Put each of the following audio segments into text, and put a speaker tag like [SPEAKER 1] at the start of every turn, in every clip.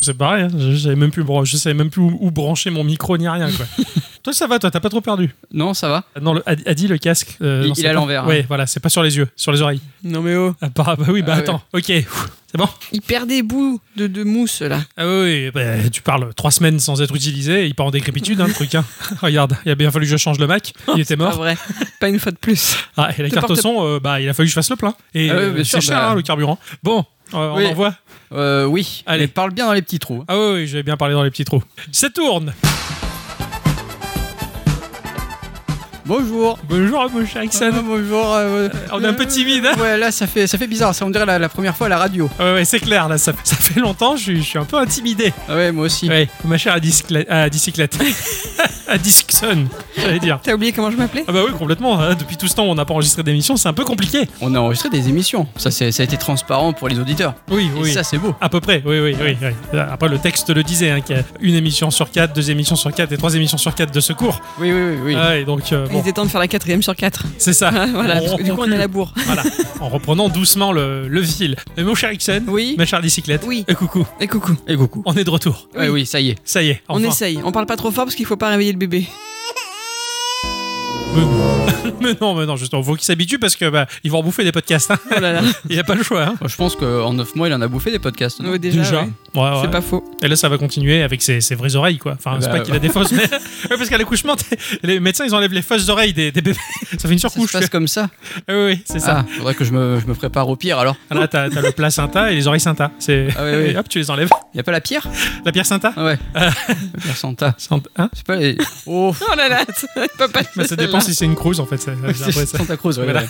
[SPEAKER 1] c'est pareil, hein, je, je savais même plus, bran- je savais même plus où, où brancher mon micro ni rien. Quoi. toi, ça va, toi, t'as pas trop perdu.
[SPEAKER 2] Non, ça va.
[SPEAKER 1] Non, le, Adi, Adi, le casque. euh,
[SPEAKER 2] Il-
[SPEAKER 1] non,
[SPEAKER 2] il
[SPEAKER 1] c'est
[SPEAKER 2] est à
[SPEAKER 1] pas-
[SPEAKER 2] l'envers, hein.
[SPEAKER 1] Ouais, voilà, c'est pas sur les yeux, sur les oreilles.
[SPEAKER 3] Non mais oh,
[SPEAKER 1] Ah, bah, bah oui, bah
[SPEAKER 2] Ah,
[SPEAKER 1] attends, ok, pff, c'est bon.
[SPEAKER 3] il perd des bouts de, de mousse là.
[SPEAKER 1] Ah oui, bah, tu parles trois semaines sans être utilisé, il part en décrépitude, hein, le truc. hein. Regarde, il a bien fallu que je change le Mac,
[SPEAKER 2] Oh,
[SPEAKER 1] il était
[SPEAKER 3] Pas
[SPEAKER 1] mort.
[SPEAKER 3] vrai. Pas une fois de plus.
[SPEAKER 1] Ah, et la
[SPEAKER 3] Te
[SPEAKER 1] carte
[SPEAKER 3] porte-
[SPEAKER 1] son, euh, bah, il a fallu que je fasse le plein. Et
[SPEAKER 2] Ah oui,
[SPEAKER 1] euh,
[SPEAKER 2] bien
[SPEAKER 1] c'est
[SPEAKER 2] sûr,
[SPEAKER 1] cher,
[SPEAKER 2] bah-
[SPEAKER 1] hein, le carburant. Bon, euh,
[SPEAKER 2] Oui.
[SPEAKER 1] on envoie.
[SPEAKER 2] Euh, oui.
[SPEAKER 1] Allez.
[SPEAKER 2] Mais parle bien dans les petits trous.
[SPEAKER 1] Ah oui, oui, je vais bien parler dans les petits trous. Ça tourne
[SPEAKER 2] Bonjour.
[SPEAKER 1] Bonjour, mon cher
[SPEAKER 2] Ah,
[SPEAKER 1] Ixon.
[SPEAKER 2] bonjour. euh,
[SPEAKER 1] On est un peu timide, hein
[SPEAKER 2] ouais, là, ça fait, ça fait bizarre. Ça, on dirait la, la première fois à la radio.
[SPEAKER 1] Ouais, ouais, c'est clair, là, ça, ça fait longtemps, je, suis- je suis un peu intimidé.
[SPEAKER 2] Ah ouais, moi aussi.
[SPEAKER 1] Ouais, ma chère à, discla- à bicyclette. à discson, j'allais dire.
[SPEAKER 3] T'as oublié comment je m'appelais
[SPEAKER 1] Ah bah oui, complètement. hein, Depuis tout ce temps, on n'a pas enregistré d'émission, c'est un peu compliqué.
[SPEAKER 2] On a enregistré des émissions. Ça, c'est- ça a été transparent pour les auditeurs.
[SPEAKER 1] Oui,
[SPEAKER 2] Et ça, c'est beau.
[SPEAKER 1] À peu près, oui, oui, oui. oui. Après, le texte le disait, hein, qu'il y a une émission sur quatre, deux émissions sur quatre et trois émissions sur quatre de secours.
[SPEAKER 2] Oui, oui, oui. oui.
[SPEAKER 1] Ah ouais, donc, euh, bon, Oh.
[SPEAKER 3] Il était temps de faire la quatrième sur quatre. Ah,
[SPEAKER 1] c'est ça. On-
[SPEAKER 3] voilà, parce que du
[SPEAKER 1] on
[SPEAKER 3] coup on est à
[SPEAKER 1] recule.
[SPEAKER 3] la bourre.
[SPEAKER 1] Voilà, en reprenant doucement le, le fil. Mais mon cher Ixen,
[SPEAKER 3] Oui.
[SPEAKER 1] ma chère bicyclette,
[SPEAKER 3] Oui.
[SPEAKER 1] euh, coucou,
[SPEAKER 3] Et coucou.
[SPEAKER 2] Et coucou.
[SPEAKER 1] on est de retour.
[SPEAKER 2] Oui, oui, ça y est.
[SPEAKER 1] Ça y est, enfin.
[SPEAKER 3] On essaye. On parle pas trop fort parce qu'il faut pas réveiller le bébé.
[SPEAKER 1] Mais, mais non, mais non, justement, faut qu'il s'habitue parce que bah, ils vont en bouffer des podcasts. hein.
[SPEAKER 3] Oh là là.
[SPEAKER 1] Il n'y a pas le choix. hein.
[SPEAKER 2] Moi, je pense qu'en 9 mois, il en a bouffé des podcasts. non
[SPEAKER 3] Ouais, déjà. ouais.
[SPEAKER 1] Ouais, ouais.
[SPEAKER 3] C'est pas faux.
[SPEAKER 1] Et là, ça va continuer avec ses, ses vraies oreilles, quoi. Enfin, c'est
[SPEAKER 2] Bah,
[SPEAKER 1] pas qu'il a des fausses, mais. Ouais, parce qu'à l'accouchement, t'es- les médecins, ils enlèvent les fausses oreilles des, des bébés. Ça fait une
[SPEAKER 2] Ça se
[SPEAKER 1] surcouche.
[SPEAKER 2] passe comme ça.
[SPEAKER 1] Ah oui, oui, c'est ça.
[SPEAKER 2] Ah, faudrait que je me, je me prépare au pire alors.
[SPEAKER 1] Ah, Là, t'as t'as le placenta et les oreilles Sinta. C'est...
[SPEAKER 2] Ah oui, oui.
[SPEAKER 1] Et hop, tu les enlèves.
[SPEAKER 2] Y a pas la pierre
[SPEAKER 1] La pierre Sinta
[SPEAKER 2] Ah ouais. La pierre Santa.
[SPEAKER 1] Santa- hein
[SPEAKER 2] C'est pas les. Oh
[SPEAKER 3] Oh là là. Papa.
[SPEAKER 1] Bah, Ça dépend si c'est une cruise en fait. ça- après,
[SPEAKER 2] C'est
[SPEAKER 1] ça.
[SPEAKER 2] Santa Cruz, ouais.
[SPEAKER 1] Voilà.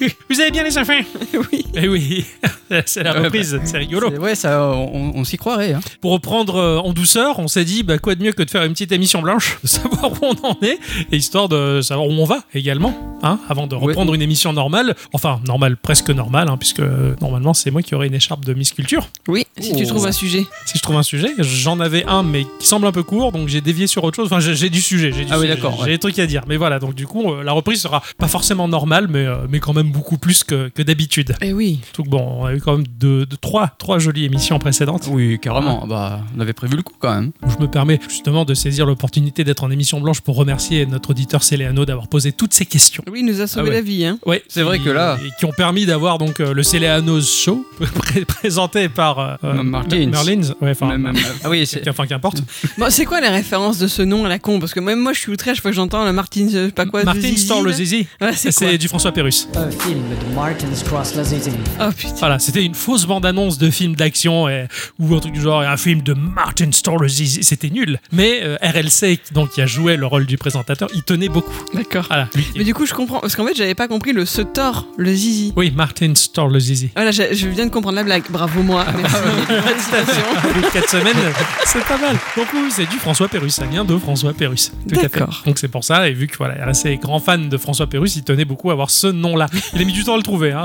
[SPEAKER 2] ouais.
[SPEAKER 1] Vous avez bien les enfants
[SPEAKER 3] Oui.
[SPEAKER 1] Eh oui, c'est la
[SPEAKER 2] Ouais, bah.
[SPEAKER 1] reprise, c'est rigolo.
[SPEAKER 2] C'est- Ouais, ça, on, on s'y croirait. Hein.
[SPEAKER 1] Pour reprendre euh, en douceur, on s'est dit bah, quoi de mieux que de faire une petite émission blanche, de savoir où on en est, et histoire de savoir où on va également, hein, avant de
[SPEAKER 2] Ouais.
[SPEAKER 1] reprendre une émission normale, enfin normale, presque normale, hein, puisque euh, normalement c'est moi qui aurais une écharpe de Miss Culture.
[SPEAKER 3] Oui. Si tu
[SPEAKER 2] Oh.
[SPEAKER 3] trouves un sujet.
[SPEAKER 1] Si je trouve un sujet, j'en avais un mais qui semble un peu court, donc j'ai dévié sur autre chose. Enfin, j'ai j'ai du sujet, j'ai du
[SPEAKER 2] Ah oui,
[SPEAKER 1] sujet,
[SPEAKER 2] d'accord,
[SPEAKER 1] j'ai
[SPEAKER 2] ouais.
[SPEAKER 1] des trucs à dire. Mais voilà, donc du coup, euh, la reprise sera pas forcément normale, mais, euh, mais quand même beaucoup plus que, que d'habitude.
[SPEAKER 3] Eh oui.
[SPEAKER 1] Donc bon, on a eu quand même deux, deux- trois, trois jolies émissions précédentes.
[SPEAKER 2] Oui,
[SPEAKER 1] Ah.
[SPEAKER 2] carrément. Bah, on avait prévu le coup quand même.
[SPEAKER 1] Je me permets justement de saisir l'opportunité d'être en émission blanche pour remercier notre auditeur Céléano d'avoir posé toutes ces questions.
[SPEAKER 3] Oui, il nous a sauvé
[SPEAKER 2] ouais.
[SPEAKER 3] la vie. Hein.
[SPEAKER 1] Ah Ouais,
[SPEAKER 2] C'est vrai
[SPEAKER 1] qui-
[SPEAKER 2] que là-
[SPEAKER 1] et qui ont permis d'avoir donc euh, le Céléano's Show pré- présenté par euh, euh,
[SPEAKER 2] Martins.
[SPEAKER 1] Merlins. Ouais, enfin,
[SPEAKER 2] Même- ah oui, c'est.
[SPEAKER 1] enfin qu'importe.
[SPEAKER 3] Bon, euh, c'est quoi la référence de ce nom à la con Parce que même moi, je suis outré à chaque fois que j'entends le Martin, je sais pas quoi.
[SPEAKER 1] Martin
[SPEAKER 3] Zizi,
[SPEAKER 1] Store le
[SPEAKER 3] là.
[SPEAKER 1] Zizi.
[SPEAKER 3] Ouais, c'est quoi
[SPEAKER 1] C'est du François Pérus.
[SPEAKER 4] Un film de Martin Scorsese.
[SPEAKER 3] Oh putain.
[SPEAKER 1] Voilà, c'était une fausse bande-annonce de film d'action et- ou un truc du genre, un film de Martin Scorsese, c'était nul. Mais euh, RLC, donc qui a joué le rôle du présentateur, il tenait beaucoup.
[SPEAKER 3] D'accord.
[SPEAKER 1] Voilà, lui qui-
[SPEAKER 3] Mais du coup, je comprends. Parce qu'en fait, j'avais pas compris le se tord, le zizi.
[SPEAKER 1] Oui, Martin Scorsese.
[SPEAKER 3] Voilà, je, je viens de comprendre la blague. Bravo, moi.
[SPEAKER 1] Ah,
[SPEAKER 3] Merci. Félicitations.
[SPEAKER 1] Au bout de 4 semaines, c'est pas mal. Donc oui, c'est du François Pérus, ça vient de François Pérus. Tout à fait.
[SPEAKER 3] D'accord.
[SPEAKER 1] Donc c'est pour ça, et vu que voilà, RLC est grand fan de François Pérus, il tenait beaucoup à avoir ce nom-là. Il a mis du temps à le trouver. hein.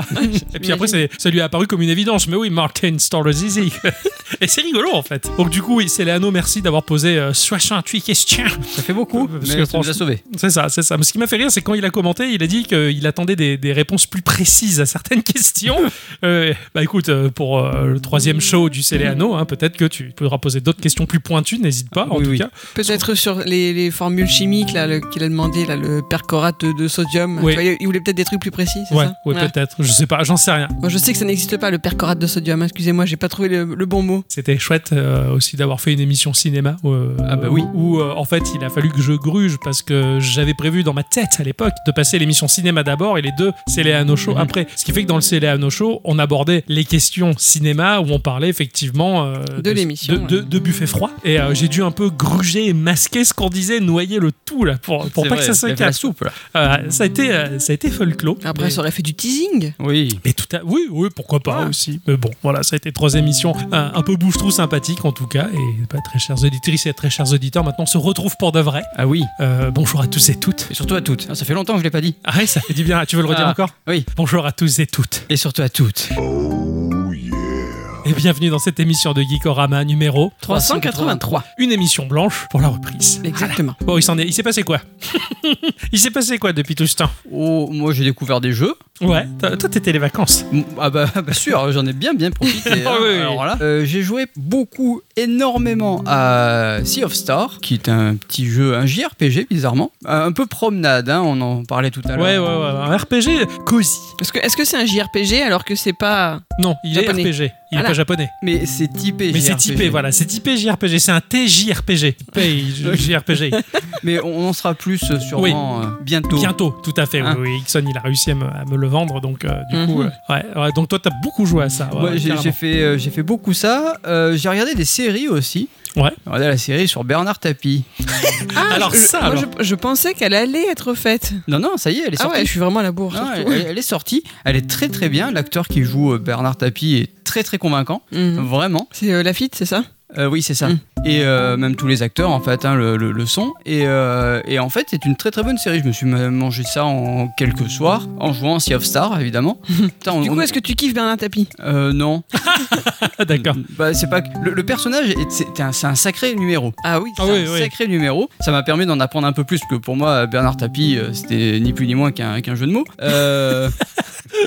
[SPEAKER 1] Et puis après, c'est- ça lui est apparu comme une évidence. Mais oui, Martin Scorsese. et c'est rigolo en fait. Donc du coup, oui, Céléano, merci d'avoir posé euh, 68 questions.
[SPEAKER 2] Ça fait beaucoup.
[SPEAKER 1] Parce que
[SPEAKER 2] mais ça nous
[SPEAKER 1] franchement-
[SPEAKER 2] a sauvés.
[SPEAKER 1] C'est ça, c'est ça. Mais ce qui m'a fait rire, c'est quand il a commenté, il a dit qu'il attendait des, des réponses plus précises à certaines questions. Euh, bah écoute, euh, pour euh, le troisième show du Céléano, hein, peut-être que tu pourras poser d'autres questions plus pointues, n'hésite pas, en
[SPEAKER 2] Oui,
[SPEAKER 1] tout
[SPEAKER 2] oui.
[SPEAKER 1] cas.
[SPEAKER 3] Peut-être sur les, les formules chimiques là, le- qu'il a demandé, là, le percorate de, de sodium.
[SPEAKER 1] Ouais.
[SPEAKER 3] Tu vois, il voulait peut-être des trucs plus précis, c'est
[SPEAKER 1] Ouais,
[SPEAKER 3] ça
[SPEAKER 1] ouais, peut-être. Je sais pas, j'en sais rien.
[SPEAKER 3] Bon, je sais que ça n'existe pas, le percorate de sodium. Excusez-moi, j'ai pas trouvé le, le bon mot.
[SPEAKER 1] C'était chouette euh, aussi d'avoir fait une émission cinéma. euh,
[SPEAKER 2] Ah bah oui.
[SPEAKER 1] Où euh, en fait il a fallu que je gruge parce que j'avais prévu dans ma tête à l'époque de passer l'émission cinéma d'abord et les deux Céléano Show
[SPEAKER 2] Mhm.
[SPEAKER 1] après. Ce qui fait que dans le Céléano Show, on abordait les questions cinéma où on parlait effectivement euh,
[SPEAKER 3] De l'émission,
[SPEAKER 1] de, de- de buffet froid. Et euh, j'ai dû un peu gruger et masquer ce qu'on disait, noyer le tout là pour, pour
[SPEAKER 2] C'est
[SPEAKER 1] pas
[SPEAKER 2] vrai,
[SPEAKER 1] que ça
[SPEAKER 2] il y
[SPEAKER 1] se
[SPEAKER 2] avait la
[SPEAKER 1] casse.
[SPEAKER 2] soupe là.
[SPEAKER 1] Euh, ça a été euh, ça a été folklore.
[SPEAKER 3] Après,
[SPEAKER 1] Mais-
[SPEAKER 3] ça aurait fait du teasing.
[SPEAKER 2] Oui.
[SPEAKER 1] mais tout à... Oui, oui, pourquoi pas
[SPEAKER 3] Ah.
[SPEAKER 1] aussi. Mais bon, voilà, ça a été trois émissions un, un peu bouche-trou sympathique en tout cas. Et pas très chères auditrices et très chers auditeurs, maintenant on se retrouve pour de vrai.
[SPEAKER 2] Ah oui.
[SPEAKER 1] Euh, bonjour à tous et toutes.
[SPEAKER 2] Et surtout à toutes. Ah, ça fait longtemps que je l'ai pas dit.
[SPEAKER 1] Ah ouais, ça fait du bien. Tu veux le redire
[SPEAKER 2] Ah.
[SPEAKER 1] encore
[SPEAKER 2] Oui.
[SPEAKER 1] Bonjour à tous et toutes.
[SPEAKER 2] Et surtout à toutes.
[SPEAKER 1] Et bienvenue dans cette émission de Geekorama numéro
[SPEAKER 3] 383.
[SPEAKER 1] une émission blanche pour la reprise.
[SPEAKER 3] Exactement.
[SPEAKER 1] Bon, il s'en est. Il s'est passé quoi Il s'est passé quoi depuis tout ce temps
[SPEAKER 2] Oh, moi j'ai découvert des jeux.
[SPEAKER 1] Ouais, t'as- toi t'étais les vacances.
[SPEAKER 2] Mm, Ah bah, bah sûr, j'en ai bien bien profité.
[SPEAKER 1] Ah
[SPEAKER 2] hein.
[SPEAKER 1] oui, oui.
[SPEAKER 2] Alors là, euh, j'ai joué beaucoup, énormément à Sea of Stars, qui est un petit jeu, un JRPG bizarrement, Euh, un peu promenade. hein, on en parlait tout à l'heure.
[SPEAKER 1] Ouais, ouais, ouais, un RPG cosy.
[SPEAKER 3] Parce que est-ce que c'est un JRPG alors que c'est pas
[SPEAKER 1] Non, il
[SPEAKER 3] Japonais.
[SPEAKER 1] est RPG. Il est
[SPEAKER 3] Voilà.
[SPEAKER 1] pas japonais.
[SPEAKER 2] Mais c'est typé.
[SPEAKER 1] Mais c'est
[SPEAKER 2] JRPG.
[SPEAKER 1] typé, voilà. C'est typé JRPG. C'est un TJRPG. Pay JRPG.
[SPEAKER 2] Mais on en sera plus euh, sûrement euh, bientôt.
[SPEAKER 1] Bientôt, tout à fait. Oui,
[SPEAKER 3] Ah.
[SPEAKER 2] Hein.
[SPEAKER 1] oui, Ixon, il a réussi à me, à me le vendre, donc euh, du
[SPEAKER 3] Mhm.
[SPEAKER 1] coup, euh, ouais, ouais, donc toi, t'as beaucoup joué à ça. ouais,
[SPEAKER 2] Ouais, j'ai-
[SPEAKER 1] carrément.
[SPEAKER 2] j'ai fait, euh, j'ai fait beaucoup ça. Euh, j'ai regardé des séries aussi.
[SPEAKER 1] Ouais.
[SPEAKER 2] J'ai regardé la série sur Bernard Tapie.
[SPEAKER 3] Ah,
[SPEAKER 1] Alors
[SPEAKER 3] je-
[SPEAKER 1] ça,
[SPEAKER 3] moi,
[SPEAKER 1] alors.
[SPEAKER 3] Je, je pensais qu'elle allait être faite.
[SPEAKER 2] Non, non, ça y est, elle est
[SPEAKER 3] Ah
[SPEAKER 2] sortie.
[SPEAKER 3] ouais, je suis vraiment à la bourre.
[SPEAKER 1] Ah
[SPEAKER 2] Non,
[SPEAKER 3] surtout.
[SPEAKER 2] elle, elle est sortie, elle est très très bien. L'acteur qui joue euh, Bernard Tapie est très très convaincant,
[SPEAKER 3] Mhm.
[SPEAKER 2] vraiment.
[SPEAKER 3] C'est euh, Lafitte, c'est ça
[SPEAKER 2] Euh, oui, c'est ça.
[SPEAKER 3] Mm.
[SPEAKER 2] Et euh, même tous les acteurs en fait, hein, le, le- le son. Et, euh, et en fait, c'est une très très bonne série. Je me suis même mangé ça en quelques soirs, en jouant à Sea of Stars évidemment. Putain, on-
[SPEAKER 3] Du coup,
[SPEAKER 2] on-
[SPEAKER 3] est-ce que tu kiffes Bernard Tapie
[SPEAKER 2] Euh, non.
[SPEAKER 1] Ah, D'accord.
[SPEAKER 2] Bah, c'est pas que- le, le personnage, est- c'est un, c'est un sacré numéro.
[SPEAKER 3] Ah oui.
[SPEAKER 1] Ah
[SPEAKER 2] C'est
[SPEAKER 1] oui,
[SPEAKER 2] un
[SPEAKER 1] oui.
[SPEAKER 2] sacré numéro. Ça m'a permis d'en apprendre un peu plus, parce que pour moi, Bernard Tapie, euh, c'était ni plus ni moins qu'un qu'un jeu de mots. Euh,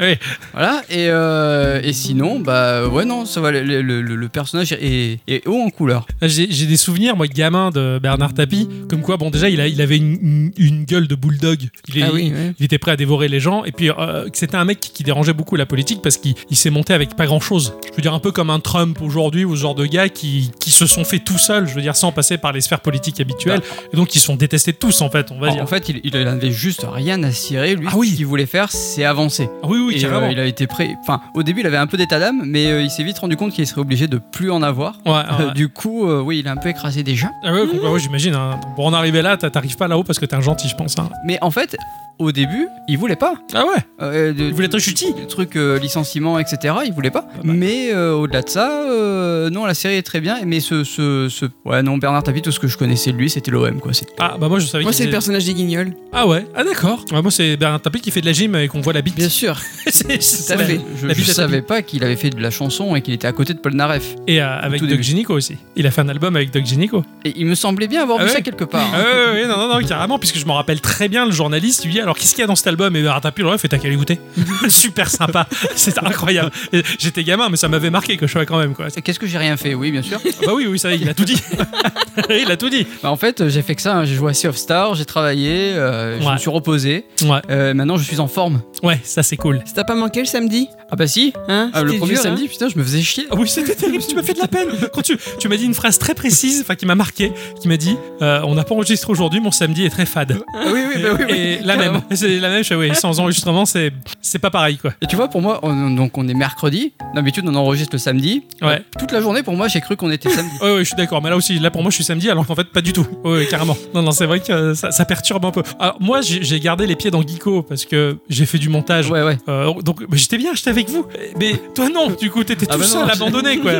[SPEAKER 1] Oui.
[SPEAKER 2] Voilà, et, euh, et sinon, bah ouais, non, ça va, le, le- le- le personnage est, est haut en couleur.
[SPEAKER 1] J'ai j'ai des souvenirs, moi, de gamin de Bernard Tapie, comme quoi, bon, déjà, il, a, il avait une, une- une gueule de bulldog. Il est-
[SPEAKER 3] Ah oui, ouais.
[SPEAKER 1] Il était prêt à dévorer les gens, et puis euh, que c'était un mec qui, qui dérangeait beaucoup la politique parce qu'il il s'est monté avec pas grand chose. Je veux dire, un peu comme un Trump aujourd'hui, ou ce genre de gars qui, qui se sont fait tout seuls, je veux dire, sans passer par les sphères politiques habituelles, et donc ils sont détestés tous, en fait, on va
[SPEAKER 2] En,
[SPEAKER 1] dire.
[SPEAKER 2] en fait, il, il avait juste rien à cirer. Lui,
[SPEAKER 1] Ah oui.
[SPEAKER 2] ce qu'il voulait faire, c'est avancer.
[SPEAKER 1] Ah oui, oui,
[SPEAKER 2] Et,
[SPEAKER 1] carrément.
[SPEAKER 2] euh, il a été prêt. Enfin, au début, il avait un peu d'état d'âme, mais euh, il s'est vite rendu compte qu'il serait obligé de plus en avoir.
[SPEAKER 1] Ouais, Ah ouais, ouais.
[SPEAKER 2] du coup, euh, oui, il a un peu écrasé des gens.
[SPEAKER 1] Ah ouais, complètement, ouais, j'imagine. hein. Pour en arriver là, t'as- t'arrives pas là-haut parce que t'es un gentil, je pense. hein.
[SPEAKER 2] Mais en fait, au début, il voulait pas.
[SPEAKER 1] Ah ouais
[SPEAKER 2] Euh, de-
[SPEAKER 1] Il voulait être chutis.
[SPEAKER 2] le truc euh, licenciement, etc. Il voulait pas.
[SPEAKER 1] bah.
[SPEAKER 2] Mais euh, au-delà de ça, euh, non, la série est très bien. Mais ce, ce, ce- ouais, non, Bernard Tapie, tout ce que je connaissais de lui, c'était l'OM, quoi. C'est-
[SPEAKER 1] Ah bah moi je savais
[SPEAKER 3] Moi,
[SPEAKER 1] qu'il
[SPEAKER 3] c'est le
[SPEAKER 1] faisait-
[SPEAKER 3] personnage des Guignols.
[SPEAKER 1] Ah ouais, ah d'accord. Ah, moi c'est Bernard Tapie qui fait de la gym et qu'on voit la bite.
[SPEAKER 3] Bien sûr.
[SPEAKER 1] C'est- c'est-
[SPEAKER 3] Tout à
[SPEAKER 1] ouais.
[SPEAKER 3] fait.
[SPEAKER 2] Je,
[SPEAKER 1] La
[SPEAKER 2] je
[SPEAKER 1] vie de
[SPEAKER 2] savais pas qu'il avait fait de la chanson et qu'il était à côté de Paul Naref.
[SPEAKER 1] Et euh, avec
[SPEAKER 2] Tout
[SPEAKER 1] Doc
[SPEAKER 2] début.
[SPEAKER 1] Gynéco aussi. Il a fait un album avec Doc Gynéco.
[SPEAKER 2] Et il me semblait bien avoir
[SPEAKER 1] Ah
[SPEAKER 2] vu
[SPEAKER 1] ouais
[SPEAKER 2] ça quelque part.
[SPEAKER 1] Ah ouais, ouais, ouais, non, non, non, carrément, puisque je me rappelle très bien le journaliste lui dit alors qu'est-ce qu'il y a dans cet album Et Bernard Tapie, le ref, fait t'as qu'à aller goûter. Super sympa, c'est incroyable. Et J'étais gamin, mais ça m'avait marqué que je sois quand même quoi. C'est-
[SPEAKER 2] Et Qu'est-ce que j'ai rien fait Oui, bien sûr.
[SPEAKER 1] Ah bah oui, oui, ça, il a tout dit. il a tout dit.
[SPEAKER 2] Bah, en fait, j'ai fait que ça. hein. J'ai joué à Sea of Stars, j'ai travaillé, euh, je
[SPEAKER 1] Ouais.
[SPEAKER 2] me suis reposé.
[SPEAKER 1] Ouais,
[SPEAKER 2] Euh, maintenant, je suis en forme.
[SPEAKER 1] ouais, ça c'est cool.
[SPEAKER 3] Ça t'a pas manqué le samedi
[SPEAKER 2] Ah bah si.
[SPEAKER 3] hein
[SPEAKER 2] Ah, le
[SPEAKER 3] C'était
[SPEAKER 2] premier
[SPEAKER 3] dur, hein
[SPEAKER 2] samedi, putain, je me faisais chier.
[SPEAKER 1] Ah oui, c'était terrible, tu m'as fait de la peine. Quand tu, tu m'as dit une phrase très précise, enfin qui m'a marqué, qui m'a dit euh, On n'a pas enregistré aujourd'hui, mon samedi est très fade.
[SPEAKER 2] Ah oui, oui, bah oui, oui.
[SPEAKER 1] Et la même, c'est la même, je fais, oui, sans enregistrement, c'est c'est pas pareil quoi.
[SPEAKER 2] Et tu vois, pour moi, on- donc on est mercredi. D'habitude, on enregistre le samedi. Euh,
[SPEAKER 1] Ouais.
[SPEAKER 2] Toute la journée, pour moi, j'ai cru qu'on était samedi.
[SPEAKER 1] Ouais, ouais, je suis d'accord, mais là aussi, là pour moi, je suis samedi, alors qu'en fait, pas du tout. Ouais, ouais, carrément. Non, non, c'est vrai que euh, ça, ça perturbe un peu. Alors, moi, j'ai j'ai gardé les pieds dans Geeko parce que j'ai fait du montage.
[SPEAKER 2] ouais, ouais.
[SPEAKER 1] Euh, donc bah, j'étais bien, j'étais avec vous. Mais toi non, du coup t'étais
[SPEAKER 2] Ah
[SPEAKER 1] tout
[SPEAKER 2] bah non,
[SPEAKER 1] seul
[SPEAKER 2] j'ai-
[SPEAKER 1] abandonné quoi,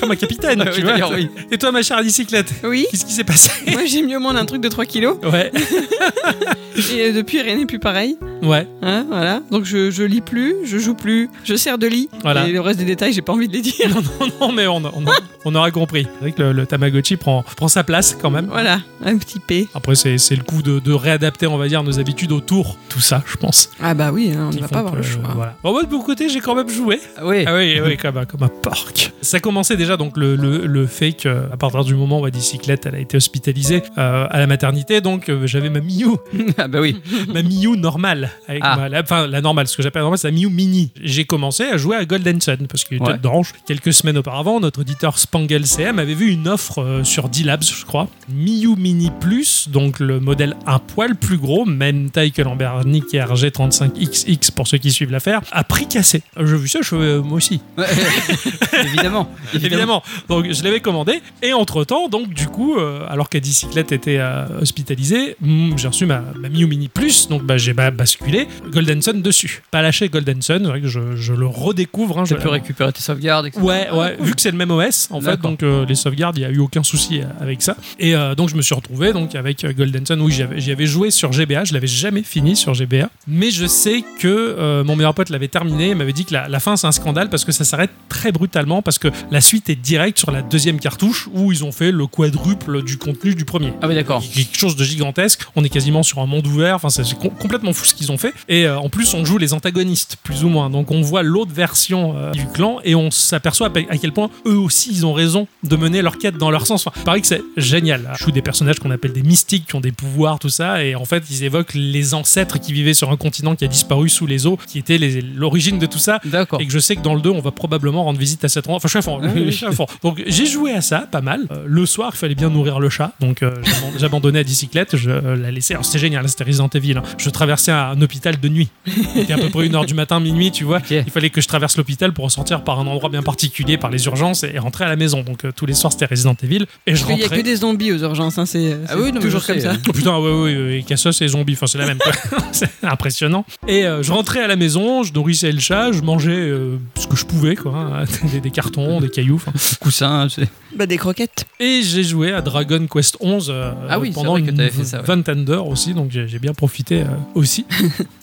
[SPEAKER 1] comme un capitaine.
[SPEAKER 2] Ah
[SPEAKER 1] tu
[SPEAKER 2] oui,
[SPEAKER 1] vois.
[SPEAKER 2] d'ailleurs, oui.
[SPEAKER 1] Et toi ma chère bicyclette,
[SPEAKER 3] Oui.
[SPEAKER 1] qu'est-ce qui s'est passé
[SPEAKER 3] Moi, j'ai mis au monde un truc de 3 kilos.
[SPEAKER 1] Ouais,
[SPEAKER 3] Et euh, depuis, rien n'est plus pareil.
[SPEAKER 1] ouais.
[SPEAKER 3] Hein, voilà. Donc, je, je lis plus, je joue plus, je sers de lit.
[SPEAKER 1] Voilà.
[SPEAKER 3] Et le reste des détails, j'ai pas envie de les dire.
[SPEAKER 1] Non, non, non, mais on, on, on aura compris. C'est vrai que le, le Tamagotchi prend, prend sa place quand même.
[SPEAKER 3] Voilà. Un petit P.
[SPEAKER 1] Après, c'est c'est le coup de, de réadapter, on va dire, nos habitudes autour. Tout ça, je pense.
[SPEAKER 3] Ah bah oui, hein, on ne
[SPEAKER 1] Qui
[SPEAKER 3] va
[SPEAKER 1] font
[SPEAKER 3] pas avoir
[SPEAKER 1] que,
[SPEAKER 3] le choix.
[SPEAKER 1] euh, voilà. Bon, moi, de mon côté, j'ai quand même joué.
[SPEAKER 2] Ah ouais.
[SPEAKER 1] Ah oui, oui, comme, un- comme un porc. Ça commençait déjà, donc, le, le, le fait que, à partir du moment où la bicyclette, elle a été hospitalisée euh, à la maternité, donc, euh, j'avais ma Miou,
[SPEAKER 2] Ah bah oui.
[SPEAKER 1] ma Miou normale. Avec
[SPEAKER 2] Ah.
[SPEAKER 1] ma- la- enfin, la normale, ce que j'appelle la normale, c'est la Miou mini. J'ai commencé à jouer à Golden Sun, parce qu'il était
[SPEAKER 2] Ouais.
[SPEAKER 1] d'orange. Quelques semaines auparavant, notre auditeur Spangle CM avait vu une offre euh, sur D-Labs, je crois. Miu Mini Plus, donc le modèle un poil plus gros, même taille que Lambernic et RG35XX pour ceux qui suivent l'affaire, à prix cassé. J'ai vu ça, je fais, euh, moi aussi.
[SPEAKER 2] Ouais. évidemment.
[SPEAKER 1] Évidemment. Donc je l'avais commandé. Et entre-temps, donc du coup, euh, alors qu'à bicyclette était euh, hospitalisée, mm, j'ai reçu ma, ma Miu Mini Plus, donc bah, j'ai bah, basculé Golden Sun dessus. Pas lâché Golden Sun, c'est vrai que je, je le redécouvre. hein, je-
[SPEAKER 2] J'ai pu récupérer tes sauvegardes, etc.
[SPEAKER 1] Ouais, ouais, vu que c'est le même OS, en fait,
[SPEAKER 2] D'accord.
[SPEAKER 1] donc euh, les sauvegardes, il n'y a eu aucun souci euh, avec ça. Et euh, donc je me suis retrouvé donc, avec euh, Golden Sun, où j'y avais, j'y avais joué sur GBA, je l'avais jamais fini sur GBA, mais je sais que euh, mon meilleur pote l'avait terminé, il m'avait dit que la, la fin c'est un scandale parce que ça s'arrête très brutalement, parce que la suite est directe sur la deuxième cartouche, où ils ont fait le quadruple du contenu du premier.
[SPEAKER 2] Ah oui, d'accord.
[SPEAKER 1] Quelque chose de gigantesque, on est quasiment sur un monde ouvert, enfin c'est c'est com- complètement fou ce qu'ils ont qu'ils ont fait. Et euh, en plus, on joue les antagonistes, plus ou moins. Donc on voit l'autre version euh, du clan et on s'aperçoit à à quel point eux aussi, ils ont raison de mener leur quête dans leur sens. Enfin, pareil que c'est génial. Je joue des personnages qu'on appelle des mystiques, qui ont des pouvoirs, tout ça. Et en fait, ils évoquent les ancêtres qui vivaient sur un continent qui a disparu sous les eaux, qui étaient les- l'origine de tout ça.
[SPEAKER 2] D'accord.
[SPEAKER 1] Et que je sais que dans le 2, on va probablement rendre visite à cette. Enfin, je suis à fond. oui, oui, je suis à fond. Donc, j'ai joué à ça, pas mal. Euh, le soir, il fallait bien nourrir le chat. Donc, euh, j'aban- j'abandonnais la bicyclette, je euh, la laissais. Alors, c'était génial, c'était Resident Evil. hein. Je traversais un, un hôpital de nuit. Il était à peu près une heure du matin, minuit, tu vois.
[SPEAKER 2] Ok.
[SPEAKER 1] Il fallait que je traverse l'hôpital pour ressortir par un endroit bien particulier, par les urgences et, et rentrer à la maison. Donc, euh, tous les soirs, c'était Resident Evil. Et je
[SPEAKER 3] Parce qu'il n'y a que
[SPEAKER 1] rentrais.
[SPEAKER 3] des zombies aux urgences, hein, c'est
[SPEAKER 2] Ah
[SPEAKER 3] c'est
[SPEAKER 2] oui, non, mais
[SPEAKER 3] toujours
[SPEAKER 2] je
[SPEAKER 3] comme
[SPEAKER 2] sais,
[SPEAKER 3] ça.
[SPEAKER 2] euh,
[SPEAKER 1] Oh putain, ouais, ouais, ouais, et Cassos et zombies, enfin c'est la même quoi. c'est impressionnant. Et euh, je rentrais à la maison, je nourrissais le chat, je mangeais euh, ce que je pouvais, quoi, hein, des, des cartons, des cailloux. enfin.
[SPEAKER 2] Coussin, tu sais.
[SPEAKER 3] Bah, des croquettes.
[SPEAKER 1] Et j'ai joué à Dragon Quest 11
[SPEAKER 2] Ah oui, c'est
[SPEAKER 1] pendant
[SPEAKER 2] vrai que
[SPEAKER 1] une
[SPEAKER 2] t'avais fait ça, ouais.
[SPEAKER 1] vingtaine d'heures aussi, donc j'ai j'ai bien profité euh, aussi.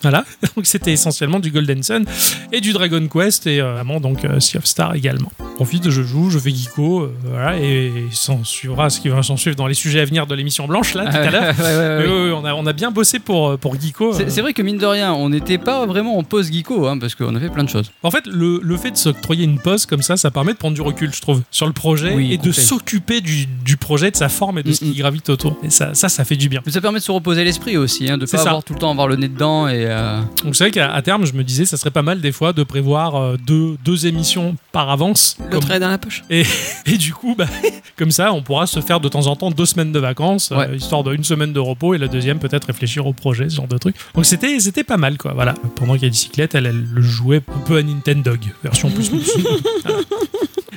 [SPEAKER 1] voilà, donc c'était essentiellement du Golden Sun et du Dragon Quest et euh, vraiment donc euh, Sea of Star également. Profite, je joue, je fais Geeko, euh, voilà, et il s'en suivra ce qui va s'en suivre dans les sujets à venir de l'émission Blanche là tout à l'heure.
[SPEAKER 2] Ah Ouais, ouais, ouais, ouais.
[SPEAKER 1] Oui, oui, oui, on, a, on a bien bossé pour, euh, pour Geeko.
[SPEAKER 2] C'est c'est vrai que mine de rien, on n'était pas vraiment en pause geeko, hein, parce qu'on a fait plein de choses.
[SPEAKER 1] En fait, le, le fait de s'octroyer une pause comme ça, ça permet de prendre du recul, je trouve, sur le projet
[SPEAKER 2] Oui,
[SPEAKER 1] et de
[SPEAKER 2] complet.
[SPEAKER 1] s'occuper du, du projet, de sa forme et de ce qui
[SPEAKER 2] Mm, mm.
[SPEAKER 1] gravite autour. Et ça, ça, ça fait du bien.
[SPEAKER 2] Mais ça permet de se reposer l'esprit aussi, hein, de
[SPEAKER 1] C'est
[SPEAKER 2] pas
[SPEAKER 1] ça.
[SPEAKER 2] avoir tout le temps avoir le nez dedans et. euh,
[SPEAKER 1] Donc c'est vrai qu'à à terme, je me disais, ça serait pas mal des fois de prévoir euh, deux, deux émissions par avance.
[SPEAKER 3] L'autre
[SPEAKER 1] Comme-
[SPEAKER 3] est dans la poche.
[SPEAKER 1] et du coup, bah, comme ça, on pourra se faire de temps en temps deux semaines de vacances, euh,
[SPEAKER 2] Ouais.
[SPEAKER 1] histoire d'une semaine de repos et la deuxième peut-être réfléchir au projet, ce genre de truc. Donc c'était, c'était pas mal, quoi. Voilà. Pendant qu'il y a bicyclette, elle, elle le jouait un peu à Nintendo, version plus plus.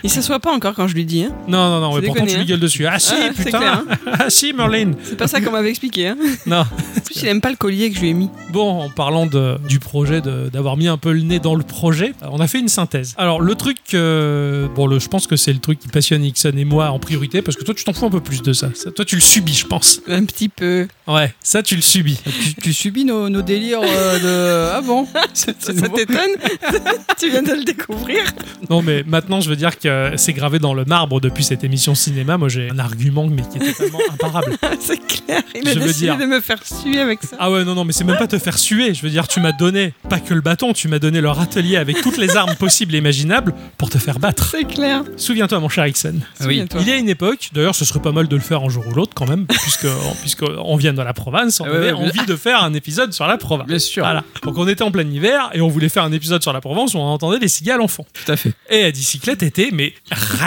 [SPEAKER 3] Il s'assoit pas encore quand je lui dis. hein.
[SPEAKER 1] Non, non, non,
[SPEAKER 3] C'est
[SPEAKER 1] mais pourtant
[SPEAKER 3] déconné,
[SPEAKER 1] tu lui
[SPEAKER 3] hein.
[SPEAKER 1] gueules dessus. Ah si,
[SPEAKER 3] Ah, c'est
[SPEAKER 1] putain
[SPEAKER 3] clair,
[SPEAKER 1] Ah si, Merlin
[SPEAKER 3] C'est pas ça qu'on m'avait expliqué. Hein.
[SPEAKER 1] Non.
[SPEAKER 3] En plus, il aime pas le collier que je lui ai mis.
[SPEAKER 1] Bon, en parlant de- du projet, de- d'avoir mis un peu le nez dans le projet, euh, on a fait une synthèse. Alors, le truc, euh, bon, le, je pense que c'est le truc qui passionne Ixon et moi en priorité, parce que toi, tu t'en fous un peu plus de ça. Ça, Toi, tu le subis, je pense.
[SPEAKER 3] Un petit peu.
[SPEAKER 1] Ouais, ça, tu le subis.
[SPEAKER 3] Ah,
[SPEAKER 2] tu, tu subis nos, nos délires euh, de. Ah bon C'est
[SPEAKER 3] Ça,
[SPEAKER 2] c'est
[SPEAKER 3] ça
[SPEAKER 2] nouveau
[SPEAKER 3] t'étonne Tu viens de le découvrir
[SPEAKER 1] Non, mais maintenant, je veux dire que c'est gravé dans le marbre depuis cette émission cinéma. Moi, j'ai un argument, mais qui est totalement imparable.
[SPEAKER 3] C'est clair, il a
[SPEAKER 1] Je veux
[SPEAKER 3] décidé
[SPEAKER 1] dire.
[SPEAKER 3] de me faire suer avec ça.
[SPEAKER 1] Ah ouais, non, non, mais c'est même pas te faire suer. Je veux dire, tu m'as donné pas que le bâton, tu m'as donné leur atelier avec toutes les armes possibles et imaginables pour te faire battre.
[SPEAKER 3] C'est clair.
[SPEAKER 1] Souviens-toi, mon cher Ixon.
[SPEAKER 2] Oui.
[SPEAKER 3] Souviens-toi.
[SPEAKER 1] Il y a une époque, d'ailleurs, ce serait pas mal de le faire un jour ou l'autre quand même, puisque puisqu'on vient de la province, on
[SPEAKER 2] Ah ouais,
[SPEAKER 1] avait
[SPEAKER 2] ouais, mais-
[SPEAKER 1] envie de faire un épisode sur la province.
[SPEAKER 2] Bien sûr,
[SPEAKER 1] Voilà. Donc on était en plein hiver et on voulait faire un épisode sur la Provence où on entendait les cigales en fond.
[SPEAKER 2] tout à fait.
[SPEAKER 1] Et la bicyclette était, mais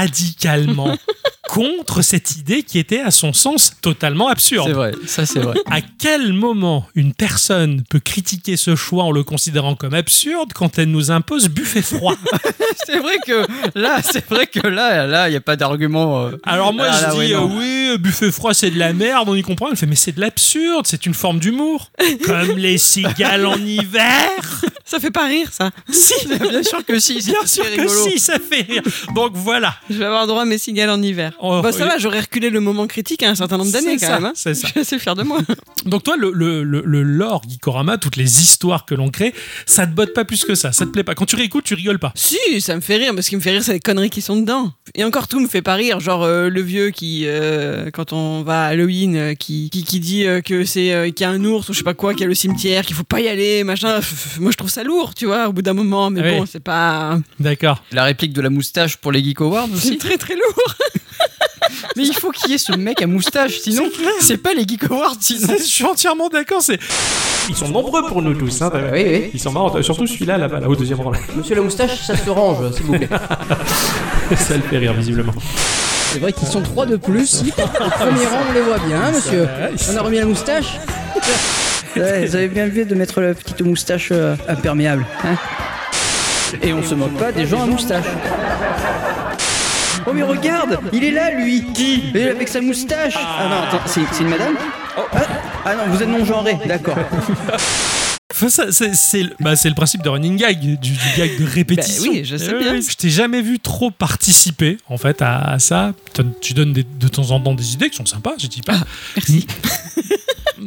[SPEAKER 1] radicalement contre cette idée qui était, à son sens, totalement
[SPEAKER 2] C'est
[SPEAKER 1] absurde.
[SPEAKER 2] vrai, ça c'est vrai.
[SPEAKER 1] À quel moment une personne peut critiquer ce choix en le considérant comme absurde quand elle nous impose buffet froid
[SPEAKER 2] c'est vrai que là, c'est vrai que là, là, il n'y a pas d'argument. euh.
[SPEAKER 1] Alors moi
[SPEAKER 2] Ah,
[SPEAKER 1] je
[SPEAKER 2] là, ouais,
[SPEAKER 1] dis euh,
[SPEAKER 2] non.
[SPEAKER 1] oui, euh, buffet froid c'est de la merde, on y comprend. Elle fait mais c'est de l'absurde, c'est une forme d'humour. Comme les cigales en hiver.
[SPEAKER 3] Ça fait pas rire, ça.
[SPEAKER 1] Si,
[SPEAKER 2] Bien sûr que si, c'est
[SPEAKER 1] bien sûr
[SPEAKER 2] c'est
[SPEAKER 1] que
[SPEAKER 2] rigolo.
[SPEAKER 1] si, ça fait rire. Donc voilà.
[SPEAKER 3] Je vais avoir droit à mes cigales en hiver.
[SPEAKER 1] Oh,
[SPEAKER 3] bah, ça
[SPEAKER 1] oui.
[SPEAKER 3] va, j'aurais reculé le moment critique à un certain nombre d'années
[SPEAKER 1] C'est
[SPEAKER 3] quand
[SPEAKER 1] ça,
[SPEAKER 3] même. hein.
[SPEAKER 1] c'est ça.
[SPEAKER 3] Je suis assez fier de moi.
[SPEAKER 1] Donc toi le, le, le, le lore Gikorama, toutes les histoires que l'on crée, ça te botte pas plus que ça, ça te plaît pas. Quand tu réécoutes, tu rigoles pas.
[SPEAKER 3] si, ça me fait rire, mais ce qui me fait rire, c'est les conneries qui sont dedans. Et encore tout me fait pas rire, genre euh, le vieux qui, euh, quand on va à Halloween, euh, qui, qui, qui dit euh, que c'est euh, qu'il y a un ours ou je sais pas quoi, qu'il y a le cimetière, qu'il faut pas y aller, machin. Pff, moi, je trouve ça lourd, tu vois, au bout d'un moment. Mais
[SPEAKER 1] Ah Oui.
[SPEAKER 3] bon, c'est pas.
[SPEAKER 1] D'accord.
[SPEAKER 2] La réplique de la moustache pour les Geek Awards
[SPEAKER 3] C'est
[SPEAKER 2] aussi.
[SPEAKER 3] très très lourd.
[SPEAKER 2] Mais il faut qu'il y ait ce mec à moustache, sinon c'est pas les Geek Awards, sinon.
[SPEAKER 1] Je suis entièrement d'accord, c'est... Ils sont nombreux pour nous tous, hein.
[SPEAKER 5] Oui, oui.
[SPEAKER 1] Ils sont marrants, surtout celui-là là-bas, là, au deuxième rang. là.
[SPEAKER 5] Monsieur la moustache, ça se range, s'il vous plaît.
[SPEAKER 1] Ça le fait rire visiblement.
[SPEAKER 5] C'est vrai qu'ils sont trois de plus. Si, par contre, au premier rang, on les voit bien, hein, monsieur. On a remis la moustache. Ouais, vous avez bien vu de mettre la petite moustache euh, imperméable. hein. Et on se moque pas des gens à moustache. Oh mais regarde, il est là lui Qui Avec sa moustache Ah non, attends, c'est c'est une madame ah, ah non, vous êtes non-genré, d'accord.
[SPEAKER 1] Enfin, ça, c'est, c'est le, bah, c'est le principe de running gag, du, du gag de répétition. Eh
[SPEAKER 3] Bah oui, je sais bien.
[SPEAKER 1] Je t'ai jamais vu trop participer en fait à,
[SPEAKER 3] Ah,
[SPEAKER 1] à ça. Tu- Tu donnes des- de temps en temps des idées qui sont sympas, je dis pas.
[SPEAKER 3] Merci.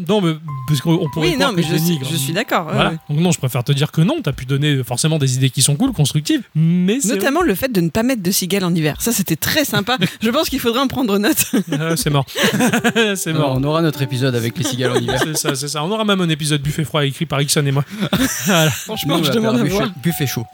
[SPEAKER 1] Non, mais parce qu'on pourrait
[SPEAKER 3] Oui,
[SPEAKER 1] croire
[SPEAKER 3] non, mais
[SPEAKER 1] que
[SPEAKER 3] je,
[SPEAKER 1] je
[SPEAKER 3] suis-
[SPEAKER 1] dénigre.
[SPEAKER 3] je suis d'accord. ouais,
[SPEAKER 1] Voilà.
[SPEAKER 3] ouais.
[SPEAKER 1] Donc non, je préfère te dire que non. T'as pu donner forcément des idées qui sont cool, constructives, mais c'est
[SPEAKER 3] Notamment le fait de ne pas mettre de cigales en hiver. Ça, c'était très sympa. je pense qu'il faudrait en prendre note.
[SPEAKER 1] Ah, c'est mort, c'est
[SPEAKER 2] Alors,
[SPEAKER 1] mort.
[SPEAKER 2] on aura notre épisode avec les cigales en hiver.
[SPEAKER 1] C'est ça, c'est ça. On aura même un épisode buffet froid écrit par Ixon et moi.
[SPEAKER 2] Nous,
[SPEAKER 3] Franchement,
[SPEAKER 2] on
[SPEAKER 3] je
[SPEAKER 2] va
[SPEAKER 3] demande
[SPEAKER 2] faire
[SPEAKER 3] à
[SPEAKER 2] buffet-
[SPEAKER 3] voir.
[SPEAKER 2] Buffet chaud.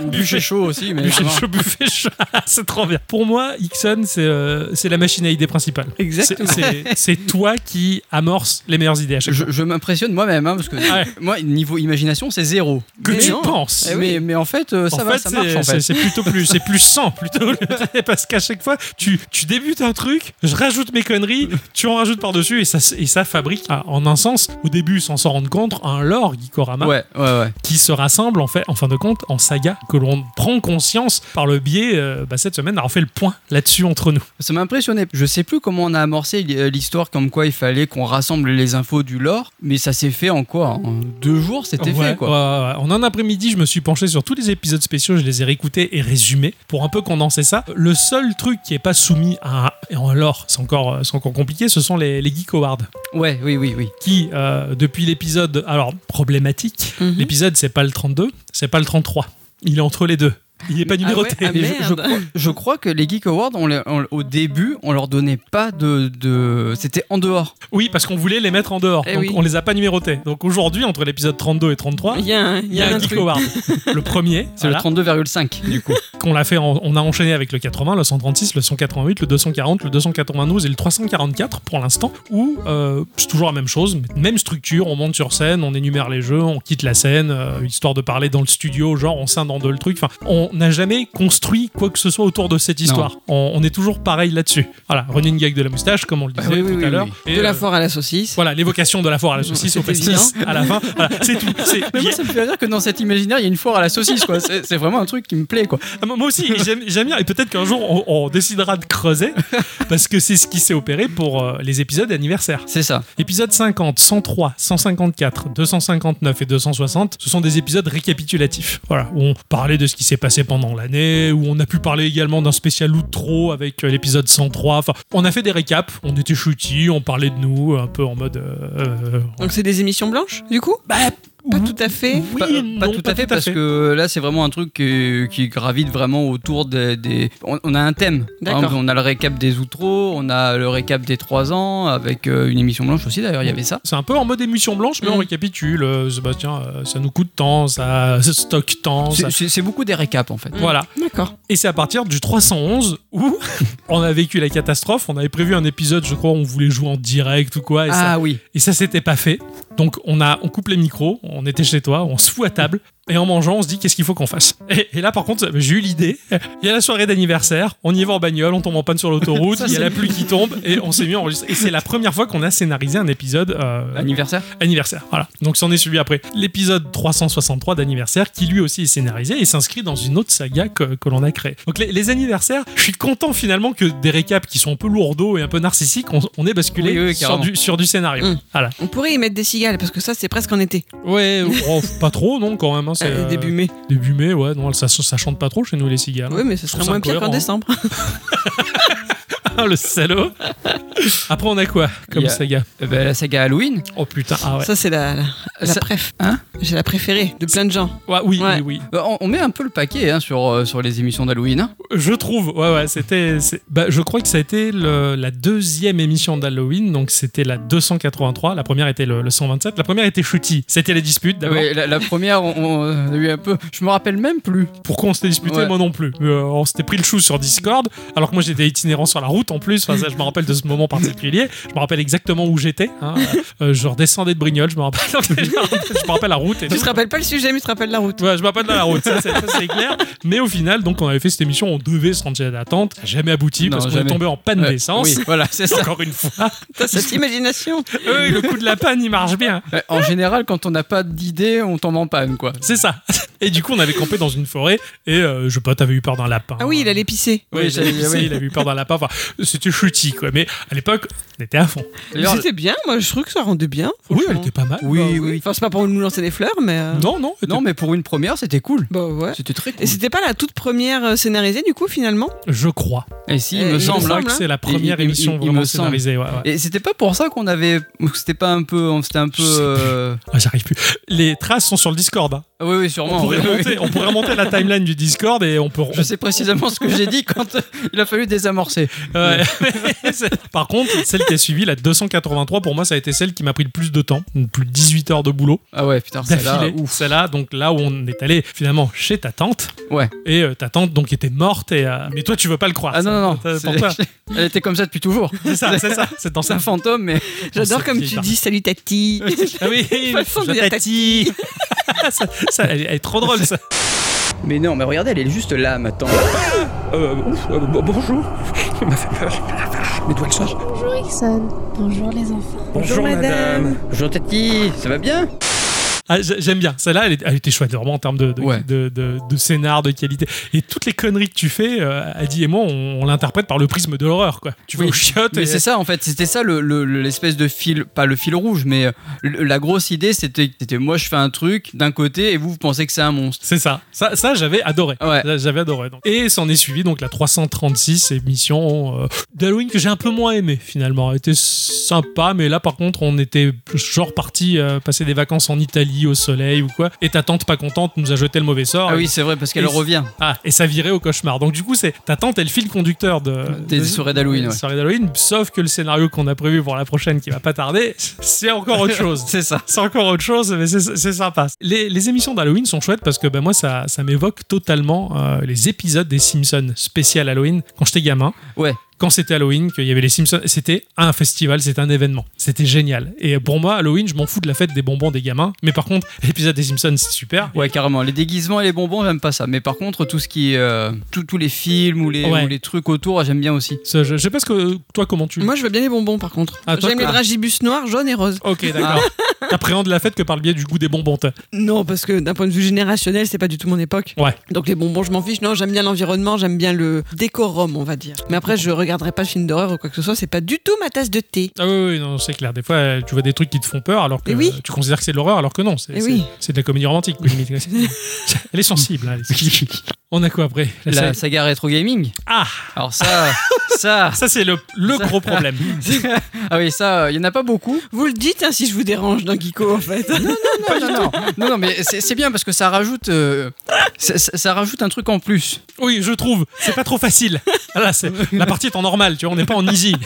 [SPEAKER 2] Ou buffet chaud aussi, mais
[SPEAKER 1] Buffet
[SPEAKER 2] vraiment.
[SPEAKER 1] chaud, buffet chaud. Ah, c'est trop bien. Pour moi, Ixon, c'est euh, c'est la machine à idées principale. C'est-
[SPEAKER 3] Exactement.
[SPEAKER 1] c'est- C'est toi qui amorce les meilleures idées à chaque
[SPEAKER 2] Je, je m'impressionne moi-même, hein, parce que
[SPEAKER 1] Ouais.
[SPEAKER 2] moi, niveau imagination, c'est zéro.
[SPEAKER 1] que
[SPEAKER 3] Mais
[SPEAKER 1] tu
[SPEAKER 3] non.
[SPEAKER 1] penses.
[SPEAKER 3] Eh oui.
[SPEAKER 2] mais, mais en fait, euh, ça
[SPEAKER 1] en
[SPEAKER 2] va,
[SPEAKER 1] fait,
[SPEAKER 2] ça
[SPEAKER 1] c'est-
[SPEAKER 2] marche en
[SPEAKER 1] c'est
[SPEAKER 2] fait.
[SPEAKER 1] c'est plutôt plus, c'est plus sang plutôt, parce qu'à chaque fois, tu, tu débutes un truc, je rajoute mes conneries, tu en rajoutes par dessus et ça, s- et ça fabrique, ah, en un sens, au début, sans s'en rendre compte, un lore Gikorama
[SPEAKER 2] Ouais, ouais, ouais.
[SPEAKER 1] qui se rassemble en fait, en fin de compte, en saga que l'on prend conscience par le biais euh, bah, cette semaine d'avoir fait le point là-dessus entre nous.
[SPEAKER 2] Ça m'a impressionné. Je sais plus comment on a amorcé li- euh, l'histoire, comme quoi il fallait qu'on rassemble les infos du lore, mais ça s'est fait en quoi En deux jours, c'était
[SPEAKER 1] Ouais,
[SPEAKER 2] fait quoi.
[SPEAKER 1] ouais, ouais, ouais. En un après-midi, je me suis penché sur tous les épisodes spéciaux, je les ai réécoutés et résumés pour un peu condenser ça. Le seul truc qui est pas soumis à et en lore, c'est encore, euh, c'est encore compliqué, ce sont les, les Geek Awards.
[SPEAKER 2] Ouais, oui, oui, oui.
[SPEAKER 1] qui, euh, depuis l'épisode, alors problématique,
[SPEAKER 3] Mhm.
[SPEAKER 1] l'épisode c'est pas le 32, c'est pas le 33. Il est entre les deux. Il est pas numéroté.
[SPEAKER 3] ouais, ah,
[SPEAKER 2] Mais je- je,
[SPEAKER 3] merde.
[SPEAKER 2] crois, je crois que les Geek Awards, on les- on- au début, on leur donnait pas de. de... C'était en dehors.
[SPEAKER 1] Oui, parce qu'on voulait les mettre en dehors.
[SPEAKER 3] Eh
[SPEAKER 1] donc
[SPEAKER 3] oui.
[SPEAKER 1] on les a pas numérotés. Donc aujourd'hui, entre l'épisode 32 et 33,
[SPEAKER 3] Il y a un, il y a un
[SPEAKER 1] Geek
[SPEAKER 3] truc.
[SPEAKER 1] Award. Le premier,
[SPEAKER 2] C'est
[SPEAKER 1] voilà,
[SPEAKER 2] le 32,5 du coup.
[SPEAKER 1] qu'on l'a fait, en- on a enchaîné avec le 80, le 136, le 188, le 240, le 292 et le 344 pour l'instant, où euh, c'est toujours la même chose, mais même structure, on monte sur scène, on énumère les jeux, on quitte la scène, euh, histoire de parler dans le studio, genre on scinde en deux le truc, enfin on n'a jamais construit quoi que ce soit autour de cette histoire, on, on est toujours pareil là-dessus. Voilà, running gag de la moustache, comme on le
[SPEAKER 2] Bah
[SPEAKER 1] disait
[SPEAKER 2] oui,
[SPEAKER 1] tout
[SPEAKER 2] oui,
[SPEAKER 1] à
[SPEAKER 2] oui,
[SPEAKER 1] l'heure.
[SPEAKER 2] oui.
[SPEAKER 1] Et,
[SPEAKER 3] De la
[SPEAKER 1] euh,
[SPEAKER 3] foire à la saucisse.
[SPEAKER 1] voilà, l'évocation de la foire à la saucisse au
[SPEAKER 3] C'était
[SPEAKER 1] festis à la fin. Voilà, c'est tout. C'est-
[SPEAKER 2] Mais
[SPEAKER 1] il y a-
[SPEAKER 2] moi, ça me fait rire que dans cet imaginaire, il y a une foire à la saucisse, quoi. C'est c'est vraiment un truc qui me plaît, quoi.
[SPEAKER 1] Ah, Moi moi aussi, et j'aime j'aime bien. Et peut-être qu'un jour, on, on décidera de creuser, parce que c'est ce qui s'est opéré pour euh, les épisodes anniversaires.
[SPEAKER 2] C'est ça.
[SPEAKER 1] Épisode 50, 103, 154, 259 et 260, ce sont des épisodes récapitulatifs. Voilà, où on parlait de ce qui s'est passé pendant l'année, où on a pu parler également d'un spécial outro avec euh, l'épisode 103. Enfin, on a fait des récaps, on était chutis, on parlait de nous, un peu en mode. euh, euh,
[SPEAKER 3] Donc c'est des émissions blanches, du coup
[SPEAKER 1] Bah,
[SPEAKER 3] Pas tout à fait.
[SPEAKER 1] oui,
[SPEAKER 2] pas, euh,
[SPEAKER 1] euh, non,
[SPEAKER 2] pas tout à fait, parce que là, c'est vraiment un truc qui, qui gravite vraiment autour des. des- On, on a un thème.
[SPEAKER 3] D'accord.
[SPEAKER 2] Par exemple, on a le récap des outros, on a le récap des 3 ans, avec euh, une émission blanche aussi, d'ailleurs, il y avait ça.
[SPEAKER 1] C'est un peu en mode émission blanche, mais on
[SPEAKER 3] Mm.
[SPEAKER 1] récapitule. euh, c'est, bah, tiens, euh, ça nous coûte tant, ça, ça stocke tant. ça-
[SPEAKER 2] C'est- C'est c'est beaucoup des récaps, en fait.
[SPEAKER 1] Voilà.
[SPEAKER 3] D'accord.
[SPEAKER 1] Et c'est à partir du 311 où on a vécu la catastrophe. On avait prévu un épisode, je crois, où on voulait jouer en direct ou quoi. Et, ça,
[SPEAKER 2] Ah oui.
[SPEAKER 1] et ça s'était pas fait. Donc on, a, on coupe les micros, on était chez toi, on se fout à table. Et en mangeant, on se dit qu'est-ce qu'il faut qu'on fasse. Et, et là, par contre, j'ai eu l'idée. Il y a la soirée d'anniversaire, on y va en bagnole, on tombe en panne sur l'autoroute,
[SPEAKER 2] Ça,
[SPEAKER 1] il y a
[SPEAKER 2] c'est-
[SPEAKER 1] la pluie qui tombe, et on s'est mis à enregistrer. Et c'est la première fois qu'on a scénarisé un épisode euh,
[SPEAKER 2] Anniversaire
[SPEAKER 1] anniversaire. Voilà. Donc c'en est celui après. L'épisode 363 d'anniversaire, qui lui aussi est scénarisé et s'inscrit dans une autre saga que, que l'on a créée. Donc les, les anniversaires, je suis content finalement que des récaps qui sont un peu lourdeaux et un peu narcissiques, on, on est basculé
[SPEAKER 2] Oui, oui,
[SPEAKER 1] sur,
[SPEAKER 2] carrément.
[SPEAKER 1] du, sur du scénario.
[SPEAKER 3] Mm.
[SPEAKER 1] Voilà.
[SPEAKER 3] On pourrait y mettre des cigales, parce que ça, c'est presque en été.
[SPEAKER 1] Ouais, oh, pas trop, non, quand même. hein, c'est,
[SPEAKER 3] Euh,
[SPEAKER 1] euh,
[SPEAKER 3] début mai.
[SPEAKER 1] début mai, ouais, non, ça, ça chante pas trop chez nous les cigales.
[SPEAKER 3] Oui, mais ce
[SPEAKER 1] je
[SPEAKER 3] serait
[SPEAKER 1] trouve ça
[SPEAKER 3] moins pire qu'en
[SPEAKER 1] cohérent, hein.
[SPEAKER 3] décembre.
[SPEAKER 1] Ah, le salaud Après, on a quoi comme
[SPEAKER 2] Il y a-
[SPEAKER 1] saga
[SPEAKER 2] Eh ben, La saga Halloween
[SPEAKER 1] Oh putain, ah ouais.
[SPEAKER 3] Ça, c'est la, la, la
[SPEAKER 2] Ça-
[SPEAKER 3] préf.
[SPEAKER 2] Hein
[SPEAKER 3] J'ai la préférée de plein de gens.
[SPEAKER 1] Ouais, oui,
[SPEAKER 3] Ouais.
[SPEAKER 1] oui, oui.
[SPEAKER 2] Euh, on, on met un peu le paquet hein, sur, euh, sur les émissions d'Halloween. hein.
[SPEAKER 1] Je trouve, ouais, ouais, c'était. c'est- Bah, je crois que ça a été le- la deuxième émission d'Halloween, donc c'était la 283. La première était le, le 127. La première était Shooty. C'était les disputes d'abord.
[SPEAKER 2] Ouais, la, la première, on, on a eu un peu. Je me rappelle même plus.
[SPEAKER 1] Pourquoi on s'était disputé
[SPEAKER 2] Ouais.
[SPEAKER 1] Moi non plus. Euh, on s'était pris le chou sur Discord, alors que moi j'étais itinérant sur la route en plus. Enfin, ça, je me rappelle de ce moment particulier. Je me rappelle exactement où j'étais. hein. Euh, euh, je redescendais de Brignoles, je me rappelle. je me rappelle- je me rappelle la route. Et
[SPEAKER 3] Tu
[SPEAKER 1] tout.
[SPEAKER 3] te rappelles pas le sujet, mais tu te rappelles la route.
[SPEAKER 1] Ouais, je m'appelle dans la route, ça c'est ça, c'est clair. Mais au final, donc on avait fait cette émission, on devait se rendre chez la tante. Jamais abouti
[SPEAKER 2] Non,
[SPEAKER 1] parce qu'on est
[SPEAKER 2] jamais.
[SPEAKER 1] tombé en panne
[SPEAKER 2] Ouais,
[SPEAKER 1] d'essence.
[SPEAKER 2] Oui, voilà, c'est ça.
[SPEAKER 1] Encore une fois.
[SPEAKER 3] T'as cette imagination.
[SPEAKER 1] Ah, Eux, le coup de la panne, il marche bien.
[SPEAKER 2] Ouais, En général, quand on n'a pas d'idée, on tombe en panne, quoi.
[SPEAKER 1] C'est ça. Et du coup, on avait campé dans une forêt et euh, je sais pas, t'avais eu peur d'un lapin.
[SPEAKER 3] Ah oui, il allait pisser.
[SPEAKER 1] Oui,
[SPEAKER 2] Oui,
[SPEAKER 1] j'avais
[SPEAKER 2] j'avais-
[SPEAKER 1] pissé,
[SPEAKER 2] oui.
[SPEAKER 1] il avait eu peur d'un lapin. Enfin, c'était chutis, quoi. Mais à l'époque, on était à fond.
[SPEAKER 3] Mais
[SPEAKER 2] D'ailleurs,
[SPEAKER 3] C'était bien, moi, je trouve que ça rendait bien.
[SPEAKER 1] Oui, elle
[SPEAKER 3] franchement.
[SPEAKER 1] était pas mal.
[SPEAKER 2] Oui,
[SPEAKER 3] Bah
[SPEAKER 2] oui.
[SPEAKER 3] Enfin, c'est pas pour nous lancer des fleurs, mais. euh,
[SPEAKER 1] Non, non. elle
[SPEAKER 2] Non, mais pour une première, c'était cool.
[SPEAKER 3] Bah ouais.
[SPEAKER 2] C'était très cool.
[SPEAKER 3] Et c'était pas la toute première euh, scénarisée, du coup, finalement
[SPEAKER 1] était- Je crois.
[SPEAKER 2] Et si,
[SPEAKER 3] Eh,
[SPEAKER 2] il me
[SPEAKER 3] il
[SPEAKER 1] Je
[SPEAKER 2] semble.
[SPEAKER 1] crois
[SPEAKER 2] hein.
[SPEAKER 3] semble,
[SPEAKER 1] que c'est la
[SPEAKER 2] Il-
[SPEAKER 1] première
[SPEAKER 2] il- il-
[SPEAKER 1] émission
[SPEAKER 2] il me
[SPEAKER 1] vraiment
[SPEAKER 2] semble.
[SPEAKER 1] scénarisée. ouais, ouais.
[SPEAKER 2] Et c'était pas pour ça qu'on avait. C'était pas un peu. C'était un
[SPEAKER 1] Je
[SPEAKER 2] peu.
[SPEAKER 1] sais plus.
[SPEAKER 2] euh, ah
[SPEAKER 1] Ah, J'arrive plus. Les traces sont sur le Discord. hein.
[SPEAKER 2] Oui, oui,
[SPEAKER 1] On,
[SPEAKER 2] sûrement.
[SPEAKER 1] pourrait
[SPEAKER 2] oui, oui.
[SPEAKER 1] remonter, on pourrait remonter la timeline du Discord et on peut.
[SPEAKER 2] Je sais précisément ce que j'ai dit quand euh, il a fallu désamorcer.
[SPEAKER 1] Ouais. Par contre, celle qui a suivi, la 283, pour moi, ça a été celle qui m'a pris le plus de temps, plus de 18 heures de boulot
[SPEAKER 2] Ah ouais, putain, celle-là.
[SPEAKER 1] d'affilée.
[SPEAKER 2] ouf.
[SPEAKER 1] Celle-là, donc là où on est allé finalement chez ta tante.
[SPEAKER 2] Ouais.
[SPEAKER 1] Et euh, ta tante donc était morte et euh, mais toi tu veux pas le croire.
[SPEAKER 2] Ah
[SPEAKER 1] ça.
[SPEAKER 2] non, non,
[SPEAKER 1] Euh,
[SPEAKER 2] non.
[SPEAKER 1] pour toi.
[SPEAKER 2] c'est- Elle était comme ça depuis toujours.
[SPEAKER 1] C'est ça, c'est ça, c'est dans
[SPEAKER 2] C'est
[SPEAKER 1] sa
[SPEAKER 2] un fantôme, mais.
[SPEAKER 1] Oh,
[SPEAKER 3] J'adore
[SPEAKER 1] cette
[SPEAKER 3] comme
[SPEAKER 1] vieille
[SPEAKER 3] tu
[SPEAKER 1] barbe.
[SPEAKER 3] dis salut Tati.
[SPEAKER 1] Ah oui,
[SPEAKER 3] façon de dire
[SPEAKER 1] tati. Ah, ça, ça, elle, est- elle est trop drôle ça.
[SPEAKER 5] Mais non, mais regardez, elle est juste là maintenant. Euh, ouf, euh, bon- bonjour. Ça m'a fait peur. Mais d'où elle sort
[SPEAKER 6] Bonjour Ixon, bonjour les enfants.
[SPEAKER 5] Bonjour, madame. Bonjour Tati, ça va bien
[SPEAKER 1] Ah, j'a- J'aime bien. Celle-là, elle, est- elle était chouette vraiment en termes de, de,
[SPEAKER 2] Ouais.
[SPEAKER 1] de- de- de scénar, de qualité. Et toutes les conneries que tu fais, euh, Adi et moi, on, on l'interprète par le prisme de l'horreur quoi. Tu vas
[SPEAKER 2] Oui,
[SPEAKER 1] aux chiottes
[SPEAKER 2] Mais
[SPEAKER 1] et
[SPEAKER 2] c'est ça, en fait. C'était ça le- le- le- l'espèce de fil. Pas le fil rouge, mais euh, le- la grosse idée, c'était c'était moi, je fais un truc d'un côté et vous, vous pensez que c'est un monstre. Ah
[SPEAKER 1] C'est ça. Ça, ça j'avais adoré.
[SPEAKER 2] Ouais.
[SPEAKER 1] Ça, J'avais adoré. donc. Et s'en est suivi donc la 336 émission euh, d'Halloween que j'ai un peu moins aimé finalement. Elle était sympa, mais là par contre on était genre parti euh, passer des vacances en Italie au soleil ou quoi. Et ta tante pas contente nous a jeté le mauvais sort.
[SPEAKER 2] Ah oui, c'est vrai, parce qu'elle
[SPEAKER 1] Et-
[SPEAKER 2] revient.
[SPEAKER 1] Ah, et ça virait au cauchemar. Donc du coup c'est ta tante elle file conducteur de
[SPEAKER 2] Des
[SPEAKER 1] de-
[SPEAKER 2] soirées d'Halloween,
[SPEAKER 1] des
[SPEAKER 2] ouais.
[SPEAKER 1] soirées d'Halloween. Sauf que le scénario qu'on a prévu pour la prochaine qui va pas tarder, c'est encore autre chose.
[SPEAKER 2] C'est ça.
[SPEAKER 1] C'est encore autre chose, mais c'est c'est sympa. Les, les émissions d'Halloween sont chouettes parce que ben, moi, ça, ça m'évoque totalement euh, les épisodes des Simpsons spécial Halloween quand j'étais gamin.
[SPEAKER 2] Ouais.
[SPEAKER 1] Quand c'était Halloween, qu'il y avait les Simpsons, c'était un festival, c'était un événement. C'était génial. Et pour moi, Halloween, je m'en fous de la fête des bonbons des gamins. Mais par contre, l'épisode des Simpsons, c'est super.
[SPEAKER 2] Ouais, carrément. Les déguisements et les bonbons, j'aime pas ça. Mais par contre, tout ce qui est. euh, tout- tous les films ou les,
[SPEAKER 1] Ouais.
[SPEAKER 2] ou les trucs autour, j'aime bien aussi.
[SPEAKER 1] Ça, je, je sais pas ce que toi, comment tu.
[SPEAKER 3] Moi, je veux bien les bonbons par contre.
[SPEAKER 1] Ah, toi,
[SPEAKER 3] J'aime les
[SPEAKER 1] ah.
[SPEAKER 3] dragibus noirs, jaunes et roses.
[SPEAKER 1] Ok, d'accord.
[SPEAKER 2] Ah.
[SPEAKER 1] T'appréhendes la fête que par le biais du goût des bonbons. toi.
[SPEAKER 3] Non, parce que d'un point de vue générationnel, c'est pas du tout mon époque.
[SPEAKER 1] Ouais.
[SPEAKER 3] Donc les bonbons, je m'en fiche. Non, j'aime bien l'environnement, j'aime bien le décorum, on va dire. Mais après, je regarderai pas de film d'horreur ou quoi que ce soit. C'est pas du tout ma tasse de thé.
[SPEAKER 1] Ah oui, oui, non, c'est clair. Des fois, euh, tu vois des trucs qui te font peur alors que
[SPEAKER 3] Eh oui.
[SPEAKER 1] euh, tu considères que c'est de l'horreur alors que non. C'est
[SPEAKER 3] Eh
[SPEAKER 1] c'est-
[SPEAKER 3] oui.
[SPEAKER 1] c'est de la comédie romantique, limite. elle est sensible. hein, elle est- On a quoi après La
[SPEAKER 2] La
[SPEAKER 1] série
[SPEAKER 2] saga rétro gaming.
[SPEAKER 1] Ah,
[SPEAKER 2] Alors ça, ça,
[SPEAKER 1] ça c'est le, le
[SPEAKER 2] Ça-
[SPEAKER 1] gros problème.
[SPEAKER 2] ah oui, ça, il y en a pas beaucoup.
[SPEAKER 3] Vous le dites hein, si je vous dérange d'un geeko en fait.
[SPEAKER 2] Non, non, non, non, non, mais c'est c'est bien parce que ça rajoute, euh, ça, ça- ça rajoute un truc en plus.
[SPEAKER 1] Oui, je trouve. C'est pas trop facile. Voilà, c'est- la partie est en normal, tu vois, on n'est pas en easy.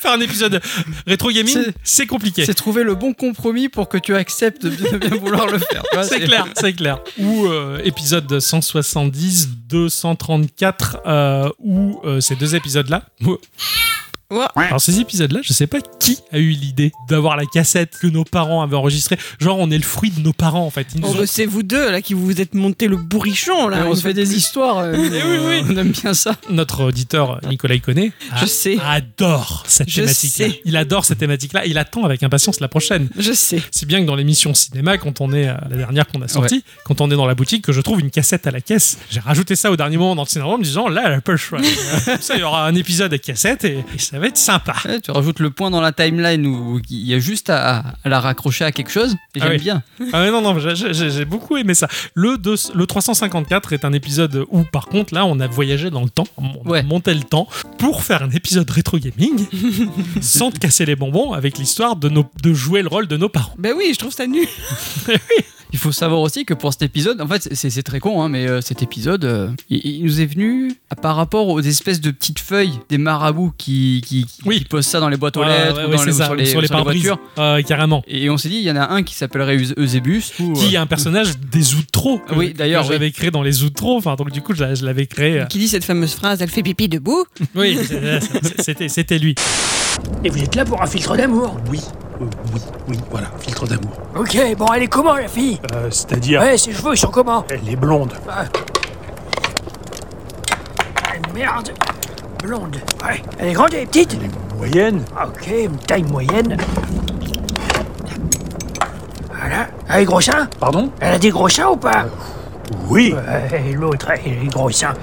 [SPEAKER 1] Faire un épisode rétro gaming,
[SPEAKER 2] C'est-
[SPEAKER 1] c'est compliqué.
[SPEAKER 2] C'est trouver le bon compromis pour que tu acceptes de bien, de bien vouloir le faire. Tu vois,
[SPEAKER 1] C'est clair, c'est clair. Ou euh, épisode 170, 234, euh, ou euh, ces deux épisodes-là.
[SPEAKER 3] Ouah.
[SPEAKER 1] Alors ces épisodes-là, je sais pas qui a eu l'idée d'avoir la cassette que nos parents avaient enregistrée. Genre on est le fruit de nos parents en fait. Ils nous
[SPEAKER 3] Oh,
[SPEAKER 1] ont-
[SPEAKER 3] bah, c'est vous deux là qui vous vous êtes monté le bourrichon
[SPEAKER 2] Et
[SPEAKER 3] là.
[SPEAKER 2] on se fait des histoires. euh,
[SPEAKER 1] Eh oui, oui.
[SPEAKER 2] On aime bien ça.
[SPEAKER 1] Notre auditeur Nicolas Iconé
[SPEAKER 3] Je sais,
[SPEAKER 1] adore cette
[SPEAKER 3] Je
[SPEAKER 1] thématique-là.
[SPEAKER 3] sais.
[SPEAKER 1] Il adore cette thématique-là. Il attend avec impatience la prochaine.
[SPEAKER 3] je sais.
[SPEAKER 1] Si bien que dans l'émission cinéma, quand on est euh, la dernière qu'on a sortie, quand on est dans la boutique, que je trouve une cassette à la caisse, j'ai rajouté ça au dernier moment dans le scénario en me disant là, elle a pas le choix. Comme ça, il y aura un épisode à cassette et, et ça va être sympa.
[SPEAKER 2] Ouais, tu rajoutes le point dans la timeline où il y a juste à, à la raccrocher à quelque chose. Et
[SPEAKER 1] Ah
[SPEAKER 2] j'aime
[SPEAKER 1] oui.
[SPEAKER 2] bien.
[SPEAKER 1] Ah ouais, non, non, j'ai- j'ai j'ai beaucoup aimé ça. Le, deux- le 354 est un épisode où, par contre, là, on a voyagé dans le temps, on a
[SPEAKER 2] Ouais.
[SPEAKER 1] monté le temps pour faire un épisode rétro gaming sans te casser les bonbons avec l'histoire de, nos- de jouer le rôle de nos parents.
[SPEAKER 3] Ben oui, je trouve ça nul.
[SPEAKER 2] Il faut savoir aussi que pour cet épisode, en fait, c'est c'est très con, hein, mais euh, cet épisode, euh, il, il nous est venu à- par rapport aux espèces de petites feuilles des marabouts qui, qui, qui-
[SPEAKER 1] Oui.
[SPEAKER 2] qui posent ça dans les boîtes aux
[SPEAKER 1] Ouais,
[SPEAKER 2] lettres,
[SPEAKER 1] ouais,
[SPEAKER 2] ou
[SPEAKER 1] ouais,
[SPEAKER 2] dans les,
[SPEAKER 1] c'est ça,
[SPEAKER 2] sur les,
[SPEAKER 1] sur les
[SPEAKER 2] sur les
[SPEAKER 1] pare-brises.
[SPEAKER 2] voitures.
[SPEAKER 1] Euh, carrément.
[SPEAKER 2] Et on s'est dit, il y en a un qui s'appellerait Eus- Eusebus. Ou,
[SPEAKER 1] Qui est
[SPEAKER 2] euh,
[SPEAKER 1] un personnage des outros. que-
[SPEAKER 2] Oui, d'ailleurs,
[SPEAKER 1] que J'avais créé dans les outros. Enfin, donc, du coup, je, je l'avais créé. euh,
[SPEAKER 3] Qui dit cette fameuse phrase, elle fait pipi debout.
[SPEAKER 1] Oui, c'est- euh, c'est- c'était c'était lui.
[SPEAKER 7] Et vous êtes là pour un filtre d'amour
[SPEAKER 8] Oui, euh, oui, oui, voilà, filtre d'amour.
[SPEAKER 7] Ok, Eh bon, elle est comment la fille
[SPEAKER 8] Euh, c'est-à-dire,
[SPEAKER 7] Ouais, ses cheveux, ils sont comment
[SPEAKER 8] elle est blonde.
[SPEAKER 7] Ah, Merde Blonde. Ouais. Elle est grande, elle est petite
[SPEAKER 8] Moyenne
[SPEAKER 7] Ah, Ok, une taille moyenne. Voilà. Hein? Elle est gros seins
[SPEAKER 8] Pardon
[SPEAKER 7] Elle a des gros seins ou pas
[SPEAKER 8] Oui
[SPEAKER 7] Ouais, et l'autre, elle est gros seins.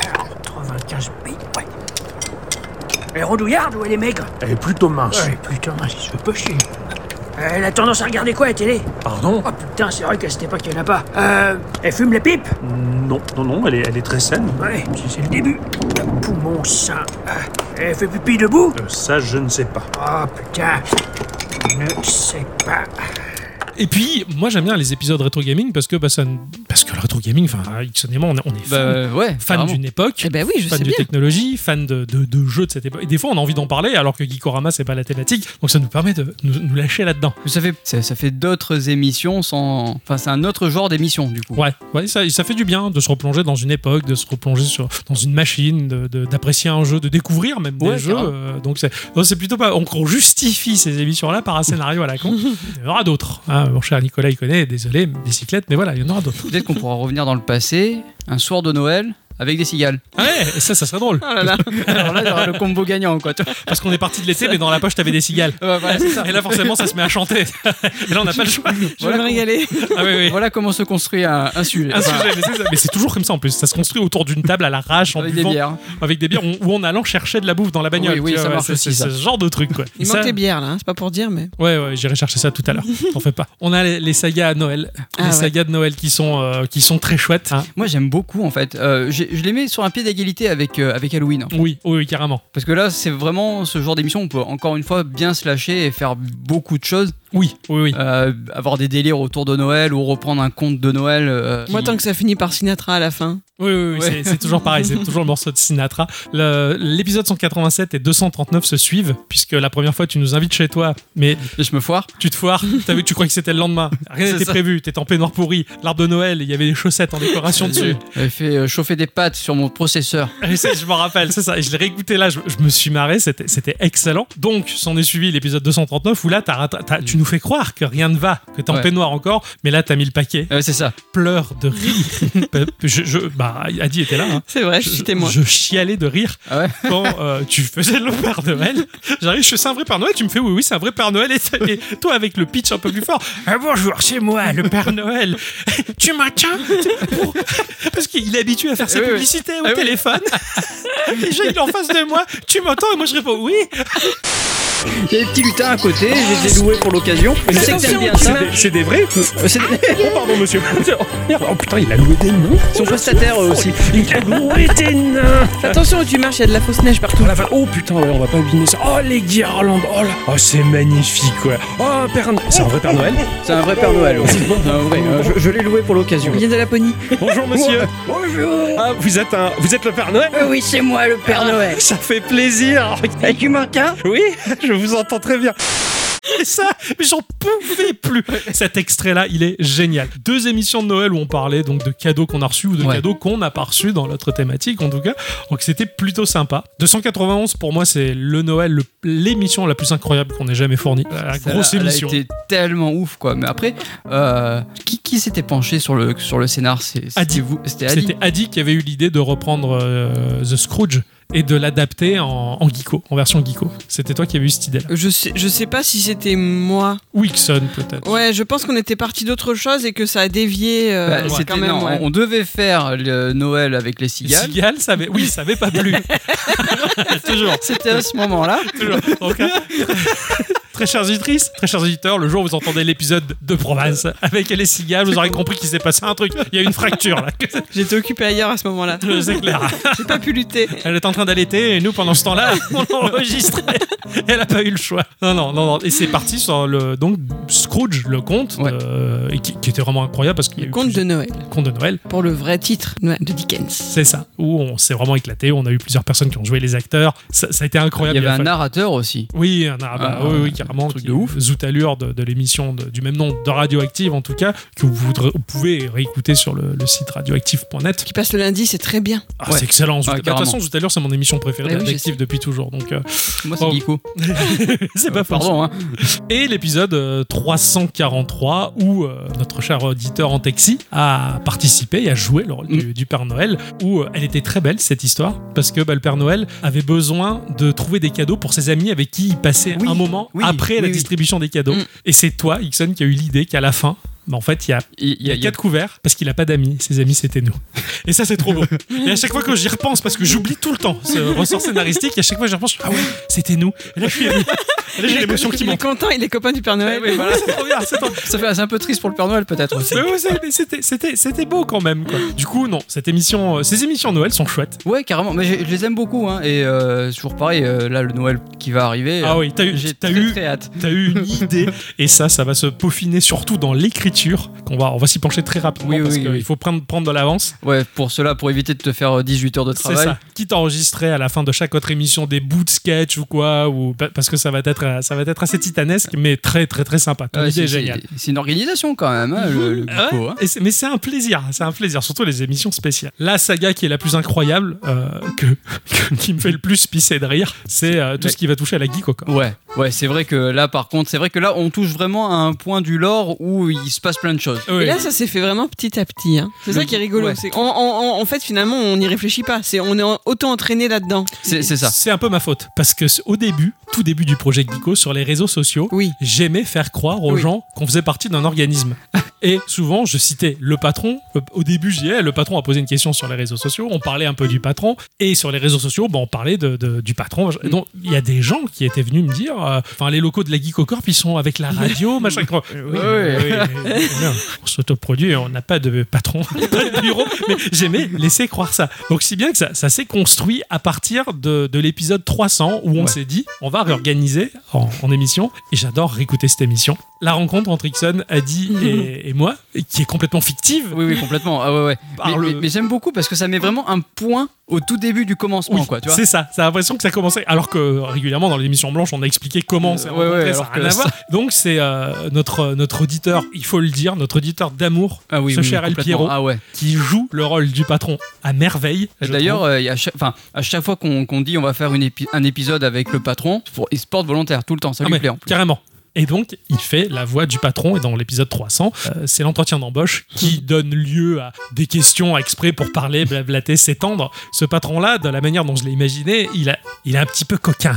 [SPEAKER 7] 95 piges, ouais. Elle est rondouillarde ou elle est maigre
[SPEAKER 8] Elle est plutôt mince.
[SPEAKER 7] Ouais, putain, ça se fait pas hein, chier. Euh, Elle a tendance à regarder quoi à la télé
[SPEAKER 8] Pardon
[SPEAKER 7] Oh putain, c'est vrai qu'à cette époque, il n'y en a pas. Euh. Elle fume les pipes
[SPEAKER 8] Non, non, non, elle est, elle est très saine.
[SPEAKER 7] Ouais, c'est- c'est le début. Poumon sain. Ah, Elle fait pipi debout
[SPEAKER 8] Euh, ça, je ne sais pas.
[SPEAKER 7] Oh putain. Je ne sais pas.
[SPEAKER 1] Et puis, moi j'aime bien les épisodes rétro gaming parce que, bah, ça, ne- parce que le rétro gaming, enfin, addictionnellement, on, est- on est fan,
[SPEAKER 2] Bah ouais,
[SPEAKER 1] fan
[SPEAKER 2] carrément.
[SPEAKER 1] d'une époque.
[SPEAKER 3] Eh ben oui, je
[SPEAKER 1] fan
[SPEAKER 3] sais
[SPEAKER 1] de
[SPEAKER 3] bien.
[SPEAKER 1] technologie, fan de, de- de jeux de cette époque. Et des fois, on a envie d'en parler, alors que Geekorama, c'est pas la thématique. Donc, ça nous permet de nous, nous lâcher là-dedans.
[SPEAKER 2] Ça fait, ça, ça fait d'autres émissions sans. Enfin, c'est un autre genre d'émission du coup.
[SPEAKER 1] Ouais, ouais ça, ça fait du bien de se replonger dans une époque, de se replonger sur, dans une machine, de- de- d'apprécier un jeu, de découvrir même des
[SPEAKER 2] Ouais,
[SPEAKER 1] jeux.
[SPEAKER 2] grave.
[SPEAKER 1] euh, donc, c'est donc c'est plutôt pas. On, on justifie ces émissions-là par un scénario à la con. Il y en aura d'autres. hein. mon cher Nicolas, il connaît, désolé, bicyclette, mais voilà, il y en aura d'autres.
[SPEAKER 2] Peut-être qu'on pourra revenir dans le passé, un soir de Noël, avec des cigales.
[SPEAKER 1] Ah ouais, et ça, ça serait drôle.
[SPEAKER 2] Alors là, il y aura le combo gagnant quoi. tu vois.
[SPEAKER 1] Parce qu'on est parti de l'été, mais dans la poche, t'avais des cigales.
[SPEAKER 2] Ouais, voilà, c'est ça.
[SPEAKER 1] Et là, forcément, ça se met à chanter. Et là, on n'a pas le choix.
[SPEAKER 3] Je vais me régaler.
[SPEAKER 1] Ah oui, oui.
[SPEAKER 2] Voilà comment se construit un, un sujet.
[SPEAKER 1] Un
[SPEAKER 2] Enfin,
[SPEAKER 1] sujet, mais c'est ça. Mais c'est toujours comme ça en plus. Ça se construit autour d'une table à l'arrache en
[SPEAKER 2] avec des
[SPEAKER 1] buvant,
[SPEAKER 2] bières.
[SPEAKER 1] avec des bières ou ou en allant chercher de la bouffe dans la bagnole.
[SPEAKER 2] Oui, oui,
[SPEAKER 1] tu vois,
[SPEAKER 2] ça
[SPEAKER 1] ouais,
[SPEAKER 2] marche
[SPEAKER 1] c'est-
[SPEAKER 2] aussi,
[SPEAKER 1] c'est
[SPEAKER 2] ça.
[SPEAKER 1] ce genre de truc quoi.
[SPEAKER 3] Il
[SPEAKER 1] Ça-
[SPEAKER 3] manque les bières, là. hein, C'est pas pour dire, mais.
[SPEAKER 1] Ouais, ouais, j'irai chercher ça tout à l'heure. T'en fais pas. On a les, les sagas à Noël,
[SPEAKER 3] Ah,
[SPEAKER 1] les
[SPEAKER 3] ouais.
[SPEAKER 1] sagas de Noël qui sont euh, qui sont très chouettes. hein.
[SPEAKER 2] Moi j'aime beaucoup en fait. Euh, j'ai- je les mets sur un pied d'égalité avec, euh, avec Halloween.
[SPEAKER 1] Oui, oui, oui, carrément.
[SPEAKER 2] Parce que là c'est vraiment ce genre d'émission où on peut encore une fois bien se lâcher et faire beaucoup de choses.
[SPEAKER 1] Oui, oui, oui.
[SPEAKER 2] Euh, avoir des délires autour de Noël ou reprendre un conte de Noël. euh,
[SPEAKER 3] Moi,
[SPEAKER 2] qui-
[SPEAKER 3] tant que ça finit par Sinatra à la fin.
[SPEAKER 1] Oui, oui, oui,
[SPEAKER 2] Ouais.
[SPEAKER 1] c'est- c'est toujours pareil, c'est toujours le morceau de Sinatra. Le- L'épisode 187 et 239 se suivent, puisque la première fois tu nous invites chez toi, mais
[SPEAKER 2] je me foire.
[SPEAKER 1] tu te foires, t'as vu, tu crois que c'était le lendemain, rien
[SPEAKER 2] C'est
[SPEAKER 1] n'était
[SPEAKER 2] ça.
[SPEAKER 1] prévu, t'étais en peignoir pourri, l'arbre de Noël, il y avait des chaussettes en décoration dessus.
[SPEAKER 2] J'avais fait euh, chauffer des pâtes sur mon processeur.
[SPEAKER 1] Et ça, je m'en rappelle, c'est ça. Et je l'ai réécouté là, je, je me suis marré, c'était c'était excellent. Donc, s'en est suivi l'épisode 239 où là, t'as- t'as- t'as- tu nous fais croire que rien ne va, que t'es en
[SPEAKER 2] Ouais.
[SPEAKER 1] peignoir encore, mais là, t'as mis le paquet.
[SPEAKER 2] Euh, c'est ça.
[SPEAKER 1] Pleure de rire. Bah, je, je- bah, Adi était là. hein.
[SPEAKER 3] C'est vrai, je
[SPEAKER 1] Je,
[SPEAKER 3] suis témoin.
[SPEAKER 1] je chialais de rire
[SPEAKER 2] Ah ouais
[SPEAKER 1] quand euh, tu faisais le Père Noël. J'arrive, je suis un vrai Père Noël. Tu me fais oui, oui, c'est un vrai Père Noël. Et, ça- et toi, avec le pitch un peu plus fort, Ah, bonjour, c'est moi, le Père Noël. tu maintiens Pour- Parce qu'il est habitué à faire ses
[SPEAKER 2] Oui, oui.
[SPEAKER 1] publicités au
[SPEAKER 2] Ah oui.
[SPEAKER 1] téléphone. et j'ai il est en face de moi. Tu m'entends Et moi, je réponds oui.
[SPEAKER 2] Il y a des petits lutins à côté, je les ai loués pour l'occasion. Je sais que t'aimes bien ça.
[SPEAKER 8] C'est des vrais
[SPEAKER 2] Euh, c'est-
[SPEAKER 8] Oh pardon monsieur Oh putain il a loué des noms
[SPEAKER 2] Ils sont prestataires eux aussi.
[SPEAKER 8] Il a loué des nains
[SPEAKER 3] Attention où tu marches, il y a de la fausse neige partout.
[SPEAKER 8] Oh, la vache. Oh, putain ouais on va pas oublier ça Oh les guirlandes Oh là Oh c'est magnifique quoi Oh Père Noël C'est un vrai Père Noël
[SPEAKER 2] C'est un vrai Père Noël. ouais. C'est un vrai, euh, je je l'ai loué pour l'occasion.
[SPEAKER 3] Il vient de la pony.
[SPEAKER 8] Bonjour monsieur Bonjour ah, vous, êtes un... vous êtes le Père Noël Ah,
[SPEAKER 5] Oui, c'est moi le Père Noël.
[SPEAKER 8] Ça fait plaisir
[SPEAKER 5] Et tu m'entends
[SPEAKER 8] Oui je vous entends très bien
[SPEAKER 1] Et ça, mais j'en pouvais plus. Cet extrait-là, il est génial. Deux émissions de Noël où on parlait donc de cadeaux qu'on a reçus ou de
[SPEAKER 2] Ouais.
[SPEAKER 1] cadeaux qu'on n'a pas reçus dans l'autre thématique en tout cas. Donc c'était plutôt sympa. 291 pour moi c'est le Noël, le- l'émission la plus incroyable qu'on ait jamais fournie. La
[SPEAKER 2] Ça,
[SPEAKER 1] Ah, grosse
[SPEAKER 2] elle a-
[SPEAKER 1] émission.
[SPEAKER 2] Elle a été tellement ouf quoi. Mais après, euh, qui, qui s'était penché sur le, sur le scénar C'est- c'était
[SPEAKER 1] Adi.
[SPEAKER 2] vous- C'était Adi.
[SPEAKER 1] C'était Adi qui avait eu l'idée de reprendre euh, The Scrooge et de l'adapter en, en geeko, en version geeko. C'était toi qui avais eu cette idée-là.
[SPEAKER 3] Je sais, je sais pas si c'était moi.
[SPEAKER 1] Wilson peut-être.
[SPEAKER 3] Ouais, je pense qu'on était parti d'autre chose et que ça a dévié euh,
[SPEAKER 2] Bah,
[SPEAKER 3] ouais,
[SPEAKER 2] c'était-
[SPEAKER 3] quand même.
[SPEAKER 2] non,
[SPEAKER 3] ouais.
[SPEAKER 2] On devait faire le Noël avec les cigales.
[SPEAKER 1] Cigale, ça avait... oui, ça avait pas plu. Toujours.
[SPEAKER 2] C'était à ce moment-là.
[SPEAKER 1] Toujours. Donc, hein, très chères auditrices, très chers auditeurs, le jour où vous entendez l'épisode de Provence avec les cigales, vous aurez compris qu'il s'est passé un truc. Il y a une fracture là.
[SPEAKER 3] J'étais occupé ailleurs à ce moment-là.
[SPEAKER 1] C'est clair.
[SPEAKER 3] J'ai pas pu lutter.
[SPEAKER 1] Elle est en train d'allaiter et nous, pendant ce temps-là, on l'enregistre. Elle a pas eu le choix. Non, non, non, non. Et c'est parti sur le donc Scrooge, le conte,
[SPEAKER 2] Ouais.
[SPEAKER 1] euh, et qui, qui était vraiment incroyable parce qu'il y a eu
[SPEAKER 3] Conte de
[SPEAKER 1] plusieurs-
[SPEAKER 3] Noël.
[SPEAKER 1] conte de Noël.
[SPEAKER 3] Pour le vrai titre Noël de Dickens.
[SPEAKER 1] C'est ça. Où on s'est vraiment éclaté. On a eu plusieurs personnes qui ont joué les acteurs. Ça, ça a été
[SPEAKER 2] Il
[SPEAKER 1] incroyable.
[SPEAKER 2] y avait
[SPEAKER 1] a
[SPEAKER 2] un
[SPEAKER 1] fallu-
[SPEAKER 2] narrateur aussi.
[SPEAKER 1] Oui, un arabe, bah,
[SPEAKER 2] Ah,
[SPEAKER 1] oui, oui, carrément.
[SPEAKER 2] truc
[SPEAKER 1] qui-
[SPEAKER 2] de ouf.
[SPEAKER 1] Zoutalure de, de l'émission de- du même nom de Radioactive, en tout cas, que vous, voudrez- vous pouvez réécouter sur le, le site radioactive.net.
[SPEAKER 3] Qui passe le lundi, c'est très bien.
[SPEAKER 1] Ah,
[SPEAKER 2] Ouais. Bah
[SPEAKER 1] C'est excellent. Zouta-
[SPEAKER 2] Ah,
[SPEAKER 1] bah, de toute façon, Zoutalure, c'est mon émission préférée
[SPEAKER 3] Ouais, oui, je
[SPEAKER 1] d'Active
[SPEAKER 3] sais.
[SPEAKER 1] depuis toujours. Donc, euh,
[SPEAKER 2] Moi, c'est
[SPEAKER 1] Oh.
[SPEAKER 2] Guico.
[SPEAKER 1] c'est pas faux.
[SPEAKER 2] Pardon, hein.
[SPEAKER 1] Et l'épisode euh, 343 où euh, notre cher auditeur en taxi a participé et a joué le rôle du, du Père Noël, où euh, elle était très belle cette histoire, parce que bah, le Père Noël avait besoin de trouver des cadeaux pour ses amis avec qui il passait
[SPEAKER 2] Oui,
[SPEAKER 1] un moment
[SPEAKER 2] oui,
[SPEAKER 1] après
[SPEAKER 2] oui,
[SPEAKER 1] la
[SPEAKER 2] oui.
[SPEAKER 1] distribution des cadeaux.
[SPEAKER 3] Mm.
[SPEAKER 1] Et c'est toi, Ixon, qui a eu l'idée qu'à la fin, bah, en fait, il y a
[SPEAKER 2] Il il
[SPEAKER 1] il y a quatre couverts parce qu'il a pas d'amis. Ses amis, c'était nous. Et ça, c'est trop beau. Et à chaque fois que j'y repense, parce que j'oublie tout le temps ce ressort scénaristique, et à chaque fois que j'y repense, je fais, ah ouais, c'était nous. Et là, je suis ami. Là, j'ai l'émotion qui
[SPEAKER 3] Il est
[SPEAKER 1] monte.
[SPEAKER 3] content, il est copain du Père Noël.
[SPEAKER 1] Eh Oui, voilà, c'est trop bien, c'est trop bien.
[SPEAKER 2] Ça fait c'est un peu triste pour le Père Noël peut-être aussi.
[SPEAKER 1] Mais ouais, c'est- mais c'était- C'était c'était beau quand même. Quoi. Du coup, non, cette émission, euh, ces émissions Noël sont chouettes.
[SPEAKER 2] Ouais, carrément. Mais j'ai- je les aime beaucoup. Hein. Et euh, c'est toujours pareil, euh, là, le Noël qui va arriver.
[SPEAKER 1] Ah
[SPEAKER 2] euh,
[SPEAKER 1] oui, t'as eu,
[SPEAKER 2] J'ai
[SPEAKER 1] t'as
[SPEAKER 2] très,
[SPEAKER 1] eu,
[SPEAKER 2] très hâte.
[SPEAKER 1] t'as eu une idée, et ça, ça va se peaufiner surtout dans l'écriture. Qu'on va, on va s'y pencher très rapidement
[SPEAKER 2] Oui,
[SPEAKER 1] parce
[SPEAKER 2] oui,
[SPEAKER 1] qu'il
[SPEAKER 2] oui.
[SPEAKER 1] faut prendre, prendre de l'avance.
[SPEAKER 2] Ouais, pour cela, pour éviter de te faire euh, 18 heures de
[SPEAKER 1] C'est
[SPEAKER 2] travail.
[SPEAKER 1] ça. Quitte à enregistrer à la fin de chaque autre émission des bouts de sketch ou quoi, ou pa- parce que ça va être, euh, ça va être assez titanesque, mais très très très sympa. Ton
[SPEAKER 2] Ah Ouais,
[SPEAKER 1] idée est
[SPEAKER 2] c'est- c'est-
[SPEAKER 1] géniale.
[SPEAKER 2] C'est une organisation quand même, hein, le, le
[SPEAKER 1] Ouais,
[SPEAKER 2] Buco, hein.
[SPEAKER 1] et c'est- mais c'est un plaisir, c'est un plaisir, surtout les émissions spéciales. La saga qui est la plus incroyable, euh, que, que- qui me fait le plus pisser de rire, c'est euh, tout
[SPEAKER 2] Mais-
[SPEAKER 1] ce qui va toucher à la geek. quoi.
[SPEAKER 2] Ouais, ouais, c'est vrai que là, par contre, c'est vrai que là, on touche vraiment à un point du lore où il se passe plein de choses.
[SPEAKER 1] Ouais.
[SPEAKER 3] Et là, ça s'est fait vraiment petit à petit. hein. C'est
[SPEAKER 2] Le-
[SPEAKER 3] ça qui est rigolo.
[SPEAKER 2] ouais.
[SPEAKER 3] c'est- on- on- on- en fait, finalement, on n'y réfléchit pas. C'est on est en- autant entraîné là-dedans.
[SPEAKER 2] C'est c'est ça.
[SPEAKER 1] C'est un peu ma faute, parce que c- au début, tout début du projet Geeko, sur les réseaux sociaux,
[SPEAKER 3] Oui.
[SPEAKER 1] j'aimais faire croire aux
[SPEAKER 3] Oui.
[SPEAKER 1] gens qu'on faisait partie d'un organisme. Et souvent, je citais le patron. Euh, Au début, je disais, eh, le patron a posé une question sur les réseaux sociaux, on parlait un peu du patron, et sur les réseaux sociaux, ben, on parlait de, de- du patron. Et Donc, il y a des gens qui étaient venus me dire, euh, enfin, les locaux de la Geekocorp, ils sont avec la radio, machin. Euh, oui,
[SPEAKER 2] Ouais.
[SPEAKER 1] oui, oui, non, on s'autoproduit, on n'a pas de patron, on n'a pas de bureau, mais j'aimais laisser croire ça. Donc, si bien que ça, ça s'est construit à partir de, de l'épisode 300 où on
[SPEAKER 2] Ouais.
[SPEAKER 1] s'est dit, on va réorganiser en, en émission, et j'adore réécouter cette émission. La rencontre entre Ixon, Adi et, et moi, qui est complètement fictive,
[SPEAKER 2] Oui, oui, complètement. Ah ouais, ouais.
[SPEAKER 1] Par
[SPEAKER 2] mais
[SPEAKER 1] le-
[SPEAKER 2] mais- mais j'aime beaucoup parce que ça met vraiment un point au tout début du commencement,
[SPEAKER 1] Oui,
[SPEAKER 2] quoi. Tu vois
[SPEAKER 1] c'est ça. Ça a l'impression que ça commençait. Alors que euh, régulièrement dans l'émission blanche, on a expliqué comment ça
[SPEAKER 2] Euh, ouais,
[SPEAKER 1] rencontrait,
[SPEAKER 2] ouais,
[SPEAKER 1] ça
[SPEAKER 2] alors
[SPEAKER 1] a rien
[SPEAKER 2] que
[SPEAKER 1] à
[SPEAKER 2] ça-
[SPEAKER 1] voir. Donc c'est euh, notre notre auditeur, il faut le dire, notre auditeur d'amour,
[SPEAKER 2] ah oui,
[SPEAKER 1] ce
[SPEAKER 2] oui,
[SPEAKER 1] cher El
[SPEAKER 2] complètement.
[SPEAKER 1] Piero,
[SPEAKER 2] Ah ouais.
[SPEAKER 1] qui joue le rôle du patron à merveille. je
[SPEAKER 2] D'ailleurs, euh, il y a chaque- enfin, à chaque fois qu'on qu'on dit on va faire une épi- un épisode avec le patron, pour- il se porte volontaire tout le temps, ça
[SPEAKER 1] Ah
[SPEAKER 2] lui
[SPEAKER 1] ouais,
[SPEAKER 2] plaît en plus.
[SPEAKER 1] Carrément. Et donc, il fait la voix du patron, et dans l'épisode 300, euh, c'est l'entretien d'embauche qui donne lieu à des questions exprès pour parler, blablater, s'étendre. Ce patron-là, de la manière dont je l'ai imaginé, il, a, il est un petit peu coquin.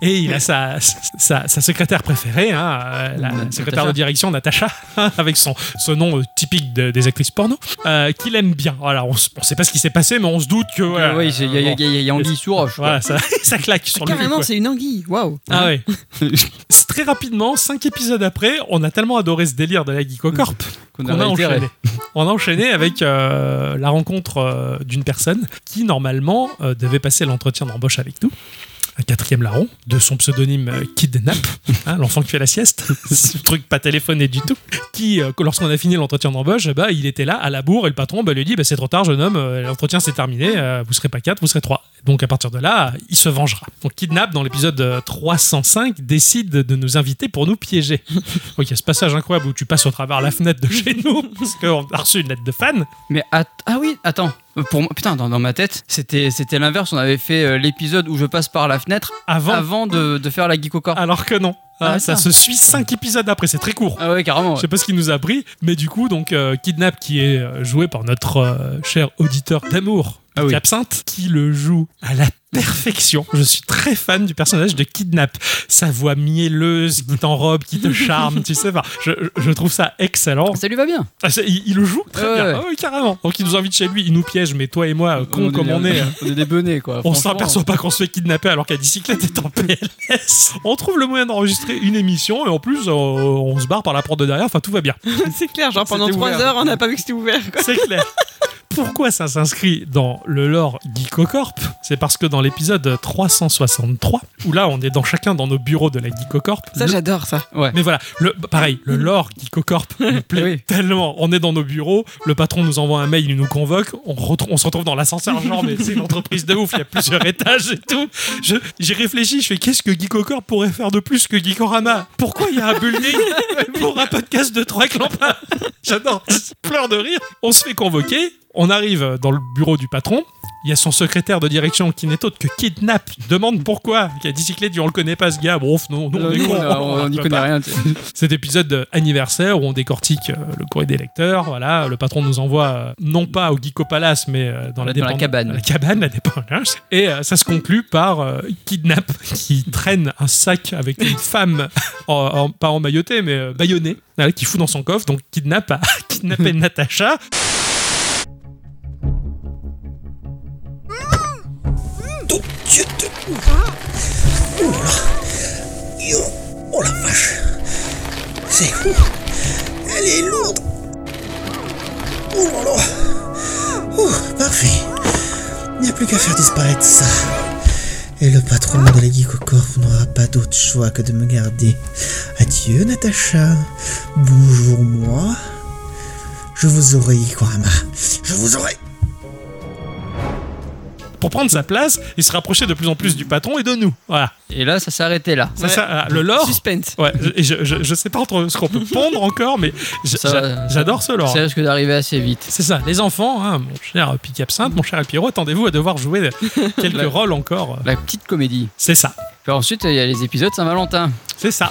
[SPEAKER 1] et il a sa, sa, sa secrétaire préférée, hein, euh, la
[SPEAKER 2] Natacha.
[SPEAKER 1] secrétaire de direction, Natacha, avec son, ce nom euh, typique de- des actrices porno, euh, qu'il aime bien. Voilà, on ne sait pas ce qui s'est passé, mais on se doute que... voilà, euh,
[SPEAKER 2] Ah ouais, il y a- il y a- il y a- il y a Anguille sous roche. quoi.
[SPEAKER 1] voilà, ça, ça claque sur le cul,
[SPEAKER 3] Carrément,
[SPEAKER 1] quoi.
[SPEAKER 3] c'est une anguille. Waouh.
[SPEAKER 1] Ah ouais. C'est très rapidement, cinq épisodes après, on a tellement adoré ce délire de la
[SPEAKER 3] Mm.
[SPEAKER 1] Geekocorp
[SPEAKER 2] Qu'on
[SPEAKER 1] qu'on a
[SPEAKER 2] réitéré.
[SPEAKER 1] enchaîné. On a enchaîné avec euh, la rencontre euh, d'une personne qui, normalement, euh, devait passer l'entretien d'embauche avec nous. Un quatrième larron, de son pseudonyme euh, Kidnap, hein, l'enfant qui fait la sieste, ce truc pas téléphoné du tout, qui, euh, que lorsqu'on a fini l'entretien d'embauche, bah, il était là à la bourre et le patron bah, lui dit bah, C'est trop tard, jeune homme, euh, l'entretien c'est terminé, euh, vous serez pas quatre, vous serez trois. Donc à partir de là, il se vengera. Donc Kidnap, dans l'épisode euh, 305, décide de nous inviter pour nous piéger. Donc il y a ce passage incroyable où tu passes au travers la fenêtre de chez nous, parce qu'on a reçu une lettre de fan.
[SPEAKER 2] Mais att- ah oui, attends. Pour moi- putain, dans, dans ma tête, c'était c'était l'inverse. On avait fait euh, l'épisode où je passe par la fenêtre
[SPEAKER 1] Avant.
[SPEAKER 2] avant de, de faire la geek au corps. Ah,
[SPEAKER 1] Alors que non.
[SPEAKER 2] Ah,
[SPEAKER 1] Ah, ça
[SPEAKER 2] attends.
[SPEAKER 1] se suit cinq épisodes après, c'est très court.
[SPEAKER 2] Ah ouais, carrément.
[SPEAKER 1] Je
[SPEAKER 2] ouais.
[SPEAKER 1] sais pas ce qu'il nous a pris, mais du coup, donc euh, Kidnap qui est euh, joué par notre euh, cher auditeur d'amour,
[SPEAKER 2] Ah oui.
[SPEAKER 1] Absinthe, qui le joue à la perfection. Je suis très fan du personnage de Kidnap. Sa voix mielleuse qui t'enrobe, qui te charme, tu sais pas. Je, je trouve ça excellent.
[SPEAKER 2] Ça lui va bien.
[SPEAKER 1] Ah, c'est- il, il le joue très
[SPEAKER 2] Ouais,
[SPEAKER 1] bien,
[SPEAKER 2] ouais.
[SPEAKER 1] Ah oui, carrément. Donc il nous invite chez lui, il nous piège, mais toi et moi, euh, cons
[SPEAKER 2] est
[SPEAKER 1] comme
[SPEAKER 2] des-
[SPEAKER 1] on est, euh,
[SPEAKER 2] on est des benets, quoi.
[SPEAKER 1] on
[SPEAKER 2] Franchement.
[SPEAKER 1] s'aperçoit pas qu'on se fait kidnapper alors qu'à bicyclette est en PLS. On trouve le moyen d'enregistrer une émission et en plus euh, on se barre par la porte de derrière, enfin tout va bien.
[SPEAKER 3] c'est clair, genre pendant
[SPEAKER 2] C'était
[SPEAKER 3] trois
[SPEAKER 2] ouvert.
[SPEAKER 3] heures, on n'a pas vu que c'était ouvert. quoi.
[SPEAKER 1] C'est clair. Pourquoi ça s'inscrit dans le lore Geekocorp C'est parce que dans l'épisode 363, où là on est dans chacun dans nos bureaux de la Geekocorp.
[SPEAKER 3] Ça,
[SPEAKER 1] le-
[SPEAKER 3] j'adore ça.
[SPEAKER 1] mais voilà, le, pareil, le lore Geekocorp me plaît
[SPEAKER 2] Oui.
[SPEAKER 1] tellement. On est dans nos bureaux, le patron nous envoie un mail, il nous convoque, on, retrouve- on se retrouve dans l'ascenseur, genre, mais c'est une entreprise de ouf, il y a plusieurs étages et tout. Je- J'ai réfléchi, je fais qu'est-ce que Geekocorp pourrait faire de plus que Geekorama Pourquoi il y a un building pour un podcast de trois clampins J'adore, je pleure de rire. On se fait convoquer, on arrive dans le bureau du patron. Il y a son secrétaire de direction qui n'est autre que Kidnap. Demande pourquoi. Qui a bicyclette, dit on le connaît pas ce gars. Bon, non, nous, on est
[SPEAKER 2] Nous,
[SPEAKER 1] cons.
[SPEAKER 2] on a- on
[SPEAKER 1] on
[SPEAKER 2] n'y
[SPEAKER 1] peut
[SPEAKER 2] connaît
[SPEAKER 1] pas
[SPEAKER 2] rien. tu sais.
[SPEAKER 1] cet épisode euh, anniversaire où on décortique euh, le courrier des lecteurs. Voilà, le patron nous envoie euh, non pas au Geeko Palace, mais euh, dans, la,
[SPEAKER 2] Dans la
[SPEAKER 1] dépend-
[SPEAKER 2] cabane.
[SPEAKER 1] La cabane, la dépendance. Et euh, ça se conclut par euh, Kidnap qui traîne un sac avec une femme, en, en- pas emmaillotée, mais euh, bâillonnée, voilà, qui fout dans son coffre. Donc Kidnap a kidnappé Natacha.
[SPEAKER 7] Dieu de... Ouh là là. Yo Oh la vache C'est Elle est lourde Oh là là Oh, parfait Il n'y a plus qu'à faire disparaître ça. Et le patron de la Geek au corps n'aura pas d'autre choix que de me garder. Adieu Natacha. Bonjour moi. Je vous aurai, Ikorama. Je vous aurai.
[SPEAKER 1] Pour prendre sa place, il se rapprochait de plus en plus du patron et de nous. Voilà.
[SPEAKER 2] Et là, ça s'arrêtait là.
[SPEAKER 1] Ça, ça, ah, le
[SPEAKER 2] Oh.
[SPEAKER 1] lore.
[SPEAKER 3] Suspense.
[SPEAKER 1] Ouais, et je, je, je sais pas entre ce qu'on peut pondre encore, mais j-
[SPEAKER 2] Ça, euh,
[SPEAKER 1] j'a- j'adore ce lore.
[SPEAKER 2] Ça risque d'arriver assez vite.
[SPEAKER 1] C'est ça, les enfants, hein, mon cher Pic Absinthe, mon cher Alpiro, attendez-vous à devoir jouer quelques rôles encore.
[SPEAKER 2] La petite comédie.
[SPEAKER 1] C'est ça,
[SPEAKER 2] Puis ensuite, il y a les épisodes Saint-Valentin.
[SPEAKER 1] c'est ça.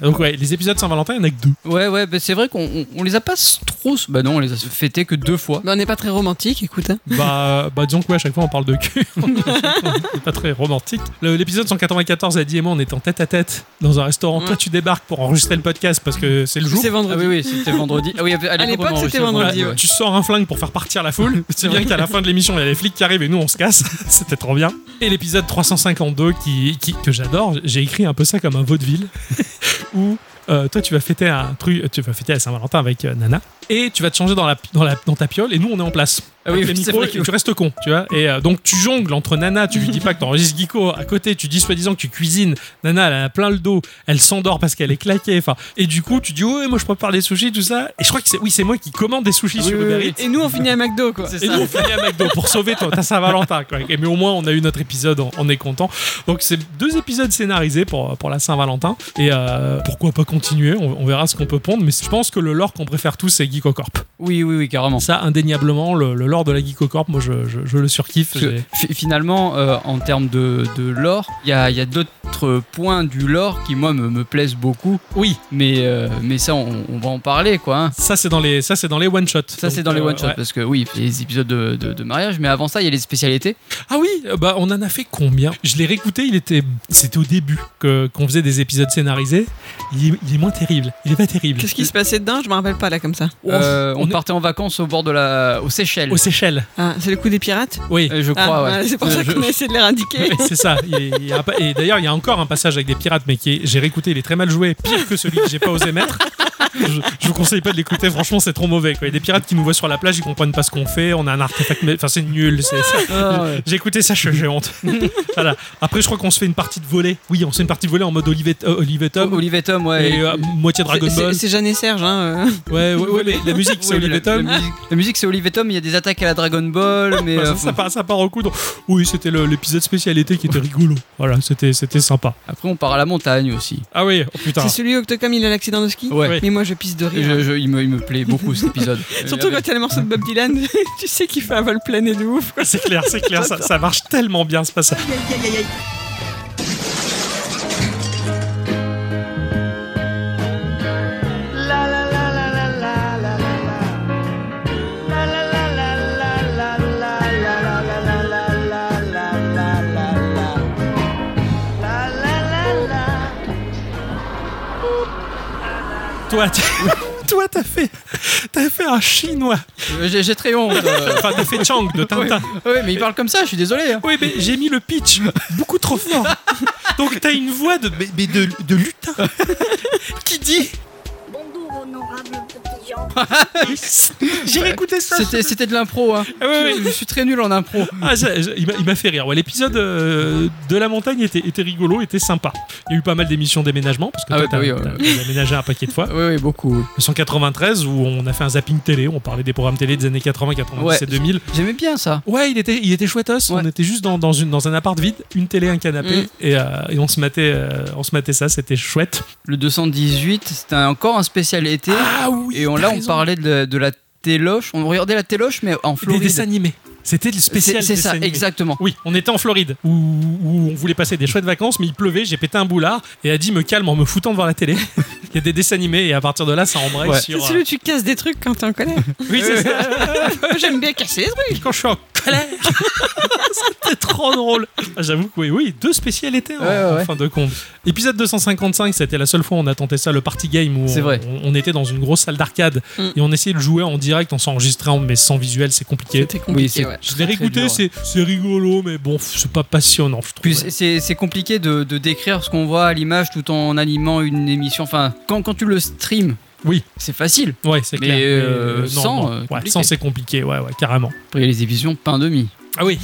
[SPEAKER 1] Donc, ouais, les épisodes Saint-Valentin, il n'y en a que deux.
[SPEAKER 2] Ouais, ouais, bah, c'est vrai qu'on on- on les a pas s- trop. Bah non, on les a fêtés que deux fois.
[SPEAKER 3] Mais on n'est pas très romantique, écoute. hein.
[SPEAKER 1] Bah, bah disons que ouais, à chaque fois on parle de cul. c'est pas très romantique. Le- L'épisode 194, Adi et moi, on est en tête à tête dans un restaurant.
[SPEAKER 3] Mm.
[SPEAKER 1] Toi, tu débarques pour enregistrer le podcast parce que c'est le jour.
[SPEAKER 3] C'est vendredi.
[SPEAKER 2] Ah oui, oui, c'était vendredi. Ah oui, à
[SPEAKER 3] À
[SPEAKER 2] l'époque,
[SPEAKER 3] l'époque,
[SPEAKER 2] on
[SPEAKER 3] c'était
[SPEAKER 2] enregistrait
[SPEAKER 1] Ouais,
[SPEAKER 3] vendredi,
[SPEAKER 2] ouais.
[SPEAKER 1] Tu sors un flingue pour faire partir la foule. C'est bien qu'à la fin de l'émission, il y a les flics qui arrivent et nous, on se casse. C'était trop bien. Et l'épisode 352, qui, qui- que j'adore, j'ai écrit un peu ça comme un vaudeville. où euh, toi, tu vas fêter un truc, tu vas fêter à Saint-Valentin avec euh, Nana. Et tu vas te changer dans, la, dans, la, dans ta piole et nous, on est en place.
[SPEAKER 2] Ah oui,
[SPEAKER 1] Avec les
[SPEAKER 2] c'est
[SPEAKER 1] micros,
[SPEAKER 2] vrai que-
[SPEAKER 1] et tu restes con, tu vois. Et euh, donc, tu jongles entre Nana, tu lui dis pas que t'enregistres Geeko à côté, tu dis soi-disant que tu cuisines. Nana, elle a plein le dos, elle s'endort parce qu'elle est claquée. Enfin, et du coup, tu dis, ouais, moi je prépare des sushis, tout ça. Et je crois que c'est, oui, c'est moi qui commande des sushis
[SPEAKER 2] Ah oui,
[SPEAKER 1] sur
[SPEAKER 2] oui,
[SPEAKER 1] Uber
[SPEAKER 2] oui.
[SPEAKER 1] Eats.
[SPEAKER 3] Et nous, on finit à McDo, quoi.
[SPEAKER 1] Et
[SPEAKER 2] C'est
[SPEAKER 1] nous,
[SPEAKER 2] ça.
[SPEAKER 1] on finit à McDo pour sauver toi, ta Saint-Valentin. quoi. Et Mais au moins, on a eu notre épisode, on- on est content. Donc, c'est deux épisodes scénarisés pour, pour la Saint-Valentin. Et euh, pourquoi pas continuer on, on verra ce qu'on peut pondre. Mais je pense que le lore qu'on préfère tous, c'est Geekocorp.
[SPEAKER 2] Oui, oui, oui, carrément.
[SPEAKER 1] Ça, indéniablement, le, le lore de la Geekocorp, moi, je, je- je le surkiffe.
[SPEAKER 2] Parce que
[SPEAKER 1] J'ai-
[SPEAKER 2] fi- finalement, euh, en termes de, de lore, il y a, il y a d'autres points du lore qui, moi, me, me plaisent beaucoup.
[SPEAKER 1] Oui,
[SPEAKER 2] Mais, euh, mais ça, on, on va en parler, quoi. hein.
[SPEAKER 1] ça, c'est dans les, ça, c'est dans les one-shots.
[SPEAKER 2] Ça, c'est
[SPEAKER 1] Donc,
[SPEAKER 2] dans les
[SPEAKER 1] euh,
[SPEAKER 2] one-shots,
[SPEAKER 1] ouais.
[SPEAKER 2] parce que oui, il y a les épisodes de, de- de mariage, mais avant ça, il y a les spécialités.
[SPEAKER 1] Ah oui, euh, bah on en a fait combien Je l'ai réécouté, il était, c'était au début que qu'on faisait des épisodes scénarisés. Il est, il est moins terrible. Il est pas terrible.
[SPEAKER 3] Qu'est-ce qui se passait dedans Je me rappelle pas, là, comme ça.
[SPEAKER 2] Euh, on,
[SPEAKER 1] on est-
[SPEAKER 2] partait en vacances au bord de la. aux Seychelles.
[SPEAKER 1] Euh, Aux Seychelles.
[SPEAKER 3] Ah, c'est le coup des pirates
[SPEAKER 1] Oui.
[SPEAKER 2] Euh, je
[SPEAKER 3] Ah,
[SPEAKER 2] crois, ouais.
[SPEAKER 3] ouais, C'est pour ça
[SPEAKER 2] Euh, je-
[SPEAKER 3] qu'on a essayé de l'éradiquer.
[SPEAKER 1] C'est ça. Il est- il y a pas- et d'ailleurs, il y a encore un passage avec des pirates, mais qui est- j'ai réécouté, il est très mal joué, pire que celui que j'ai pas osé mettre. Je, je vous conseille pas de l'écouter, franchement, c'est trop mauvais. Quoi. Il y a des pirates qui nous voient sur la plage, ils comprennent pas ce qu'on fait, on a un artefact, mais- enfin, c'est nul. c'est- c'est-
[SPEAKER 2] Ah, ouais.
[SPEAKER 1] J'ai écouté ça, je- j'ai honte. voilà. Après, je crois qu'on se fait une partie de volée. Oui, on se fait une partie de volée en mode Olivet, euh, Olivet Tom.
[SPEAKER 2] Olivier Tom, ouais.
[SPEAKER 1] Et euh, moitié Dragon
[SPEAKER 3] C'est- c'est-
[SPEAKER 1] Ball.
[SPEAKER 3] C'est Jeanne et Serge, hein. euh.
[SPEAKER 1] Ouais, ouais, ouais, mais la musique, c'est
[SPEAKER 2] Oui, mais la-
[SPEAKER 1] Olivier Tom.
[SPEAKER 2] La, musique- la musique, c'est Olivier Tom, il y a des attaques à la Dragon Ball, mais.
[SPEAKER 1] Ouais,
[SPEAKER 2] euh,
[SPEAKER 1] ça, ça part, ça part au coup. donc- Oui, c'était le- l'épisode spécialité qui était rigolo. Voilà, c'était c'était sympa.
[SPEAKER 2] Après, on part à la montagne aussi.
[SPEAKER 1] Ah oui, oh putain.
[SPEAKER 3] C'est celui où Octocom il a l'accident de ski
[SPEAKER 2] Ouais.
[SPEAKER 1] Oui.
[SPEAKER 3] Mais moi je pisse de
[SPEAKER 2] Et
[SPEAKER 3] rire.
[SPEAKER 2] je- je- il, me, il me plaît beaucoup cet épisode.
[SPEAKER 3] Surtout quand il y a le morceau de Bob Dylan, tu sais qu'il fait un vol plané de ouf.
[SPEAKER 1] C'est clair, c'est clair, ça, ça marche tellement bien ce passage. Toi, tu- toi, t'as fait, t'as fait un chinois.
[SPEAKER 2] Euh, J'ai j'ai très honte. euh.
[SPEAKER 1] Enfin, t'as fait Chang de
[SPEAKER 2] Ouais,
[SPEAKER 1] Tintin.
[SPEAKER 2] ouais, mais il parle comme ça, je suis désolé. hein.
[SPEAKER 1] Oui, mais j'ai mis le pitch beaucoup trop fort. Donc t'as une voix de, mais- mais de, de lutin qui dit.
[SPEAKER 6] Bonjour, honorable petit gens.
[SPEAKER 1] J'ai réécouté ça.
[SPEAKER 2] C'était c'était de l'impro. hein.
[SPEAKER 1] Ah ouais, ouais.
[SPEAKER 2] Je, je suis très nul en impro.
[SPEAKER 1] Ah, ça- ça- il m'a- il m'a fait rire. Ouais, L'épisode euh, de la montagne était, était rigolo, était sympa. Il y a eu pas mal d'émissions déménagement parce que
[SPEAKER 2] Ah
[SPEAKER 1] toi,
[SPEAKER 2] ouais, bah
[SPEAKER 1] t'as-
[SPEAKER 2] oui, ouais,
[SPEAKER 1] t'as- t'as déménagé un paquet de fois.
[SPEAKER 2] Oui, oui, beaucoup. oui.
[SPEAKER 1] Le 193 où on a fait un zapping télé, on parlait des programmes télé des années 80, 90
[SPEAKER 2] Ouais.
[SPEAKER 1] et 2000.
[SPEAKER 2] J'aimais bien ça.
[SPEAKER 1] Ouais, il était, il était chouettos.
[SPEAKER 2] Ouais.
[SPEAKER 1] On était juste dans, dans une, dans un appart vide, une télé, un canapé,
[SPEAKER 3] Mm.
[SPEAKER 1] et, euh, et on se matait, euh, on se matait ça. C'était chouette.
[SPEAKER 2] Le 218, c'était un- encore un spécial été.
[SPEAKER 1] Ah oui.
[SPEAKER 2] et on, là, on parlait de, de la téloche. On regardait la téloche, mais en
[SPEAKER 1] des
[SPEAKER 2] Floride.
[SPEAKER 1] dessins animés. C'était le
[SPEAKER 2] C'est
[SPEAKER 1] spécial.
[SPEAKER 2] c'est
[SPEAKER 1] dessin
[SPEAKER 2] ça,
[SPEAKER 1] animé.
[SPEAKER 2] exactement.
[SPEAKER 1] Oui, on était en Floride où, où on voulait passer des chouettes vacances, mais il pleuvait, j'ai pété un boulard et a dit me calme en me foutant devant la télé. Il y a des dessins animés et à partir de là ça embraye
[SPEAKER 2] Ouais.
[SPEAKER 1] sur.
[SPEAKER 3] C'est
[SPEAKER 1] euh,
[SPEAKER 3] celui où tu casses des trucs quand t'es en colère.
[SPEAKER 1] Oui, c'est ça.
[SPEAKER 3] Moi, J'aime bien casser des trucs.
[SPEAKER 1] euh, Quand je suis en colère, c'était trop drôle. Ah, J'avoue que oui, oui, deux spécialités en,
[SPEAKER 2] Ouais, ouais,
[SPEAKER 1] en
[SPEAKER 2] ouais.
[SPEAKER 1] fin de compte. Épisode 255, c'était la seule fois où on a tenté ça, le party game où
[SPEAKER 2] C'est
[SPEAKER 1] on,
[SPEAKER 2] vrai.
[SPEAKER 1] on- on était dans une grosse salle d'arcade
[SPEAKER 3] Mm.
[SPEAKER 1] et on essayait de jouer en direct, on s'enregistrait, mais sans visuel, c'est compliqué.
[SPEAKER 3] C'était
[SPEAKER 2] Oui, c'est
[SPEAKER 3] ouais. ouais.
[SPEAKER 1] Je
[SPEAKER 2] Très,
[SPEAKER 1] l'ai
[SPEAKER 2] très
[SPEAKER 1] réécouté,
[SPEAKER 2] dur,
[SPEAKER 1] c'est c'est rigolo, mais bon, pff, c'est pas passionnant, je trouve.
[SPEAKER 2] Puis c'est- c'est c'est compliqué de, de décrire ce qu'on voit à l'image tout en animant une émission. Enfin, quand, quand tu le stream,
[SPEAKER 1] Oui.
[SPEAKER 2] c'est facile.
[SPEAKER 1] Ouais, c'est
[SPEAKER 2] Mais,
[SPEAKER 1] clair.
[SPEAKER 2] euh,
[SPEAKER 1] non,
[SPEAKER 2] sans,
[SPEAKER 1] non.
[SPEAKER 2] euh,
[SPEAKER 1] Ouais,
[SPEAKER 2] compliqué.
[SPEAKER 1] sans, c'est compliqué, ouais, ouais, carrément.
[SPEAKER 2] Après, il y a les émissions pain demi.
[SPEAKER 1] Ah oui,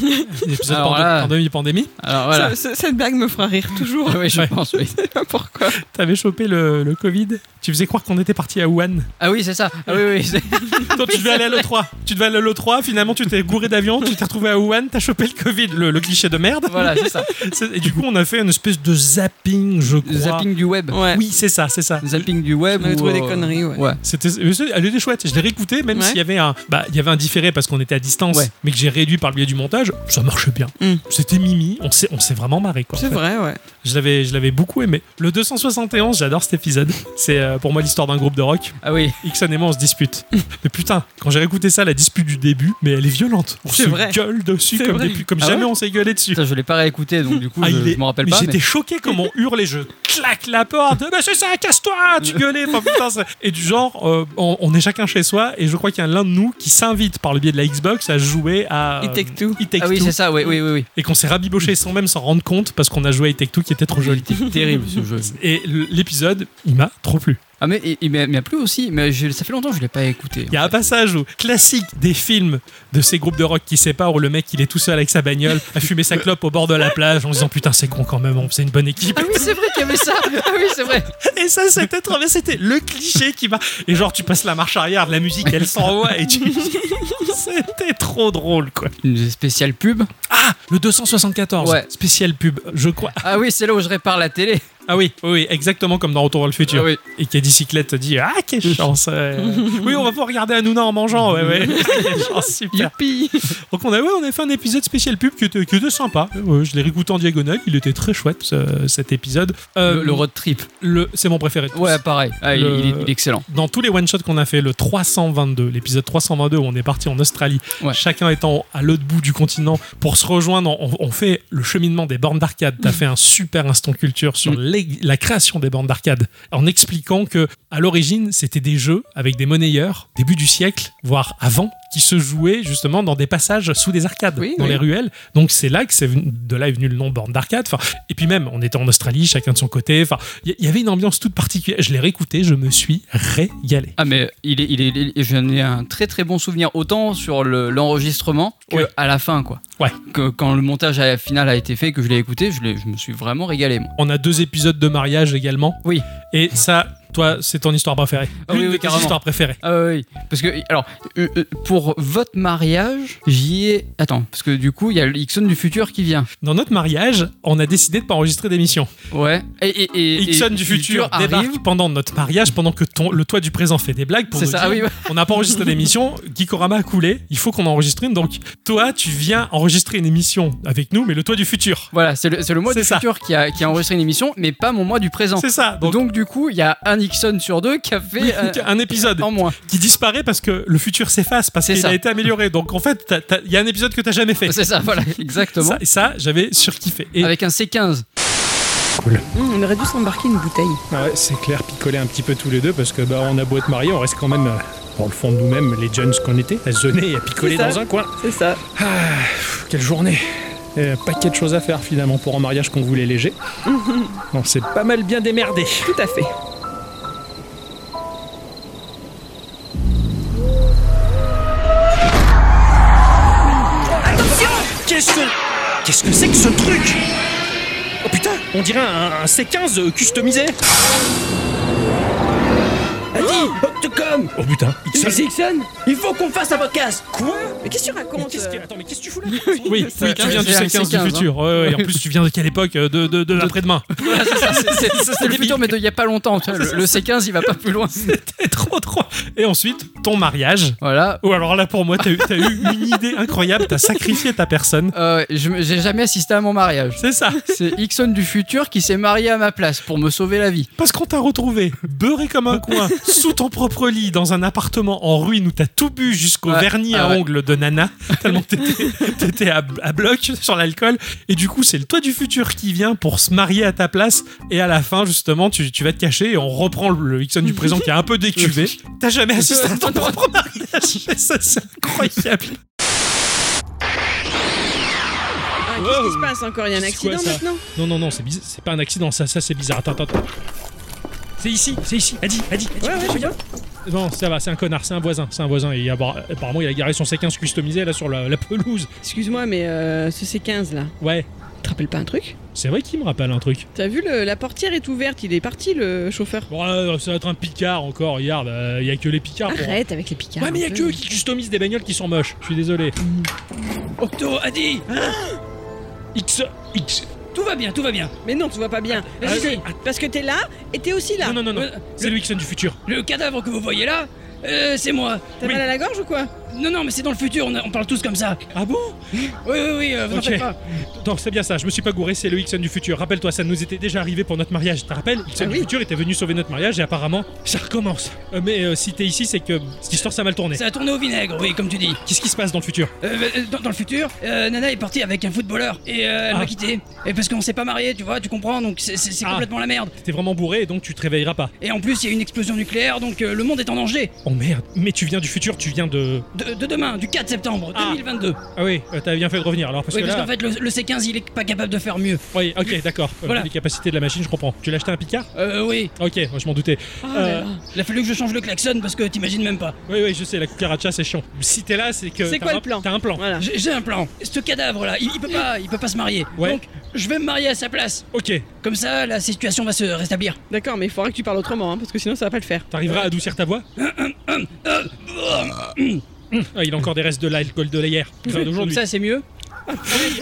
[SPEAKER 1] l'épisode
[SPEAKER 2] Alors
[SPEAKER 1] pandé-
[SPEAKER 2] là-
[SPEAKER 1] pandémie, pandémie.
[SPEAKER 2] Alors voilà.
[SPEAKER 3] Ça- ça- cette blague me fera rire toujours.
[SPEAKER 2] Ouais, je
[SPEAKER 1] Ouais.
[SPEAKER 2] pense, oui.
[SPEAKER 3] Je sais pas pourquoi.
[SPEAKER 1] T'avais chopé le, le Covid. Tu faisais croire qu'on était parti à Wuhan.
[SPEAKER 2] Ah oui, c'est ça. Ah oui, oui. c'est-
[SPEAKER 1] Toi, tu devais aller à l'O3. Tu devais aller à l'O3. Finalement, tu t'es gouré d'avion. Tu t'es retrouvé à Wuhan. T'as chopé le Covid, le, le cliché de merde.
[SPEAKER 2] Voilà, c'est ça.
[SPEAKER 1] C'est- Et du coup, on a fait une espèce de zapping, je crois.
[SPEAKER 2] Le zapping du web.
[SPEAKER 3] Ouais.
[SPEAKER 1] Oui, c'est ça, c'est ça.
[SPEAKER 2] Zapping du web.
[SPEAKER 3] On avait
[SPEAKER 2] ou,
[SPEAKER 3] trouvé des
[SPEAKER 2] euh,
[SPEAKER 3] conneries, ouais.
[SPEAKER 2] Ouais.
[SPEAKER 1] C'était, mais c'est- elle était chouette. Je l'ai réécoutée, même
[SPEAKER 3] Ouais.
[SPEAKER 1] s'il y avait un, bah, il y avait un différé parce qu'on était à distance,
[SPEAKER 2] Ouais.
[SPEAKER 1] mais que j'ai réduit par le biais du montage. Ça marchait bien.
[SPEAKER 3] Mm.
[SPEAKER 1] C'était mimi. On s'est, on s'est vraiment marré, quoi. en
[SPEAKER 3] C'est
[SPEAKER 1] fait.
[SPEAKER 3] vrai, ouais.
[SPEAKER 1] Je l'avais, je l'avais beaucoup aimé. Le 271, j'adore cet épisode. C'est euh, pour moi l'histoire d'un groupe de rock.
[SPEAKER 2] Ah oui.
[SPEAKER 1] Ixon et moi, on se dispute.
[SPEAKER 3] Mm.
[SPEAKER 1] mais putain, quand j'ai réécouté ça, la dispute du début, mais elle est violente. On
[SPEAKER 3] C'est
[SPEAKER 1] se
[SPEAKER 3] vrai.
[SPEAKER 1] gueule dessus
[SPEAKER 3] C'est
[SPEAKER 1] comme,
[SPEAKER 3] vrai.
[SPEAKER 1] depuis- comme
[SPEAKER 2] Ah
[SPEAKER 1] jamais
[SPEAKER 2] ouais
[SPEAKER 1] on s'est gueulé dessus.
[SPEAKER 2] Ça, je l'ai pas réécouté, donc du coup,
[SPEAKER 1] Ah,
[SPEAKER 2] je,
[SPEAKER 1] il
[SPEAKER 2] je
[SPEAKER 1] est-
[SPEAKER 2] m'en rappelle
[SPEAKER 1] mais
[SPEAKER 2] pas.
[SPEAKER 1] J'étais
[SPEAKER 2] mais-
[SPEAKER 1] choqué comment on hurlait. Je claque la porte. Mais c'est ça, casse-toi, tu gueulais. Enfin, putain, c'est- et du genre, euh, on, on est chacun chez soi. Et je crois qu'il y a l'un de nous qui s'invite par le biais de la Xbox à jouer à. euh,
[SPEAKER 3] It Take Two.
[SPEAKER 1] It Take
[SPEAKER 2] Ah oui,
[SPEAKER 1] Two.
[SPEAKER 2] c'est ça, oui, oui, oui. oui.
[SPEAKER 1] Et qu'on s'est rabiboché sans même s'en rendre compte parce qu'on a joué à It Take Two qui était trop joli.
[SPEAKER 2] C'était terrible ce jeu.
[SPEAKER 1] Et l'épisode, il m'a trop plu.
[SPEAKER 2] Ah, mais il, il m'a il m'a plu aussi, mais je- ça fait longtemps que je l'ai pas écouté.
[SPEAKER 1] Il y a un passage où, classique des films de ces groupes de rock qui séparent, où le mec il est tout seul avec sa bagnole à fumer sa clope au bord de la plage en se disant putain, c'est con quand même, on faisait une bonne équipe.
[SPEAKER 2] Ah oui, c'est vrai qu'il y avait ça. Ah oui, c'est vrai.
[SPEAKER 1] Et ça, c'était trop bien, c'était le cliché qui va. Et genre, tu passes la marche arrière, de la musique elle s'envoie et tu. c'était trop drôle quoi.
[SPEAKER 2] Une spéciale pub.
[SPEAKER 1] Ah, le 274,
[SPEAKER 2] Ouais.
[SPEAKER 1] spécial pub, je crois.
[SPEAKER 2] Ah oui, c'est là où je répare la télé.
[SPEAKER 1] Ah oui, oui, oui, exactement comme dans Retour vers le futur.
[SPEAKER 2] Ah oui.
[SPEAKER 1] Et Caddy Cyclette dit Ah, quelle chance ouais. Oui, on va pouvoir regarder Hanouna en mangeant, ouais, ouais. Quelle chance, super.
[SPEAKER 2] Youpi.
[SPEAKER 1] Donc on a, ouais, on a fait un épisode spécial pub qui était, qui était sympa. Ouais, je l'ai réécouté en diagonale, il était très chouette ce- cet épisode. Euh,
[SPEAKER 2] le, le road trip.
[SPEAKER 1] le- c'est mon préféré. de tous.
[SPEAKER 2] Ouais, pareil. Ah, il-
[SPEAKER 1] Le-
[SPEAKER 2] il, est, il est excellent.
[SPEAKER 1] Dans tous les one shots qu'on a fait, le 322, l'épisode 322 où on est parti en Australie,
[SPEAKER 2] Ouais.
[SPEAKER 1] chacun étant à l'autre bout du continent pour se rejoindre, on, on fait le cheminement des bornes d'arcade.
[SPEAKER 3] Mm.
[SPEAKER 1] T'as fait un super instant culture sur l'é- la création des bornes d'arcade en expliquant que à l'origine c'était des jeux avec des monnayeurs début du siècle, voire avant, qui se jouaient justement dans des passages sous des arcades,
[SPEAKER 3] Oui,
[SPEAKER 1] dans
[SPEAKER 3] oui.
[SPEAKER 1] les ruelles. Donc c'est là que c'est venu- de là est venu le nom borne d'arcade. Enfin, et puis même, on était en Australie, chacun de son côté. Enfin, il y- il y avait une ambiance toute particulière. Je l'ai réécouté, je me suis régalé.
[SPEAKER 2] Ah mais il est, il est, il est- j'en ai un très très bon souvenir autant sur le- l'enregistrement que
[SPEAKER 1] Ouais.
[SPEAKER 2] à la fin quoi.
[SPEAKER 1] Ouais.
[SPEAKER 2] Que quand le montage à- final a été fait que je l'ai écouté, je, l'ai- je me suis vraiment régalé moi.
[SPEAKER 1] On a deux épisodes de mariage également.
[SPEAKER 2] Oui.
[SPEAKER 1] Et ça, toi, c'est ton histoire préférée.
[SPEAKER 2] Ah oui,
[SPEAKER 1] L'une
[SPEAKER 2] oui,
[SPEAKER 1] de tes
[SPEAKER 2] carrément.
[SPEAKER 1] histoires préférées.
[SPEAKER 2] Ah oui, oui. parce que alors euh, euh, pour votre mariage, j'y ai attends parce que du coup il y a le Ixon du futur qui vient.
[SPEAKER 1] Dans notre mariage, on a décidé de pas enregistrer d'émission.
[SPEAKER 2] Ouais. Et, et, et-
[SPEAKER 1] Ixon
[SPEAKER 2] et-
[SPEAKER 1] du futur
[SPEAKER 2] arrive.
[SPEAKER 1] débarque pendant notre mariage, pendant que ton- le toit du présent fait des blagues pour
[SPEAKER 2] C'est
[SPEAKER 1] nous
[SPEAKER 2] ça.
[SPEAKER 1] dire
[SPEAKER 2] Ah oui. ouais.
[SPEAKER 1] on n'a pas enregistré d'émission, Gikorama a coulé, il faut qu'on en enregistre une, donc toi tu viens enregistrer une émission avec nous, mais le toit du futur.
[SPEAKER 2] Voilà, c'est le, c'est le mois
[SPEAKER 1] C'est
[SPEAKER 2] du
[SPEAKER 1] ça.
[SPEAKER 2] futur qui a, qui a enregistré une émission, mais pas mon mois du présent.
[SPEAKER 1] C'est ça,
[SPEAKER 2] Donc,
[SPEAKER 1] donc,
[SPEAKER 2] du coup, il y a un Ixon sur deux qui a fait euh,
[SPEAKER 1] un épisode
[SPEAKER 2] en moins.
[SPEAKER 1] qui disparaît parce que le futur s'efface, parce
[SPEAKER 2] C'est
[SPEAKER 1] qu'il
[SPEAKER 2] ça.
[SPEAKER 1] a été amélioré. Donc en fait, t'as- t'as- il y a un épisode que t'as jamais fait.
[SPEAKER 2] C'est ça, voilà, exactement.
[SPEAKER 1] Ça, et ça, j'avais surkiffé. Et
[SPEAKER 2] Avec un C15.
[SPEAKER 5] Hum, on aurait dû s'embarquer une bouteille.
[SPEAKER 8] Ah ouais, c'est clair, picoler un petit peu tous les deux parce que bah on a beau être mariés, on reste quand même euh, dans le fond de nous-mêmes les jeunes qu'on était, à se zoner et à picoler
[SPEAKER 5] C'est ça.
[SPEAKER 8] dans un coin. Ah,
[SPEAKER 5] C'est ça.
[SPEAKER 8] Pff, Quelle journée Euh, Paquet de choses à faire finalement pour un mariage qu'on voulait léger. on s'est pas mal bien démerdé.
[SPEAKER 5] Tout à fait.
[SPEAKER 8] Qu'est-ce que. Qu'est-ce que c'est que ce truc Oh putain, on dirait un, un C15 euh, customisé
[SPEAKER 5] Adi, hop to come
[SPEAKER 8] Oh putain, il
[SPEAKER 5] Mais Ixon, il faut qu'on fasse un podcast
[SPEAKER 8] Quoi
[SPEAKER 5] Mais qu'est-ce que tu racontes
[SPEAKER 8] Qu'est-ce que- Attends, mais qu'est-ce que tu fous là
[SPEAKER 1] oui,
[SPEAKER 3] c'est
[SPEAKER 1] oui, tu viens du
[SPEAKER 2] c'est un
[SPEAKER 1] C15
[SPEAKER 2] C15,
[SPEAKER 1] du futur. Ouais,
[SPEAKER 5] hein.
[SPEAKER 1] ouais, et en plus, tu viens de quelle époque
[SPEAKER 8] euh,
[SPEAKER 1] De, de, de l'après-demain.
[SPEAKER 2] Voilà, c'est ça, Ah, c'est- c'est- c'est le
[SPEAKER 1] le
[SPEAKER 2] futur, mais de- il y a pas longtemps. tu vois, le, le C15, il va pas plus loin.
[SPEAKER 1] T'es trop, trop. Et ensuite, ton mariage.
[SPEAKER 2] Voilà.
[SPEAKER 1] Ou alors là, pour moi, t'as eu, t'as eu une idée incroyable, t'as sacrifié ta personne.
[SPEAKER 2] Euh, je me- J'ai jamais assisté à mon mariage.
[SPEAKER 1] C'est ça.
[SPEAKER 2] C'est Ixon du futur qui s'est marié à ma place pour me sauver la vie.
[SPEAKER 1] Parce qu'on t'a retrouvé beurré comme un coin, sous ton propre lit, dans un appartement en ruine où t'as tout bu jusqu'au
[SPEAKER 2] Ouais,
[SPEAKER 1] vernis
[SPEAKER 2] ah
[SPEAKER 1] à
[SPEAKER 2] ouais.
[SPEAKER 1] ongles de Nana, tellement que t'étais- t'étais à, à bloc sur l'alcool. Et du coup, c'est le toi du futur qui vient pour se marier à ta place. Et à la fin, justement, tu, tu vas te cacher et on reprend le, le Hickson du présent qui est un peu décuvé. T'as jamais assisté à ton propre mariage. Mais ça, c'est incroyable.
[SPEAKER 3] Ah, qu'est-ce qui se passe encore Il y a un
[SPEAKER 1] C'est quoi,
[SPEAKER 3] accident
[SPEAKER 1] ça
[SPEAKER 3] maintenant
[SPEAKER 1] Non, non, non, c'est bizarre- c'est pas un accident, ça, ça c'est bizarre. Attends, attends, attends. C'est ici, c'est ici. Adi, Adi, Adi. Non, ça va, c'est un connard, c'est un voisin, c'est un voisin. Il a- apparemment, il a garé son C15 customisé là sur la, la pelouse.
[SPEAKER 3] Excuse-moi, mais euh, ce C15 là,
[SPEAKER 1] Ouais,
[SPEAKER 3] tu te rappelles pas un truc
[SPEAKER 1] c'est vrai qu'il me rappelle un truc.
[SPEAKER 3] T'as vu, le- la portière est ouverte, il est parti le chauffeur.
[SPEAKER 1] Bon, euh, ça va être un Picard encore, regarde, euh, il y a que les Picards. pour-
[SPEAKER 3] Arrête avec les picards.
[SPEAKER 1] Ouais, mais il y a
[SPEAKER 3] un
[SPEAKER 1] que
[SPEAKER 3] peu.
[SPEAKER 1] eux qui customisent des bagnoles qui sont moches. Je suis désolé.
[SPEAKER 8] Octo, Adi
[SPEAKER 1] X, X.
[SPEAKER 8] Tout va bien, tout va bien.
[SPEAKER 3] Mais non, tu vois pas bien. Vas-y,
[SPEAKER 8] si.
[SPEAKER 3] Parce que t'es là et t'es aussi là.
[SPEAKER 1] Ah, Non, non, non, non. C'est le Ixon du futur.
[SPEAKER 8] Le cadavre que vous voyez là, euh, c'est moi.
[SPEAKER 3] T'as mal à la gorge ou quoi
[SPEAKER 8] Non, non, mais c'est dans le futur, on, a- on parle tous comme ça.
[SPEAKER 1] Ah bon
[SPEAKER 8] Oui, oui, oui, euh, vous en
[SPEAKER 1] Ok.
[SPEAKER 8] faites pas.
[SPEAKER 1] Donc c'est bien ça, je me suis pas gouré, c'est le Ixon du futur. Rappelle-toi, ça nous était déjà arrivé pour notre mariage. Tu te rappelles Ixon
[SPEAKER 3] Ah
[SPEAKER 1] du
[SPEAKER 3] oui.
[SPEAKER 1] futur était venu sauver notre mariage et apparemment, ça recommence. Euh, mais euh, si t'es ici, c'est que cette histoire ça a mal tourné.
[SPEAKER 8] Ça a tourné au vinaigre, oui, comme tu dis.
[SPEAKER 1] Qu'est-ce qui se passe dans le futur
[SPEAKER 8] Euh, euh, dans, dans le futur, euh, Nana est partie avec un footballeur et euh, elle
[SPEAKER 1] Ah.
[SPEAKER 8] m'a quitté. Et parce qu'on s'est pas marié, tu vois, tu comprends, donc c'est- c'est c'est
[SPEAKER 1] Ah.
[SPEAKER 8] complètement la merde.
[SPEAKER 1] T'es vraiment bourré et donc tu te réveilleras pas.
[SPEAKER 8] Et en plus, il y a une explosion nucléaire, donc euh, le monde est en danger.
[SPEAKER 1] Oh merde, mais tu viens du futur, tu viens de.
[SPEAKER 8] De, de demain, du 4 septembre
[SPEAKER 1] Ah.
[SPEAKER 8] 2022.
[SPEAKER 1] Ah oui, euh, t'as bien fait de revenir alors parce
[SPEAKER 8] oui,
[SPEAKER 1] que
[SPEAKER 8] parce
[SPEAKER 1] là.
[SPEAKER 8] qu'en fait, le, le C15, il est pas capable de faire mieux.
[SPEAKER 1] Oui, ok, d'accord. Euh,
[SPEAKER 8] Voilà.
[SPEAKER 1] Les capacités de la machine, je comprends. Tu l'as acheté un Picard
[SPEAKER 8] Euh, oui.
[SPEAKER 1] Ok, moi je m'en doutais.
[SPEAKER 8] Oh
[SPEAKER 1] Euh,
[SPEAKER 8] Il a fallu que je change le klaxon parce que t'imagines même pas.
[SPEAKER 1] Oui, oui, je sais, la cucaracha c'est chiant. Si t'es là, c'est que.
[SPEAKER 3] C'est
[SPEAKER 1] t'as
[SPEAKER 3] quoi
[SPEAKER 1] un-
[SPEAKER 3] le plan
[SPEAKER 1] T'as un plan.
[SPEAKER 3] Voilà.
[SPEAKER 8] J'ai j'ai un plan. Ce cadavre là, il, il peut pas, il peut pas se marier.
[SPEAKER 1] Ouais.
[SPEAKER 8] Donc, je vais me marier à sa place.
[SPEAKER 1] Ok,
[SPEAKER 8] Comme ça, la situation va se rétablir.
[SPEAKER 3] D'accord, mais il faudra que tu parles autrement, hein, parce que sinon ça va pas le faire.
[SPEAKER 1] t'arriveras à adoucir ta voix Ah, il a encore des restes de l'alcool de l'hier. Enfin,
[SPEAKER 8] Comme
[SPEAKER 1] d'aujourd'hui.
[SPEAKER 8] ça, c'est mieux.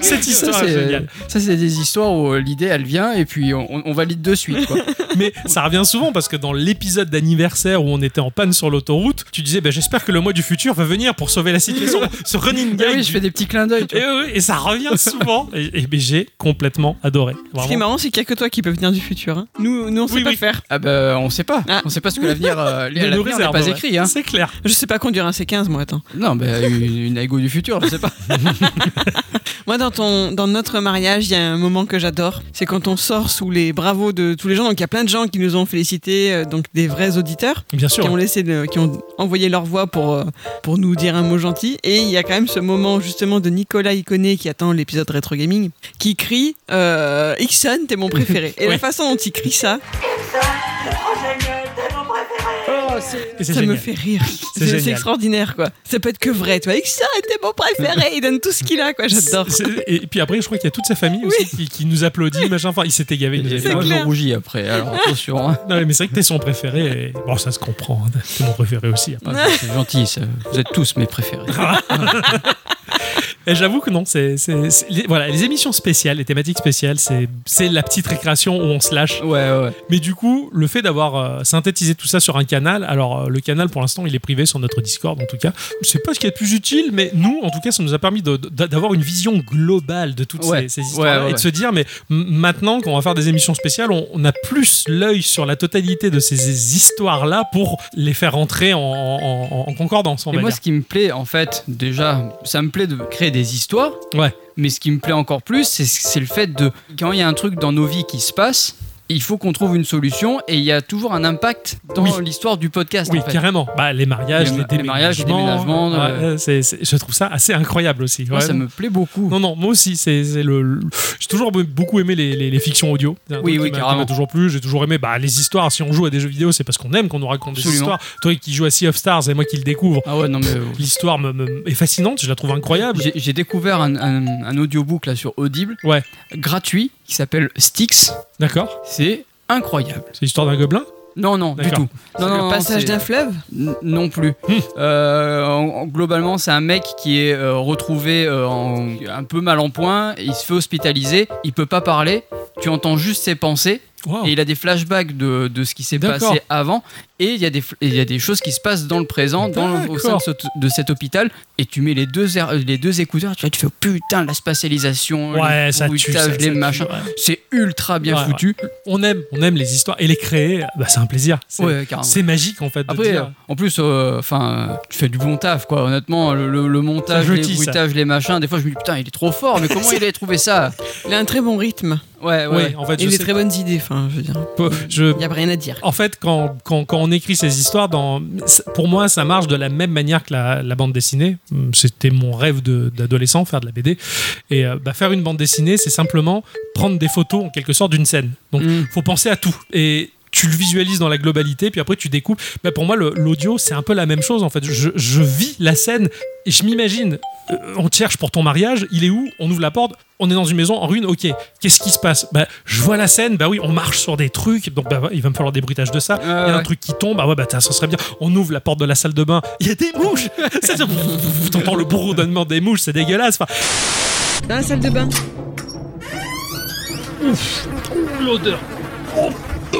[SPEAKER 1] Cette histoire
[SPEAKER 2] Ça,
[SPEAKER 1] est
[SPEAKER 2] c'est-
[SPEAKER 1] géniale.
[SPEAKER 2] ça, c'est des histoires où euh, l'idée, elle vient et puis on, on valide de suite. Quoi.
[SPEAKER 1] Mais ça revient souvent parce que dans l'épisode d'anniversaire où on était en panne sur l'autoroute, tu disais bah, J'espère que le mois du futur va venir pour sauver la situation. Ce running
[SPEAKER 8] Bah
[SPEAKER 2] Ah
[SPEAKER 1] gag.
[SPEAKER 2] oui, je
[SPEAKER 1] du-
[SPEAKER 2] fais des petits clins d'œil. tu
[SPEAKER 1] et,
[SPEAKER 2] vois.
[SPEAKER 1] oui, et ça revient souvent. Et, et ben, j'ai complètement adoré.
[SPEAKER 3] Ce qui est
[SPEAKER 1] Vraiment.
[SPEAKER 3] marrant, c'est qu'il y a que toi qui peux venir du futur. hein. Nous, nous, on sait
[SPEAKER 1] Oui,
[SPEAKER 3] pas
[SPEAKER 1] oui.
[SPEAKER 3] le faire.
[SPEAKER 2] Ah bah, on sait pas.
[SPEAKER 3] Ah.
[SPEAKER 2] On sait pas ce que l'avenir euh,
[SPEAKER 1] Nous nous
[SPEAKER 2] l'avenir n'est
[SPEAKER 1] réserve,
[SPEAKER 2] pas
[SPEAKER 1] ouais.
[SPEAKER 2] écrit. Hein.
[SPEAKER 1] C'est clair.
[SPEAKER 3] Je sais pas conduire un C15, moi, attends.
[SPEAKER 2] Non, bah, une, une Aigo du futur, je sais pas.
[SPEAKER 3] Moi, dans, ton, dans notre mariage, il y a un moment que j'adore. C'est quand on sort sous les bravos de tous les gens. Donc, il y a plein de gens qui nous ont félicités, euh, donc des vrais auditeurs,
[SPEAKER 1] Bien
[SPEAKER 3] qui
[SPEAKER 1] sûr.
[SPEAKER 3] ont, laissé de- qui ont envoyé leur voix pour, euh, pour nous dire un mot gentil. Et il y a quand même ce moment, justement, de Nicolas Iconé qui attend l'épisode Retro Gaming, qui crie euh, Ixon, t'es mon préféré. Et la
[SPEAKER 1] Ouais.
[SPEAKER 3] façon dont il crie ça,
[SPEAKER 1] Et c'est
[SPEAKER 3] ça me
[SPEAKER 1] génial.
[SPEAKER 3] fait rire.
[SPEAKER 1] C'est
[SPEAKER 3] C'est
[SPEAKER 1] génial.
[SPEAKER 3] c'est extraordinaire, quoi. Ça peut être que vrai, tu vois. Ixon, t'es mon préféré. Il donne tout ce qu'il a, quoi. J'adore.
[SPEAKER 1] C'est- Et puis après, je crois qu'il y a toute sa famille aussi qui, qui nous applaudit, machin. Enfin, il s'était gavé. il nous avait fait
[SPEAKER 2] moi, je
[SPEAKER 3] clair.
[SPEAKER 2] rougis après, alors attention. hein.
[SPEAKER 1] Non, mais c'est vrai que t'es son préféré. et- Bon, ça se comprend. hein. T'es mon préféré aussi.
[SPEAKER 2] Ah, bah, c'est gentil, ça. vous êtes tous mes préférés.
[SPEAKER 1] Et j'avoue que non. c'est c'est- c'est- les- voilà, les émissions spéciales, les thématiques spéciales, c'est c'est la petite récréation où on se lâche.
[SPEAKER 2] Ouais, ouais, ouais.
[SPEAKER 1] Mais du coup, le fait d'avoir euh, synthétisé tout ça sur un canal, alors euh, le canal pour l'instant il est privé sur notre Discord en tout cas, c'est pas ce qui est le plus utile, mais nous en tout cas ça nous a permis de- de- d'avoir une vision globale de toutes
[SPEAKER 2] Ouais.
[SPEAKER 1] ces, ces histoires
[SPEAKER 2] Ouais, ouais,
[SPEAKER 1] et de
[SPEAKER 2] ouais.
[SPEAKER 1] se dire mais m- maintenant quand on va faire des émissions spéciales, on, on a plus l'œil sur la totalité de ces, histoires là pour les faire entrer en, en- en- en concordance. On
[SPEAKER 2] Et
[SPEAKER 1] va
[SPEAKER 2] moi,
[SPEAKER 1] dire.
[SPEAKER 2] ce qui me plaît, en fait, déjà, ça me plaît de créer des histoires.
[SPEAKER 1] Ouais.
[SPEAKER 2] Mais ce qui me plaît encore plus, c'est- c'est le fait de. Quand il y a un truc dans nos vies qui se passe, il faut qu'on trouve une solution et il y a toujours un impact dans
[SPEAKER 1] Oui.
[SPEAKER 2] l'histoire du podcast.
[SPEAKER 1] Oui,
[SPEAKER 2] en fait.
[SPEAKER 1] carrément. Bah, les mariages, les,
[SPEAKER 2] Les- les mariages, les
[SPEAKER 1] déménagements.
[SPEAKER 2] déménagements, euh,
[SPEAKER 1] ouais, c'est- c'est- je trouve ça assez incroyable aussi.
[SPEAKER 2] Moi,
[SPEAKER 1] Ouais,
[SPEAKER 2] ça
[SPEAKER 1] non.
[SPEAKER 2] me plaît beaucoup.
[SPEAKER 1] Non, non, moi aussi, c'est c'est le. le- J'ai toujours beaucoup aimé les, les- les fictions audio. C'est un
[SPEAKER 2] Oui,
[SPEAKER 1] truc
[SPEAKER 2] oui,
[SPEAKER 1] qui m'a- qui
[SPEAKER 2] carrément.
[SPEAKER 1] m'a toujours plu. J'ai toujours aimé bah, les histoires. Si on joue à des jeux vidéo, c'est parce qu'on aime qu'on nous raconte des
[SPEAKER 2] Absolument.
[SPEAKER 1] histoires. Toi qui joues à Sea of Stars et moi qui le découvre,
[SPEAKER 2] Ah ouais, non, mais.
[SPEAKER 1] l'histoire me- me- est fascinante. Je la trouve incroyable.
[SPEAKER 2] J'ai j'ai découvert un, un- un audiobook là sur Audible,
[SPEAKER 1] Ouais.
[SPEAKER 2] gratuit, qui s'appelle Styx.
[SPEAKER 1] D'accord
[SPEAKER 2] C'est incroyable.
[SPEAKER 1] C'est l'histoire d'un gobelin
[SPEAKER 2] Non, non, du
[SPEAKER 1] D'accord.
[SPEAKER 2] tout. Non, non,
[SPEAKER 3] le
[SPEAKER 2] non,
[SPEAKER 3] passage
[SPEAKER 2] c'est-
[SPEAKER 3] d'un fleuve.
[SPEAKER 2] N- non plus.
[SPEAKER 1] Hmm.
[SPEAKER 2] Euh, en- en- globalement, c'est un mec qui est euh, retrouvé euh, en- un peu mal en point. Il se fait hospitaliser. Il peut pas parler. Tu entends juste ses pensées
[SPEAKER 1] Wow.
[SPEAKER 2] et il a des flashbacks de, de ce qui s'est
[SPEAKER 1] Oh. D'accord.
[SPEAKER 2] passé avant. Et il y, a des, fl- et il y a des choses qui se passent dans le présent, dans le- au sein de,
[SPEAKER 1] D'accord.
[SPEAKER 2] ce- de cet hôpital. Et tu mets les deux, air- les deux écouteurs, tu, vois, tu fais oh, putain, la spatialisation,
[SPEAKER 1] Ouais,
[SPEAKER 2] les
[SPEAKER 1] ça tue. ça-
[SPEAKER 2] bruitages,
[SPEAKER 1] ça tue,
[SPEAKER 2] les machins.
[SPEAKER 1] ouais.
[SPEAKER 2] C'est ultra bien
[SPEAKER 1] Ouais,
[SPEAKER 2] foutu.
[SPEAKER 1] On aime, on aime les histoires et les créer. Bah, c'est un plaisir. C'est
[SPEAKER 2] Ouais, carrément.
[SPEAKER 1] c'est magique en fait. De
[SPEAKER 2] Après,
[SPEAKER 1] dire-
[SPEAKER 2] euh, en plus, euh, enfin, euh, tu fais du bon taf, quoi. Honnêtement, le, le- le montage,
[SPEAKER 1] C'est
[SPEAKER 2] les
[SPEAKER 1] joli, ça.
[SPEAKER 2] bruitages, les machins. Des fois, je me dis putain, il est trop fort. Mais comment il a trouvé ça
[SPEAKER 3] Il a un très bon rythme.
[SPEAKER 2] euh, Ouais, ouais.
[SPEAKER 1] Oui,
[SPEAKER 2] ouais.
[SPEAKER 1] en fait,
[SPEAKER 3] Et
[SPEAKER 1] je
[SPEAKER 3] des
[SPEAKER 1] sais
[SPEAKER 3] très bonnes idées, enfin, je veux dire.
[SPEAKER 1] pas. Je-
[SPEAKER 3] Il n'y a rien à dire.
[SPEAKER 1] En fait, quand, quand, quand on écrit ces histoires, dans, pour moi, ça marche de la même manière que la, la bande dessinée. Hum, C'était mon rêve de- d'adolescent, faire de la BD. Et euh, bah, faire une bande dessinée, c'est simplement prendre des photos, en quelque sorte, d'une scène. Donc,
[SPEAKER 2] Mm.
[SPEAKER 1] faut penser à tout. Et tu le visualises dans la globalité, puis après tu découpes. Bah, pour moi, le- l'audio, c'est un peu la même chose en fait. Je, je vis la scène et je m'imagine. Euh, on te cherche pour ton mariage, il est où On ouvre la porte, on est dans une maison en ruine, ok. Qu'est-ce qui se passe Bah, je vois la scène, bah oui, on marche sur des trucs, donc bah, il va me falloir des bruitages de ça. Il y a un
[SPEAKER 2] ouais.
[SPEAKER 1] truc qui tombe, ah ouais, bah tiens, ça serait bien. On ouvre la porte de la salle de bain, il y a des mouches Ça, ça- T'entends le bourdonnement des mouches, c'est dégueulasse. Enfin,
[SPEAKER 3] Dans la salle de bain.
[SPEAKER 1] L'odeur. Oh, oh,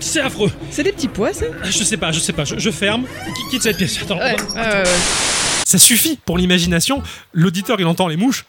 [SPEAKER 1] c'est affreux.
[SPEAKER 3] C'est des petits pois, ça
[SPEAKER 1] Je sais pas, je sais pas, je, je ferme. Qui- Quitte cette pièce. Attends,
[SPEAKER 3] Ouais, ouais, ouais.
[SPEAKER 1] ça suffit pour l'imagination. L'auditeur, il entend les mouches.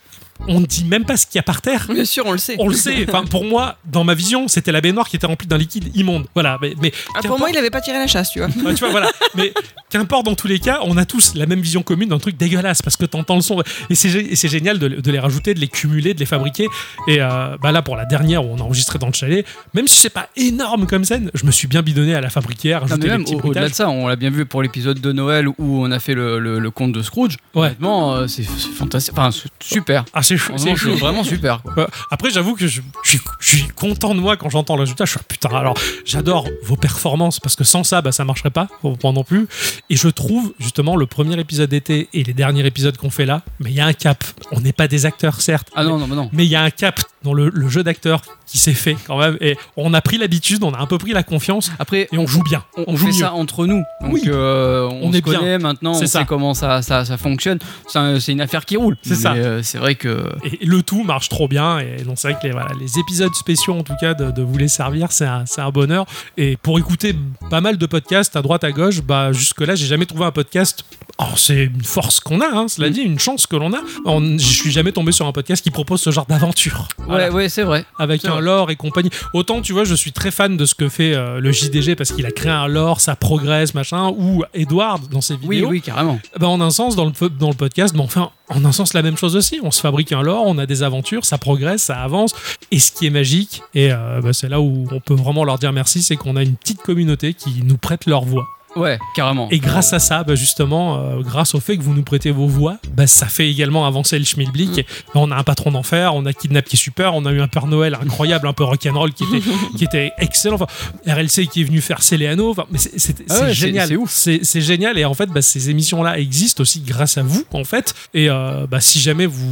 [SPEAKER 1] On ne dit même pas ce qu'il y a par terre.
[SPEAKER 3] Bien sûr, on le sait.
[SPEAKER 1] On le sait. Enfin, pour moi, dans ma vision, c'était la baignoire qui était remplie d'un liquide immonde. Voilà. Mais, mais
[SPEAKER 3] Ah, pour moi, il avait pas tiré la chasse, tu vois.
[SPEAKER 1] Ouais, tu vois, voilà. Mais qu'importe, dans tous les cas, on a tous la même vision commune d'un truc dégueulasse parce que t'entends le son. Et c'est gé- et c'est génial de, de les rajouter, de les cumuler, de les fabriquer. Et euh, bah là, pour la dernière où on enregistrait dans le chalet, même si c'est pas énorme comme scène, je me suis bien bidonné à la fabriquer, à
[SPEAKER 2] Non,
[SPEAKER 1] rajouter
[SPEAKER 2] mais
[SPEAKER 1] des
[SPEAKER 2] même
[SPEAKER 1] petits
[SPEAKER 2] au-
[SPEAKER 1] bruitages.
[SPEAKER 2] au-delà de ça, on l'a bien vu pour l'épisode de Noël où on a fait le, le, le conte de Scrooge.
[SPEAKER 1] Ouais.
[SPEAKER 2] Honnêtement, euh, c'est c'est fantastique. Enfin, c'est super.
[SPEAKER 1] Ah, c'est chou-
[SPEAKER 2] Vraiment,
[SPEAKER 1] c'est chou-
[SPEAKER 2] c'est vraiment super. quoi.
[SPEAKER 1] Euh, après, j'avoue que je, je suis, je suis content de moi quand j'entends le résultat. Je suis ah, putain. Alors, j'adore vos performances parce que sans ça, bah, ça marcherait pas. Faut pas non plus. Et je trouve justement le premier épisode d'été et les derniers épisodes qu'on fait là, mais il y a un cap. On n'est pas des acteurs, certes.
[SPEAKER 2] Ah non, non, mais non.
[SPEAKER 1] Mais il y a un cap dans le, le jeu d'acteur qui s'est fait quand même. Et on a pris l'habitude, on a un peu pris la confiance
[SPEAKER 2] Après,
[SPEAKER 1] et on joue bien.
[SPEAKER 2] on,
[SPEAKER 1] On
[SPEAKER 2] on
[SPEAKER 1] joue
[SPEAKER 2] fait
[SPEAKER 1] mieux.
[SPEAKER 2] ça entre nous. Donc,
[SPEAKER 1] Oui.
[SPEAKER 2] euh, on,
[SPEAKER 1] On
[SPEAKER 2] se
[SPEAKER 1] est bien.
[SPEAKER 2] connaît maintenant,
[SPEAKER 1] C'est
[SPEAKER 2] on
[SPEAKER 1] ça.
[SPEAKER 2] sait comment ça, ça, ça fonctionne. C'est un- c'est une affaire qui roule.
[SPEAKER 1] C'est
[SPEAKER 2] Mais,
[SPEAKER 1] ça.
[SPEAKER 2] euh, c'est vrai que.
[SPEAKER 1] Et le tout marche trop bien. Et donc, c'est vrai que les, voilà, les épisodes spéciaux, en tout cas, de, de vous les servir, c'est un, c'est un bonheur. Et pour écouter pas mal de podcasts à droite, à gauche, bah, jusque-là, j'ai jamais trouvé un podcast. Alors, c'est une force qu'on a, hein, cela
[SPEAKER 2] Mm.
[SPEAKER 1] dit, une chance que l'on a. On- Je suis jamais tombé sur un podcast qui propose ce genre d'aventure. Voilà.
[SPEAKER 2] Ouais, ouais, c'est vrai.
[SPEAKER 1] Avec
[SPEAKER 2] c'est
[SPEAKER 1] un
[SPEAKER 2] vrai.
[SPEAKER 1] lore et compagnie. Autant, tu vois, je suis très fan de ce que fait euh, le JDG parce qu'il a créé un lore, ça progresse, machin. Ou Edward dans ses
[SPEAKER 2] Oui,
[SPEAKER 1] vidéos.
[SPEAKER 2] oui, carrément.
[SPEAKER 1] Bah, en un sens, dans le, po- dans le podcast, bah, on fait un- en un sens la même chose aussi. On se fabrique un lore, on a des aventures, ça progresse, ça avance. Et ce qui est magique, et euh, bah, c'est là où on peut vraiment leur dire merci, c'est qu'on a une petite communauté qui nous prête leur voix.
[SPEAKER 2] Ouais, carrément.
[SPEAKER 1] Et grâce à ça, bah, justement, euh, grâce au fait que vous nous prêtez vos voix, bah, ça fait également avancer le schmilblick. Et, bah, on a un patron d'enfer, on a Kidnap qui est super, on a eu un Père Noël incroyable, un peu rock'n'roll qui était, qui était excellent. Enfin, RLC qui est venu faire Céléano. Enfin, mais c'est c'est-
[SPEAKER 2] Ah
[SPEAKER 1] c'est
[SPEAKER 2] ouais, c'est-
[SPEAKER 1] génial.
[SPEAKER 2] c'est ouf.
[SPEAKER 1] C'est génial. Et en fait, bah, ces émissions-là existent aussi grâce à vous, en fait. Et euh, bah, si jamais vous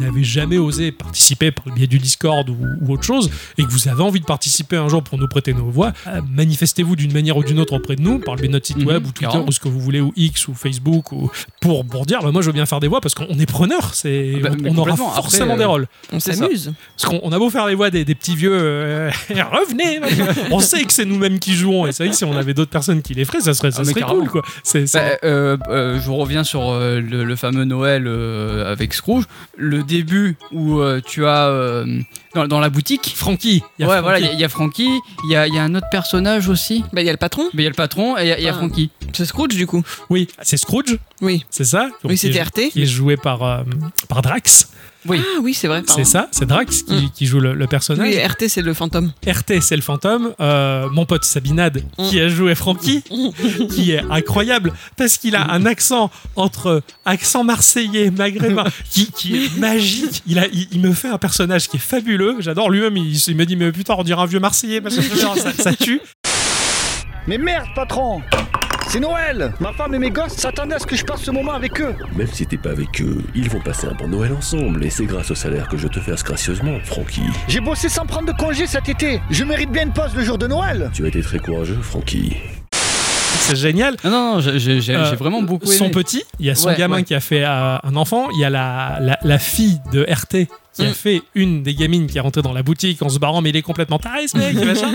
[SPEAKER 1] n'avez jamais osé participer par le biais du Discord ou, ou autre chose, et que vous avez envie de participer un jour pour nous prêter nos voix, euh, manifestez-vous d'une manière ou d'une autre auprès de nous, par le biais de notre site
[SPEAKER 2] Mhm,
[SPEAKER 1] web ou Twitter
[SPEAKER 2] carrément.
[SPEAKER 1] ou ce que vous voulez, ou X ou Facebook, ou pour, pour dire, bah, moi je veux bien faire des voix parce qu'on est preneur, c'est
[SPEAKER 2] Ah bah, mais
[SPEAKER 1] on, on aura
[SPEAKER 2] complètement. Après,
[SPEAKER 1] forcément
[SPEAKER 2] euh,
[SPEAKER 1] des rôles.
[SPEAKER 3] On
[SPEAKER 2] C'est ça.
[SPEAKER 3] s'amuse.
[SPEAKER 1] Parce qu'on on a beau faire les voix des, des petits vieux, euh, revenez, on sait que c'est nous-mêmes qui jouons, et c'est vrai que si on avait d'autres personnes qui les feraient, ça serait, ça
[SPEAKER 2] Ah, mais
[SPEAKER 1] serait
[SPEAKER 2] carrément.
[SPEAKER 1] cool quoi. C'est c'est-
[SPEAKER 2] Bah, euh, euh, je reviens sur euh, le, le fameux Noël euh, avec Scrooge. Le début où euh, tu as euh, dans, dans la boutique.
[SPEAKER 1] Francky, il y a
[SPEAKER 2] ouais,
[SPEAKER 1] Francky.
[SPEAKER 2] voilà, il y a- il y, a Frankie, il y a, il y a un autre personnage aussi.
[SPEAKER 3] Bah, il y a le patron.
[SPEAKER 2] Mais il y a le patron et il y a, il y a
[SPEAKER 3] Ah.
[SPEAKER 2] Frankie.
[SPEAKER 3] C'est Scrooge, du coup.
[SPEAKER 1] Oui, c'est Scrooge,
[SPEAKER 3] Oui.
[SPEAKER 1] c'est ça Donc,
[SPEAKER 3] Oui,
[SPEAKER 1] qui est-
[SPEAKER 3] c'était RT.
[SPEAKER 1] Qui est joué par, euh, par Drax,
[SPEAKER 3] Ah, oui, c'est vrai. pardon.
[SPEAKER 1] c'est ça, c'est Drax
[SPEAKER 2] Hmm.
[SPEAKER 1] qui, qui joue le, le personnage.
[SPEAKER 3] Oui, RT, c'est le fantôme.
[SPEAKER 1] RT, c'est le fantôme. Euh, mon pote Sabinade, qui a joué Francky, qui est incroyable parce qu'il a un accent entre accent marseillais, maghrébin, qui, qui est magique. Il, a, il, il me fait un personnage qui est fabuleux. J'adore lui-même. Il, s- il me dit, mais putain, on dirait un vieux marseillais parce que genre, ça, ça tue.
[SPEAKER 9] Mais merde, patron C'est Noël Ma femme et mes gosses s'attendaient à ce que je passe ce moment avec eux
[SPEAKER 10] Même si t'es pas avec eux, ils vont passer un bon Noël ensemble et c'est grâce au salaire que je te verse gracieusement, Francky.
[SPEAKER 9] J'ai bossé sans prendre de congé cet été Je mérite bien une pause le jour de Noël
[SPEAKER 10] Tu as été très courageux, Francky.
[SPEAKER 1] C'est génial.
[SPEAKER 2] Non, non, non, j'ai- j'ai j'ai-
[SPEAKER 1] Euh,
[SPEAKER 2] j'ai vraiment beaucoup aimé.
[SPEAKER 1] Son petit, il y a son
[SPEAKER 2] Ouais,
[SPEAKER 1] gamin
[SPEAKER 2] ouais.
[SPEAKER 1] qui a fait euh, un enfant, il y a la, la, la fille de RT qui a
[SPEAKER 3] Mm.
[SPEAKER 1] fait une des gamines qui est rentrée dans la boutique en se barrant, mais il est complètement taré ce mec, et machin.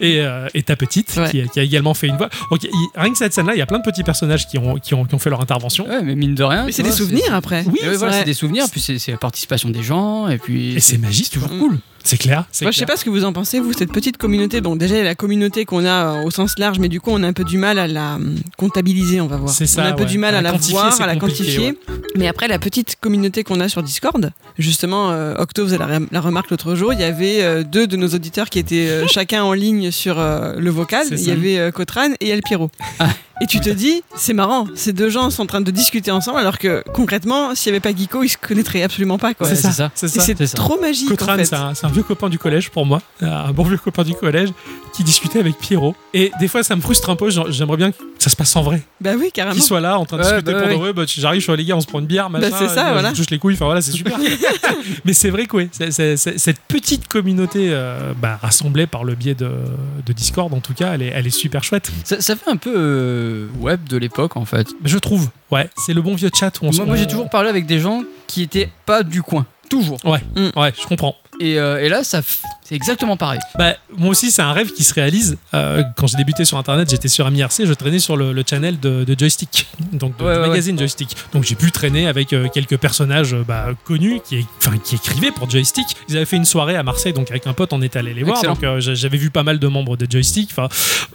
[SPEAKER 1] Et, euh, et ta petite
[SPEAKER 3] Ouais.
[SPEAKER 1] qui, a, qui a également fait une voix. Donc, il- rien que cette scène-là, il y a plein de petits personnages qui ont, qui ont, qui ont fait leur intervention.
[SPEAKER 3] Euh,
[SPEAKER 2] Ouais, mais mine de rien.
[SPEAKER 3] Mais
[SPEAKER 2] tu
[SPEAKER 3] c'est des
[SPEAKER 2] vois,
[SPEAKER 3] souvenirs après.
[SPEAKER 2] Oui, voilà,
[SPEAKER 3] vrai.
[SPEAKER 2] c'est des souvenirs, puis c'est c'est la participation des gens, et puis.
[SPEAKER 1] Et c'est magique, toujours
[SPEAKER 3] Mm.
[SPEAKER 1] cool. C'est clair, c'est
[SPEAKER 3] Moi, je sais pas ce que vous en pensez, vous, cette petite communauté. Bon, déjà, il y a la communauté qu'on a euh, au sens large, mais du coup, on a un peu du mal à la hum, comptabiliser, on va voir.
[SPEAKER 1] C'est ça,
[SPEAKER 3] On a un peu
[SPEAKER 1] ouais.
[SPEAKER 3] du mal
[SPEAKER 1] À
[SPEAKER 3] à,
[SPEAKER 1] la
[SPEAKER 3] la
[SPEAKER 1] quantifier,
[SPEAKER 3] voir,
[SPEAKER 1] c'est
[SPEAKER 3] à la
[SPEAKER 1] compliqué,
[SPEAKER 3] quantifier. Mais après, la petite communauté qu'on a sur Discord, justement, euh, Octo faisait la, rem- la remarque l'autre jour, il y avait euh, deux de nos auditeurs qui étaient euh, chacun en ligne sur euh, le vocal.
[SPEAKER 2] C'est
[SPEAKER 3] Il y
[SPEAKER 2] ça.
[SPEAKER 3] avait euh, Cotran et El Piero.
[SPEAKER 1] Ah.
[SPEAKER 3] Et tu te dis, c'est marrant, ces deux gens sont en train de discuter ensemble alors que concrètement, s'il n'y avait pas Guico, ils se connaîtraient absolument pas. quoi.
[SPEAKER 1] C'est ça,
[SPEAKER 3] Et C'est trop magique.
[SPEAKER 1] Cotran,
[SPEAKER 3] en fait.
[SPEAKER 1] c'est un, c'est un vieux copain du collège pour moi, euh, un bon vieux copain du collège qui discutait avec Pierrot. Et des fois, ça me frustre un peu. genre, J'aimerais bien que ça se passe en vrai.
[SPEAKER 3] Bah oui, carrément.
[SPEAKER 1] Qu'il soit là en train de
[SPEAKER 3] Ouais,
[SPEAKER 1] discuter
[SPEAKER 3] bah
[SPEAKER 1] pour
[SPEAKER 3] oui.
[SPEAKER 1] de vrai, bah, j'arrive, je suis à les gars, on se prend une bière, machin.
[SPEAKER 3] Bah, c'est ça,
[SPEAKER 1] euh,
[SPEAKER 3] voilà.
[SPEAKER 1] Je touche les couilles, enfin voilà, c'est super. Mais c'est vrai que ouais, c'est- c'est- c'est- cette petite communauté euh, bah, rassemblée par le biais de, de Discord, en tout cas, elle est, elle est super chouette.
[SPEAKER 2] Ça, ça fait un peu euh, web de l'époque en fait.
[SPEAKER 1] Je trouve, ouais, c'est le bon vieux chat où on se-
[SPEAKER 2] Moi, moi, j'ai toujours parlé avec des gens qui étaient pas du coin. Toujours.
[SPEAKER 1] Ouais, ouais, je comprends.
[SPEAKER 2] Et, euh, et là, ça, f- c'est exactement pareil.
[SPEAKER 1] Bah, moi aussi, c'est un rêve qui se réalise. Euh, quand j'ai débuté sur Internet, j'étais sur MIRC, je traînais sur le, le channel de, de Joystick, donc de,
[SPEAKER 2] Ouais,
[SPEAKER 1] du
[SPEAKER 2] ouais,
[SPEAKER 1] magazine Joystick. Donc j'ai pu traîner avec euh, quelques personnages euh, bah, connus qui, é- enfin, qui écrivaient pour Joystick. Ils avaient fait une soirée à Marseille, donc avec un pote, on est allé les voir.
[SPEAKER 2] Excellent.
[SPEAKER 1] Donc euh, j'a- j'avais vu pas mal de membres de Joystick. Enfin,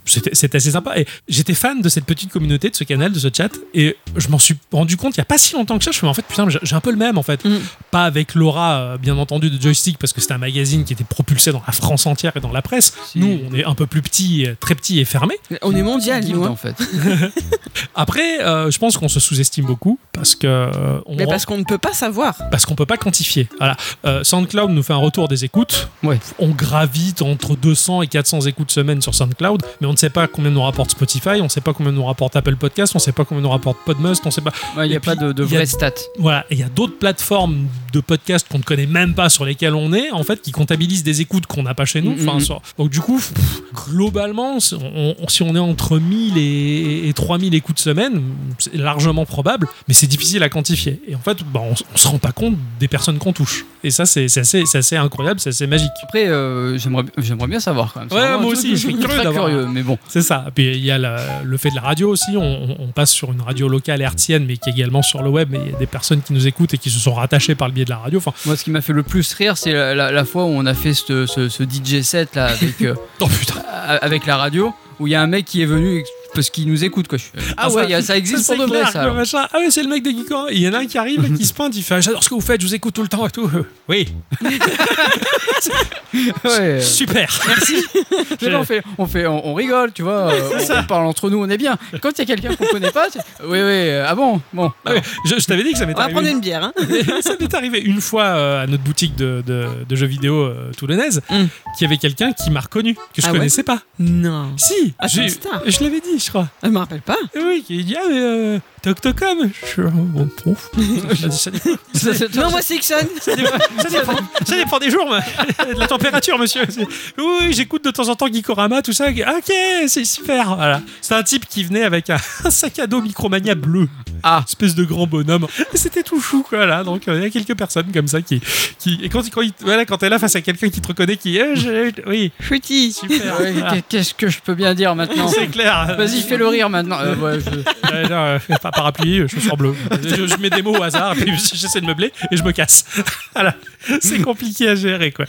[SPEAKER 1] c'était c'était assez sympa. Et j'étais fan de cette petite communauté, de ce canal, de ce chat. Et je m'en suis rendu compte il y a pas si longtemps que ça. Je me suis dit, en fait, putain, j'ai- j'ai un peu le même en fait.
[SPEAKER 3] Mm.
[SPEAKER 1] Pas avec Laura, euh, bien entendu, de Joystick, parce que c'était un magazine qui était propulsé dans la France entière et dans la presse. Nous, on est un peu plus petit, euh, très petit et fermé.
[SPEAKER 3] On est mondial,
[SPEAKER 2] Guild,
[SPEAKER 3] nous. hein.
[SPEAKER 2] en fait.
[SPEAKER 1] Après, euh, je pense qu'on se sous-estime beaucoup parce que euh, on
[SPEAKER 3] Mais
[SPEAKER 1] rend-
[SPEAKER 3] parce qu'on ne peut pas savoir.
[SPEAKER 1] parce qu'on peut pas quantifier. Voilà. Euh, SoundCloud nous fait un retour des écoutes. On gravite entre 200 et 400 écoutes semaine sur SoundCloud, mais on ne sait pas combien nous rapporte Spotify, on ne sait pas combien nous rapporte Apple Podcast, on ne sait pas combien nous rapporte Podmust, on ne sait pas.
[SPEAKER 2] Il n'y
[SPEAKER 1] Et
[SPEAKER 2] a pas
[SPEAKER 1] puis,
[SPEAKER 2] de, de
[SPEAKER 1] il y a-
[SPEAKER 2] vraies stats.
[SPEAKER 1] Voilà, Et il y a d'autres plateformes de podcasts qu'on ne connaît même pas sur lesquelles on est, en fait, qui comptabilisent des écoutes qu'on n'a pas chez nous.
[SPEAKER 2] Mm,
[SPEAKER 1] Enfin,
[SPEAKER 2] mm,
[SPEAKER 1] sur- Donc du coup, pff, globalement, si on, on- si on est entre 1000 et, et 3000 écoutes semaine, c'est largement probable, mais c'est difficile à quantifier. Et en fait, bah, on, s- on se rend pas compte des personnes qu'on touche. Et ça, c'est c'est assez, c'est assez incroyable, c'est assez magique.
[SPEAKER 2] Après, euh, j'aimerais, j'aimerais bien savoir quand même. C'est
[SPEAKER 1] Ouais,
[SPEAKER 2] vraiment
[SPEAKER 1] moi
[SPEAKER 2] un truc
[SPEAKER 1] aussi,
[SPEAKER 2] que
[SPEAKER 1] je suis
[SPEAKER 2] suis
[SPEAKER 1] curieux
[SPEAKER 2] très
[SPEAKER 1] d'avoir.
[SPEAKER 2] curieux, mais bon.
[SPEAKER 1] C'est ça. Puis il y a la- le fait de la radio aussi. On, on- on passe sur une radio locale hertzienne, mais qui est également sur le web. Mais il y a des personnes qui nous écoutent et qui se sont rattachées par le biais de la radio. Enfin,
[SPEAKER 2] Moi, ce qui m'a fait le plus rire, c'est la, la- la fois où on a fait ce, ce- ce DJ set là avec, euh,
[SPEAKER 1] oh
[SPEAKER 2] a- avec la radio, où il y a un mec qui est venu ex- parce qu'il nous écoute quoi. Je suis- ah, ouais,
[SPEAKER 1] ça-
[SPEAKER 2] il y a- ça existe
[SPEAKER 1] c'est
[SPEAKER 2] pour de
[SPEAKER 1] clair,
[SPEAKER 2] vrai ça.
[SPEAKER 1] le
[SPEAKER 2] alors.
[SPEAKER 1] machin. Ah ouais, c'est le mec des geekers. Il y en a un qui arrive et qui se pointe. Il fait J'adore ce que vous faites, je vous écoute tout le temps et tout. Oui.
[SPEAKER 2] Ouais.
[SPEAKER 1] Super. Merci.
[SPEAKER 2] Mais là, on fait, on fait, on, on rigole, tu vois. euh, on, on parle entre nous, on est bien. Quand il y a quelqu'un qu'on connaît pas, c'est- oui, oui. euh, ah bon, bon.
[SPEAKER 1] je je t'avais dit que ça m'était
[SPEAKER 3] On va
[SPEAKER 1] arrivé.
[SPEAKER 3] prendre une bière. hein.
[SPEAKER 1] ça m'est arrivé une fois euh, à notre boutique de, de- de jeux vidéo euh, toulounaise qu'il y avait quelqu'un qui m'a reconnu, que je
[SPEAKER 3] Mm. Ah ouais
[SPEAKER 1] connaissais pas.
[SPEAKER 3] Non.
[SPEAKER 1] Si,
[SPEAKER 3] Ah, c'est
[SPEAKER 1] j'ai-
[SPEAKER 3] une star.
[SPEAKER 1] je l'avais dit, je crois.
[SPEAKER 3] Elle me rappelle pas.
[SPEAKER 1] Oui, qui dit Ah, mais euh, Toctocom Je suis un bon prof. Ça- ça- ça- ça-
[SPEAKER 3] Non, moi, c'est Ixon.
[SPEAKER 1] ça dépend- ça dépend- ça dépend des jours, mais- de la température, monsieur. C'est- Oui, j'écoute de temps en temps Gikorama, tout ça. Ok, c'est super. Voilà. C'est un type qui venait avec un, un sac à dos Micromania bleu.
[SPEAKER 2] Ah.
[SPEAKER 1] Espèce de grand bonhomme. Et C'était tout chou, quoi, là. Donc, euh, il y a quelques personnes comme ça qui. qui et quand, quand, il- voilà, quand t'es là face à quelqu'un qui te reconnaît, qui. euh, je- oui,
[SPEAKER 3] Chuti.
[SPEAKER 1] super.
[SPEAKER 2] Ouais,
[SPEAKER 1] Voilà.
[SPEAKER 2] qu'est- Qu'est-ce que je peux bien dire maintenant
[SPEAKER 1] C'est clair.
[SPEAKER 2] Vas-y, fais-le rire maintenant. Euh, ouais, je-
[SPEAKER 1] Euh, non, euh, pas parapluie, chaussures bleues. Je, je mets des mots au hasard, et puis j'essaie de meubler et je me casse. Voilà. C'est compliqué à gérer, quoi.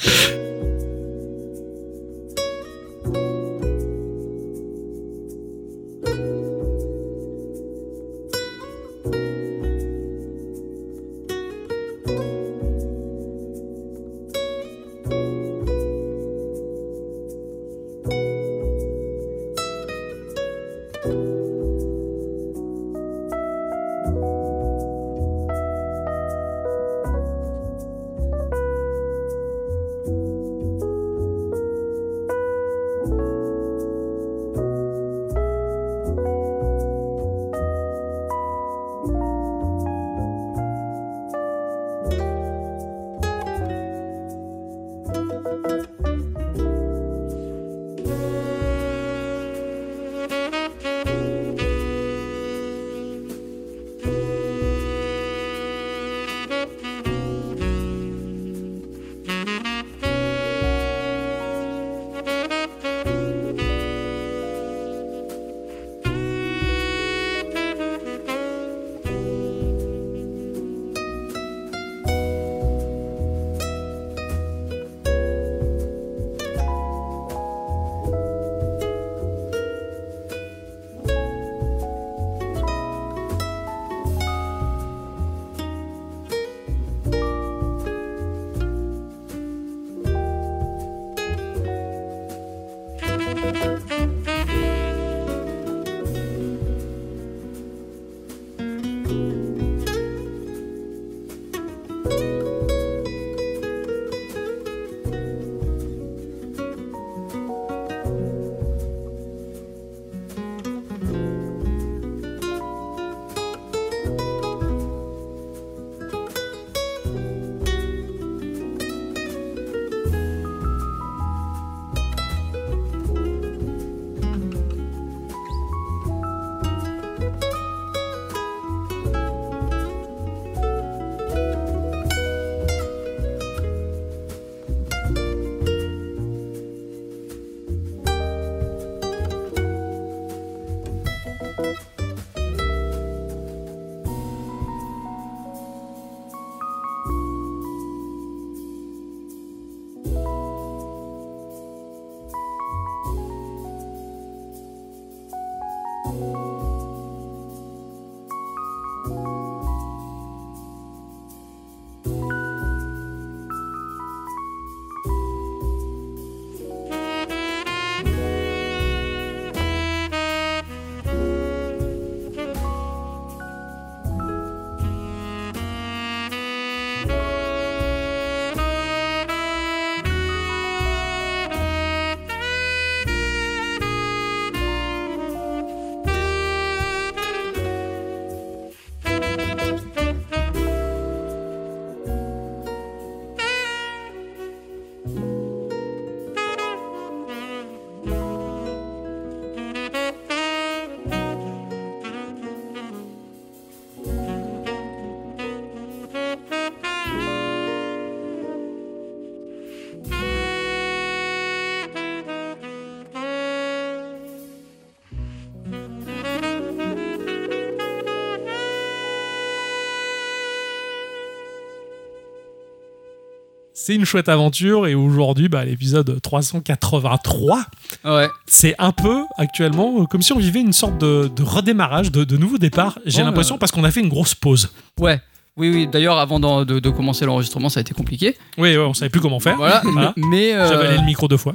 [SPEAKER 1] C'est une chouette aventure et aujourd'hui, bah, l'épisode 383,
[SPEAKER 2] Ouais.
[SPEAKER 1] c'est un peu actuellement euh, comme si on vivait une sorte de, de redémarrage, de, de nouveau départ. J'ai
[SPEAKER 2] Ouais,
[SPEAKER 1] l'impression parce qu'on a fait une grosse pause.
[SPEAKER 2] Ouais. Oui, oui. D'ailleurs, avant d'en- de, de commencer l'enregistrement, ça a été compliqué.
[SPEAKER 1] Oui, ouais, on savait plus comment faire.
[SPEAKER 2] Voilà.
[SPEAKER 1] Voilà.
[SPEAKER 2] Mais. euh,
[SPEAKER 1] J'avalais le micro deux fois.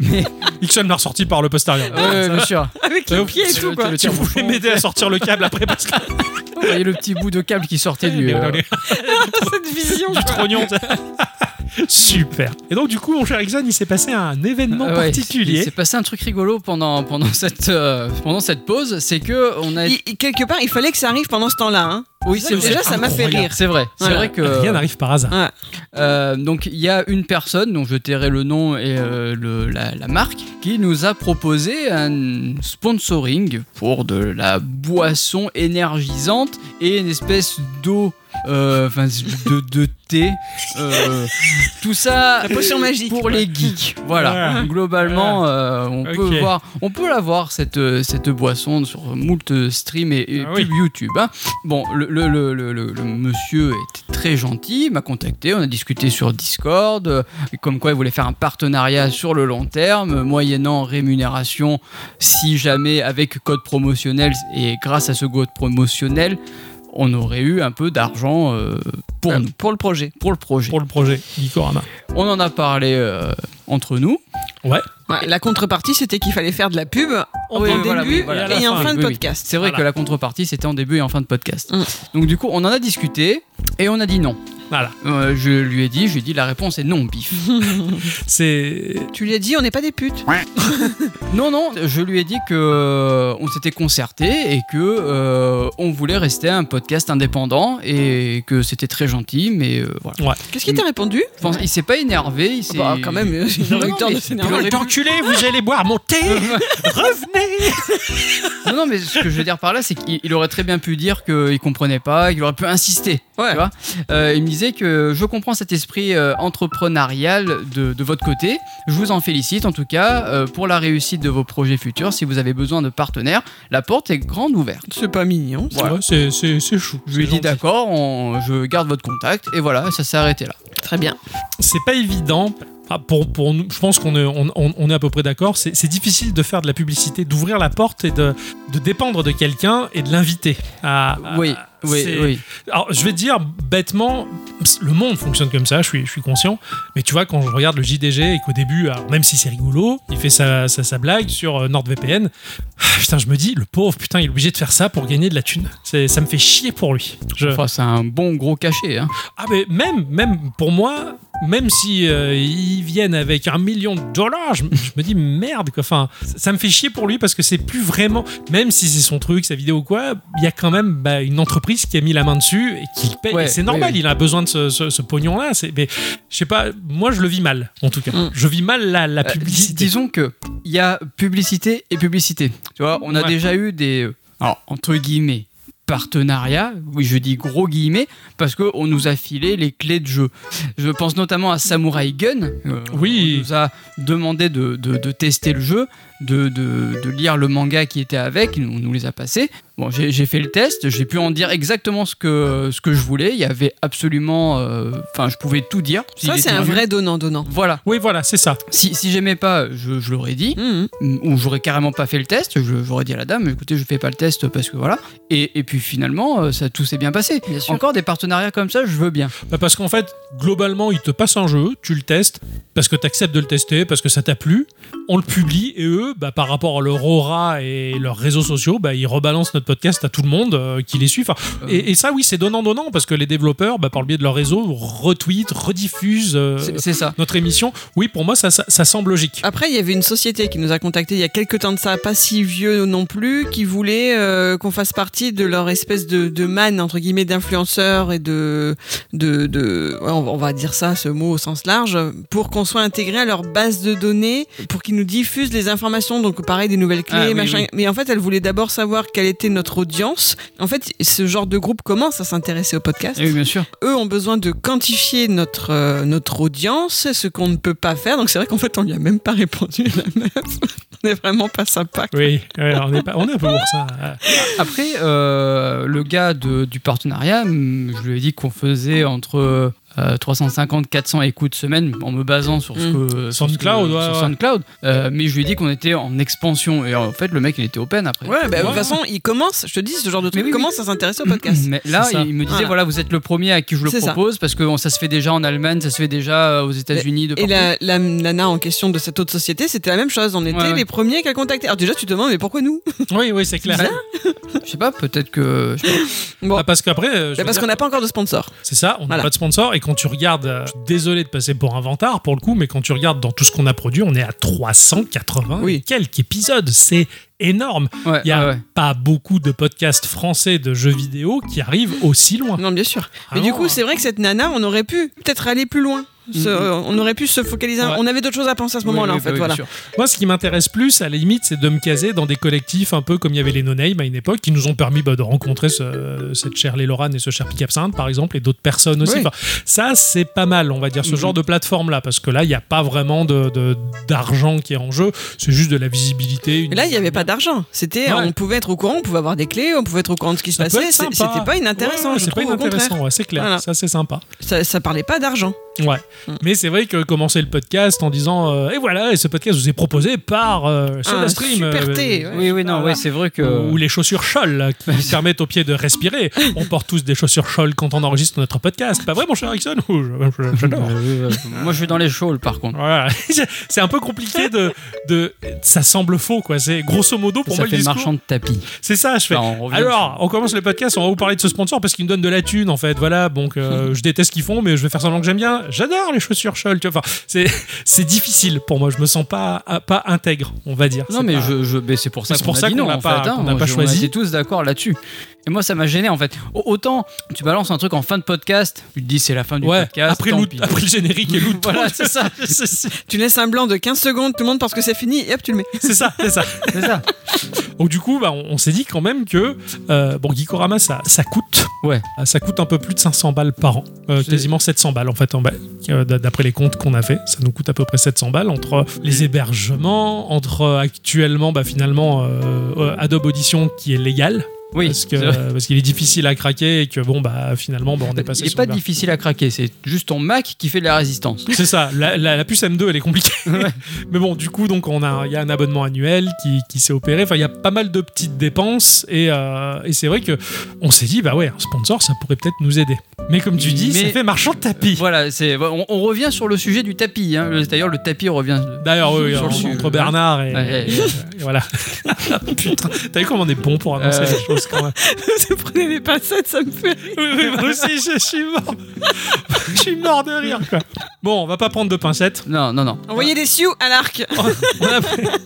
[SPEAKER 1] Ixon l'a ressorti par le postérieur.
[SPEAKER 2] Ouais, ouais, bien sûr.
[SPEAKER 3] Avec les pieds et tout, quoi.
[SPEAKER 2] Le
[SPEAKER 1] Si
[SPEAKER 2] tire
[SPEAKER 1] vous voulez m'aider à sortir le câble après parce que
[SPEAKER 2] Vous voyez le petit bout de câble qui sortait du. euh,
[SPEAKER 3] Cette vision.
[SPEAKER 1] du trognon. Super. Et donc du coup, mon cher Ixon, il s'est passé un événement
[SPEAKER 2] Ah ouais, Il s'est
[SPEAKER 1] particulier.
[SPEAKER 2] passé un truc rigolo pendant, pendant, cette, euh, pendant cette pause, c'est que on a.
[SPEAKER 3] Il- il- quelque part, il fallait que ça arrive pendant ce temps-là. hein.
[SPEAKER 2] Oui,
[SPEAKER 3] c'est- déjà, ça m'a fait
[SPEAKER 2] incroyable.
[SPEAKER 3] rire.
[SPEAKER 2] C'est vrai. C'est
[SPEAKER 3] Voilà.
[SPEAKER 2] vrai que.
[SPEAKER 1] Rien n'arrive par hasard.
[SPEAKER 3] Ouais.
[SPEAKER 2] Euh, donc il y a une personne dont je tairai le nom et euh, le- la, la marque qui nous a proposé un sponsoring pour de la boisson énergisante et une espèce d'eau, euh, enfin de, de thé, euh, tout ça
[SPEAKER 3] La potion magique,
[SPEAKER 2] pour
[SPEAKER 3] quoi.
[SPEAKER 2] les geeks. Voilà,
[SPEAKER 1] Ouais.
[SPEAKER 2] Donc, globalement euh, on
[SPEAKER 1] Ok.
[SPEAKER 2] peut voir, on peut la voir cette euh, cette boisson sur moult streams et, et
[SPEAKER 1] Ah oui.
[SPEAKER 2] pubs YouTube. hein. Bon, le, le- le- le- le- le monsieur était très gentil, il m'a contacté, on a discuté sur Discord, euh, comme quoi il voulait faire un partenariat sur le long terme, euh, moyennant rémunération, si jamais avec code promotionnel, et grâce à ce code promotionnel, on aurait eu un peu d'argent euh, pour nous,
[SPEAKER 3] Pour le projet.
[SPEAKER 2] pour le projet.
[SPEAKER 1] Pour le projet Gikorama.
[SPEAKER 2] On en a parlé euh, entre nous.
[SPEAKER 1] Ouais.
[SPEAKER 3] Ouais, la contrepartie, c'était qu'il fallait faire de la pub au
[SPEAKER 2] Oui,
[SPEAKER 3] début
[SPEAKER 2] voilà, oui, voilà.
[SPEAKER 1] Et à
[SPEAKER 3] et
[SPEAKER 1] la
[SPEAKER 3] en
[SPEAKER 1] fin,
[SPEAKER 3] fin
[SPEAKER 2] Oui,
[SPEAKER 3] de
[SPEAKER 2] oui, oui.
[SPEAKER 3] podcast.
[SPEAKER 2] C'est vrai
[SPEAKER 1] Voilà.
[SPEAKER 2] que la contrepartie, c'était en début et en fin de podcast.
[SPEAKER 3] Mm.
[SPEAKER 2] Donc du coup, on en a discuté et on a dit non.
[SPEAKER 1] Voilà.
[SPEAKER 2] Euh, je lui ai dit, je lui ai dit la réponse est non, bif.
[SPEAKER 1] C'est
[SPEAKER 3] Tu lui as dit, on n'est pas des putes.
[SPEAKER 2] Non, non, je lui ai dit que euh, on s'était concerté et que euh, on voulait rester un podcast indépendant et que c'était très gentil, mais euh, voilà.
[SPEAKER 3] Qu'est-ce qu'il t'a répondu
[SPEAKER 2] Je pense- il s'est pas énervé, il s'est.
[SPEAKER 3] Bah, quand même, euh, il
[SPEAKER 2] Non,
[SPEAKER 3] aurait eu
[SPEAKER 2] non,
[SPEAKER 3] le temps de
[SPEAKER 2] mais-
[SPEAKER 3] s'énerver.
[SPEAKER 2] il aurait pu-
[SPEAKER 1] Enculé, vous allez boire mon thé. Revenez.
[SPEAKER 2] Non, non, mais ce que je veux dire par là, c'est qu'il il aurait très bien pu dire qu'il comprenait pas, qu'il aurait pu insister.
[SPEAKER 3] Ouais.
[SPEAKER 2] Tu vois Euh, il me disait que je comprends cet esprit euh, entrepreneurial de, de votre côté. Je vous en félicite en tout cas euh, pour la réussite de vos projets futurs. Si vous avez besoin de partenaires, la porte est grande ouverte.
[SPEAKER 3] C'est pas mignon.
[SPEAKER 2] Voilà.
[SPEAKER 1] Ouais, c'est- c'est c'est chou.
[SPEAKER 2] Je lui ai
[SPEAKER 1] C'est
[SPEAKER 2] dit
[SPEAKER 1] gentil.
[SPEAKER 2] d'accord, on- je garde votre contact et voilà, ça s'est arrêté là.
[SPEAKER 3] Très bien.
[SPEAKER 1] c'est pas évident. Ah, Pour, pour nous, je pense qu'on est, on, on- on est à peu près d'accord. C'est c'est difficile de faire de la publicité, d'ouvrir la porte et de, de dépendre de quelqu'un et de l'inviter. à- à-
[SPEAKER 2] oui, oui,
[SPEAKER 1] Ah, c'est-
[SPEAKER 2] oui.
[SPEAKER 1] Alors, je vais te dire bêtement, le monde fonctionne comme ça, je suis, je suis conscient. Mais tu vois, quand je regarde le JDG et qu'au début, alors, même si c'est rigolo, il fait sa, sa, sa blague sur euh, NordVPN, ah, putain, je me dis, le pauvre, putain, il est obligé de faire ça pour gagner de la thune. C'est- Ça me fait chier pour lui. Je-
[SPEAKER 2] Enfin, c'est un bon gros cachet. Hein.
[SPEAKER 1] ah mais même, même pour moi, même si euh, ils viennent avec un million de dollars, je, je me dis merde quoi. Enfin, ça- ça me fait chier pour lui parce que c'est plus vraiment. Même si c'est son truc, sa vidéo ou quoi, il y a quand même bah, une entreprise qui a mis la main dessus et qui le paye.
[SPEAKER 2] Ouais,
[SPEAKER 1] Et c'est normal,
[SPEAKER 2] oui, oui.
[SPEAKER 1] il a besoin de ce, ce- ce pognon là. C'est, mais je sais pas, moi je le vis mal en tout cas.
[SPEAKER 3] Mm.
[SPEAKER 1] Je vis mal la, la
[SPEAKER 2] Euh, dis-
[SPEAKER 1] publicité.
[SPEAKER 2] disons que il y a publicité et publicité. Tu vois, on a
[SPEAKER 1] Ouais.
[SPEAKER 2] déjà eu des euh, alors, entre guillemets partenariats. Oui, je dis gros guillemets parce que on nous a filé les clés de jeu. Je pense notamment à Samurai Gun. euh,
[SPEAKER 1] Oui.
[SPEAKER 2] On nous a demandé de, de- de tester le jeu, de, de- de lire le manga qui était avec. On nous les a passés. Bon, j'ai j'ai fait le test, j'ai pu en dire exactement ce que, ce que je voulais. Il y avait absolument. euh, Enfin, je pouvais tout dire.
[SPEAKER 3] Ça,
[SPEAKER 2] Il
[SPEAKER 3] c'est
[SPEAKER 2] était
[SPEAKER 3] un
[SPEAKER 2] nul.
[SPEAKER 3] vrai donnant-donnant.
[SPEAKER 2] Voilà.
[SPEAKER 1] oui voilà, c'est ça.
[SPEAKER 2] Si, si j'aimais pas, je, je l'aurais dit.
[SPEAKER 3] Mhm.
[SPEAKER 2] Ou j'aurais carrément pas fait le test. je- J'aurais dit à la dame, écoutez, je fais pas le test parce que voilà. Et, et puis finalement, euh, ça tout s'est bien passé.
[SPEAKER 3] sûr.
[SPEAKER 2] Encore des partenariats comme ça, je veux bien.
[SPEAKER 1] Bah, parce qu'en fait, globalement, il te passe un jeu, tu le testes, parce que tu acceptes de le tester, parce que ça t'a plu, on le publie, et eux, bah, par rapport à leur aura et leurs réseaux sociaux, bah, ils rebalancent notre podcast à tout le monde euh, qui les suit. Enfin, et, et ça, oui, c'est donnant-donnant, parce que les développeurs, bah, par le biais de leur réseau, retweetent, rediffusent euh,
[SPEAKER 2] C'est c'est ça.
[SPEAKER 1] notre émission. Oui, pour moi, ça, ça, ça semble logique.
[SPEAKER 3] Après, il y avait une société qui nous a contactés il y a quelques temps de ça, pas si vieux non plus, qui voulait euh, qu'on fasse partie de leur espèce de, de man, entre guillemets, d'influenceurs et de. de, de ouais, on, va- on va dire ça, ce mot au sens large, pour qu'on soit intégré à leur base de données, pour qu'ils nous diffusent les informations, donc pareil, des nouvelles clés,
[SPEAKER 2] Ah, oui,
[SPEAKER 3] machin.
[SPEAKER 2] oui.
[SPEAKER 3] Mais en fait, elle voulait d'abord savoir quelle était notre audience. En fait, ce genre de groupe commence à s'intéresser au podcast.
[SPEAKER 2] Eh oui, bien sûr.
[SPEAKER 3] Eux ont besoin de quantifier notre, euh, notre audience, ce qu'on ne peut pas faire. Donc c'est vrai qu'en fait, on lui a même pas répondu, la meuf. on n'est vraiment pas sympa. quoi.
[SPEAKER 1] Oui, ouais, on, est pas- on est un peu boursin. hein.
[SPEAKER 2] Après, euh, le gars de- du partenariat, hum, je lui ai dit qu'on faisait entre euh, 350-400 écoutes semaine en me basant sur ce
[SPEAKER 1] Mm.
[SPEAKER 2] que. sur ce que-
[SPEAKER 1] SoundCloud, ouais,
[SPEAKER 2] sur
[SPEAKER 1] ouais.
[SPEAKER 2] SoundCloud. Euh, mais je lui ai dit qu'on était en expansion. Et en fait, le mec, il était open après.
[SPEAKER 3] Ouais, bah, de
[SPEAKER 2] Ouais.
[SPEAKER 3] toute façon, ils commencent, je te dis, ce genre de truc,
[SPEAKER 2] oui,
[SPEAKER 3] commence à s'intéresser au podcast.
[SPEAKER 2] Mais là,
[SPEAKER 3] C'est ça.
[SPEAKER 2] il me disait
[SPEAKER 3] Voilà.
[SPEAKER 2] voilà. vous êtes le premier à qui je le
[SPEAKER 3] C'est ça.
[SPEAKER 2] propose parce que bon, ça se fait déjà en Allemagne, ça se fait déjà euh, aux États-Unis. de
[SPEAKER 3] Et
[SPEAKER 2] partout.
[SPEAKER 3] la, la nana en question de cette autre société, c'était la même chose. On était
[SPEAKER 2] Ouais, ouais.
[SPEAKER 3] les premiers qu'elle contactait. Alors déjà, tu te demandes, mais pourquoi nous
[SPEAKER 1] Oui, oui, c'est clair.
[SPEAKER 3] Bizarre.
[SPEAKER 2] Je sais pas, peut-être que. je sais pas.
[SPEAKER 1] Ah, parce qu'après. euh, je
[SPEAKER 3] Bah,
[SPEAKER 1] veux
[SPEAKER 3] Parce
[SPEAKER 1] dire-
[SPEAKER 3] qu'on n'a pas encore de sponsor.
[SPEAKER 1] C'est ça, on n'a
[SPEAKER 3] Voilà.
[SPEAKER 1] pas de sponsor. Et quand tu regardes, euh, je suis désolé de passer pour un vantard pour le coup, mais quand tu regardes dans tout ce qu'on a produit, on est à 380
[SPEAKER 3] Oui. Ah
[SPEAKER 1] et quelques épisodes. C'est énorme.
[SPEAKER 2] Ouais,
[SPEAKER 1] Il n'y a
[SPEAKER 2] ouais, ouais.
[SPEAKER 1] pas beaucoup de podcasts français de jeux vidéo qui arrivent aussi loin.
[SPEAKER 3] Non, bien sûr. Mais
[SPEAKER 1] Ah
[SPEAKER 3] du
[SPEAKER 1] non,
[SPEAKER 3] coup,
[SPEAKER 1] hein.
[SPEAKER 3] c'est vrai que cette nana, on aurait pu peut-être aller plus loin. Se- euh, on aurait pu se focaliser.
[SPEAKER 1] Ouais.
[SPEAKER 3] On avait d'autres choses à penser à ce
[SPEAKER 2] Oui,
[SPEAKER 3] moment-là,
[SPEAKER 2] oui,
[SPEAKER 3] en fait.
[SPEAKER 2] bah oui,
[SPEAKER 3] voilà.
[SPEAKER 2] bien sûr.
[SPEAKER 1] Moi, ce qui m'intéresse plus, à la limite, c'est de me caser dans des collectifs un peu comme il y avait les No Name à une époque, qui nous ont permis bah, de rencontrer ce- cette chère Lorane et ce cher Pic Absinthe, par exemple, et d'autres personnes aussi.
[SPEAKER 2] Oui.
[SPEAKER 1] Enfin, ça, c'est pas mal, on va dire, ce
[SPEAKER 2] Mhm.
[SPEAKER 1] genre de plateforme-là, parce que là, il n'y a pas vraiment de- de- d'argent qui est en jeu, c'est juste de la visibilité. une-
[SPEAKER 3] Mais là, il n'y avait pas d'argent. C'était,
[SPEAKER 1] Ouais.
[SPEAKER 3] on pouvait être au courant, on pouvait avoir des clés, on pouvait être au courant de ce qui
[SPEAKER 1] Ça
[SPEAKER 3] se
[SPEAKER 1] peut
[SPEAKER 3] passait.
[SPEAKER 1] être
[SPEAKER 3] bah, C'est-
[SPEAKER 1] sympa.
[SPEAKER 3] C'était pas inintéressant.
[SPEAKER 1] Ouais, c'est
[SPEAKER 3] je
[SPEAKER 1] pas
[SPEAKER 3] trouve, au
[SPEAKER 1] inintéressant,
[SPEAKER 3] contraire.
[SPEAKER 1] ouais, c'est clair,
[SPEAKER 3] Voilà.
[SPEAKER 1] ça c'est sympa.
[SPEAKER 3] Ça, ça parlait pas d'argent.
[SPEAKER 1] Ouais.
[SPEAKER 3] Mm.
[SPEAKER 1] Mais c'est vrai que commencer le podcast en disant euh, et voilà, et ce podcast vous est proposé par euh, SodaStream.
[SPEAKER 3] super
[SPEAKER 1] euh,
[SPEAKER 3] thé, ouais.
[SPEAKER 2] Oui, oui, non, ouais, c'est vrai que.
[SPEAKER 1] Ou les chaussures Scholl qui permettent aux pieds de respirer. On porte tous des chaussures Scholl quand on enregistre notre podcast. Pas vrai, mon cher Erickson Ouh, je- je- J'adore.
[SPEAKER 2] Euh, Moi, je suis dans les shows, par contre.
[SPEAKER 1] Voilà. C'est un peu compliqué de, de. Ça semble faux, quoi. C'est grosso modo pour
[SPEAKER 2] ça
[SPEAKER 1] moi le
[SPEAKER 2] fait
[SPEAKER 1] discours.
[SPEAKER 2] marchand de tapis.
[SPEAKER 1] C'est ça, je fais.
[SPEAKER 2] Enfin, on revient
[SPEAKER 1] Alors, on commence le podcast, on va vous parler de ce sponsor parce qu'il me donne de la thune en fait. Voilà, donc euh, je déteste ce qu'ils font, mais je vais faire semblant que j'aime bien. J'adore les chaussures Scholl, tu vois. Enfin, c'est, c'est difficile pour moi, je me sens pas, pas intègre, on va dire.
[SPEAKER 2] Non,
[SPEAKER 1] C'est
[SPEAKER 2] mais
[SPEAKER 1] pas-
[SPEAKER 2] je, je- mais c'est pour ça
[SPEAKER 1] C'est
[SPEAKER 2] qu'on
[SPEAKER 1] pour
[SPEAKER 2] a
[SPEAKER 1] ça
[SPEAKER 2] dit
[SPEAKER 1] qu'on
[SPEAKER 2] non,
[SPEAKER 1] l'a
[SPEAKER 2] en
[SPEAKER 1] pas-
[SPEAKER 2] fait, hein.
[SPEAKER 1] qu'on n'a pas
[SPEAKER 2] Je-
[SPEAKER 1] choisi.
[SPEAKER 2] On était tous d'accord là-dessus. Et moi, ça m'a gêné en fait. Au- Autant tu balances un truc en fin de podcast, tu te dis c'est la fin du
[SPEAKER 1] Ouais,
[SPEAKER 2] podcast.
[SPEAKER 1] après,
[SPEAKER 2] tant
[SPEAKER 1] l'out-
[SPEAKER 2] pis.
[SPEAKER 1] après le générique et l'out.
[SPEAKER 2] Voilà, c'est ça.
[SPEAKER 1] c'est, c'est-
[SPEAKER 3] Tu laisses un blanc de 15 secondes, tout le monde pense que c'est fini, et hop, tu le mets.
[SPEAKER 1] c'est ça, c'est ça.
[SPEAKER 2] C'est ça.
[SPEAKER 1] Donc du coup, bah, on, on s'est dit quand même que euh, bon, Geekorama, ça, ça coûte.
[SPEAKER 2] Ouais.
[SPEAKER 1] Ah, Ça coûte un peu plus de 500 balles par an, Euh,
[SPEAKER 2] C'est-
[SPEAKER 1] quasiment 700 balles en fait, en bas. Euh, d- d'après les comptes qu'on a fait, ça nous coûte à peu près 700 balles entre les hébergements, entre euh, actuellement bah, finalement euh, euh, Adobe Audition qui est légal.
[SPEAKER 2] Oui.
[SPEAKER 1] parce que
[SPEAKER 2] c'est vrai.
[SPEAKER 1] parce qu'il est difficile à craquer et que bon bah finalement bah, on est passé
[SPEAKER 2] Il est
[SPEAKER 1] sur
[SPEAKER 2] pas
[SPEAKER 1] le bar-
[SPEAKER 2] difficile à craquer, c'est juste ton Mac qui fait de la résistance.
[SPEAKER 1] c'est ça, la, la- la puce M2 elle est compliquée.
[SPEAKER 2] Ouais.
[SPEAKER 1] Mais bon, du coup, donc on a, il y a un abonnement annuel qui, qui s'est opéré. Enfin, il y a pas mal de petites dépenses et, euh, et c'est vrai que on s'est dit bah ouais, un sponsor ça pourrait peut-être nous aider. Mais comme tu dis,
[SPEAKER 2] Mais-
[SPEAKER 1] ça fait marchand de tapis.
[SPEAKER 2] Voilà, c'est on, on revient sur le sujet du tapis. hein.
[SPEAKER 1] Euh.
[SPEAKER 2] Le- D'ailleurs, le tapis revient.
[SPEAKER 1] D'ailleurs, oui, oui,
[SPEAKER 2] Sur le
[SPEAKER 1] en-
[SPEAKER 2] sujet.
[SPEAKER 1] entre Bernard et,
[SPEAKER 2] Ouais.
[SPEAKER 1] et, euh, et voilà. Putain, t'as vu comment on est bon pour annoncer
[SPEAKER 2] Euh.
[SPEAKER 1] les choses quand même.
[SPEAKER 3] Prenez les pincettes, ça me fait.
[SPEAKER 1] Oui, oui, moi aussi, je suis mort. je suis mort de rire quoi. Bon, on va pas prendre de pincettes.
[SPEAKER 2] Non, non, non.
[SPEAKER 3] Envoyez des sioux à l'arc.
[SPEAKER 1] On a,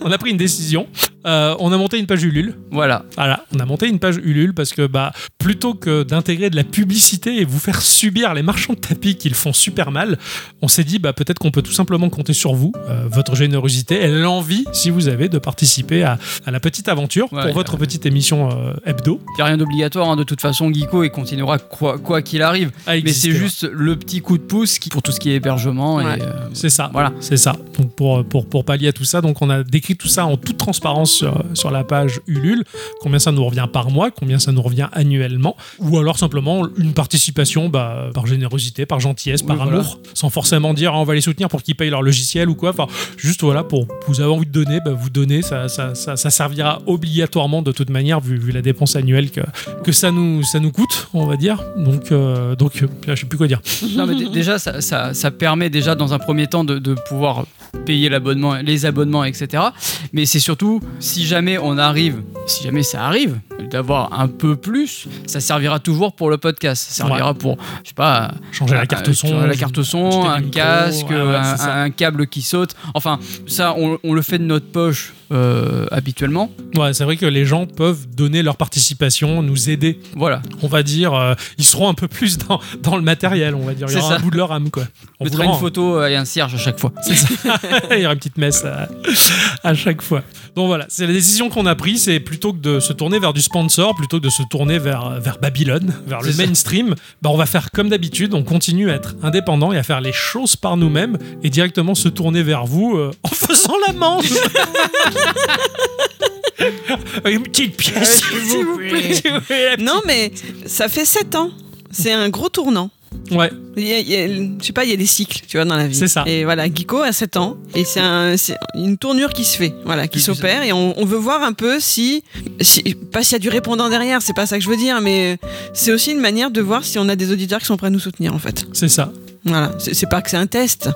[SPEAKER 1] on a pris une décision. Euh, on a monté une page Ulule.
[SPEAKER 2] Voilà.
[SPEAKER 1] Voilà, on a monté une page Ulule parce que bah plutôt que d'intégrer de la publicité et vous faire subir les marchands de tapis qu'ils font super mal, on s'est dit bah peut-être qu'on peut tout simplement compter sur vous, euh, votre générosité et l'envie si vous avez de participer à, à la petite aventure
[SPEAKER 2] Ouais,
[SPEAKER 1] pour votre petite émission euh, hebdo.
[SPEAKER 2] Il n'y a rien d'obligatoire hein, de toute façon. Geeko et continuera quoi quoi qu'il arrive.
[SPEAKER 1] à
[SPEAKER 2] Mais
[SPEAKER 1] exister.
[SPEAKER 2] c'est
[SPEAKER 1] hein.
[SPEAKER 2] juste le petit coup de pouce qui- pour tout ce qui est hébergement
[SPEAKER 3] Ouais.
[SPEAKER 2] et euh,
[SPEAKER 1] C'est ça,
[SPEAKER 2] Voilà.
[SPEAKER 1] c'est ça. Donc pour, pour, pour pallier à tout ça, donc on a décrit tout ça en toute transparence sur, sur la page Ulule, combien ça nous revient par mois, combien ça nous revient annuellement, ou alors simplement une participation bah, par générosité, par gentillesse, par
[SPEAKER 2] Oui, voilà.
[SPEAKER 1] amour, sans forcément dire Ah, on va les soutenir pour qu'ils payent leur logiciel ou quoi. Enfin, juste voilà, pour vous avez envie de donner, bah, vous donnez, ça, ça, ça, ça servira obligatoirement de toute manière, vu, vu la dépense annuelle que, que ça, nous, ça nous coûte, on va dire. Donc, euh, donc euh, je sais plus quoi dire.
[SPEAKER 2] Non, mais dé- déjà, ça, ça- ça permet déjà dans un premier temps de, de pouvoir payer l'abonnement, les abonnements, etc. Mais c'est surtout si jamais on arrive, si jamais ça arrive, d'avoir un peu plus, ça servira toujours pour le podcast. Ça servira pour, je sais pas,
[SPEAKER 1] Changer la carte
[SPEAKER 2] euh,
[SPEAKER 1] son,
[SPEAKER 2] changer la carte son,
[SPEAKER 1] acheter des
[SPEAKER 2] un
[SPEAKER 1] micros,
[SPEAKER 2] casque,
[SPEAKER 1] ouais, ouais,
[SPEAKER 2] euh,
[SPEAKER 1] c'est ça.
[SPEAKER 2] un, un câble qui saute. Enfin, ça, on, on le fait de notre poche euh, habituellement.
[SPEAKER 1] Ouais, c'est vrai que les gens peuvent donner leur participation, nous aider.
[SPEAKER 2] Voilà.
[SPEAKER 1] On va dire, euh, ils seront un peu plus dans, dans le matériel, on va dire. Il y
[SPEAKER 2] C'est
[SPEAKER 1] aura
[SPEAKER 2] ça.
[SPEAKER 1] un bout de leur âme, quoi.
[SPEAKER 2] On
[SPEAKER 1] vous
[SPEAKER 2] mettra
[SPEAKER 1] le
[SPEAKER 2] une
[SPEAKER 1] rend.
[SPEAKER 2] photo euh, et un cierge à chaque fois.
[SPEAKER 1] Il y aura une petite messe à, à chaque fois. Donc voilà, c'est la décision qu'on a prise, c'est plutôt que de se tourner vers du sponsor, plutôt que de se tourner vers, vers Babylone, vers le
[SPEAKER 2] C'est ça.
[SPEAKER 1] mainstream, bah on va faire comme d'habitude, on continue à être indépendant et à faire les choses par nous-mêmes et directement se tourner vers vous euh, en faisant la manche. une petite pièce, s'il vous plaît.
[SPEAKER 3] Non, mais ça fait 7 ans. C'est un gros tournant.
[SPEAKER 1] Ouais,
[SPEAKER 3] Il y a- il y a- je sais pas, il y a des cycles, tu vois, dans la vie.
[SPEAKER 1] C'est ça.
[SPEAKER 3] Et voilà, Guico a 7 ans, et c'est un- c'est une tournure qui se fait, voilà, qui
[SPEAKER 2] Plus
[SPEAKER 3] s'opère, et on, on veut voir un peu si, si- pas s'il y a du répondant derrière, c'est pas ça que je veux dire, mais c'est aussi une manière de voir si on a des auditeurs qui sont prêts à nous soutenir, en fait.
[SPEAKER 1] c'est ça.
[SPEAKER 3] Voilà, c'est c'est pas que c'est un test,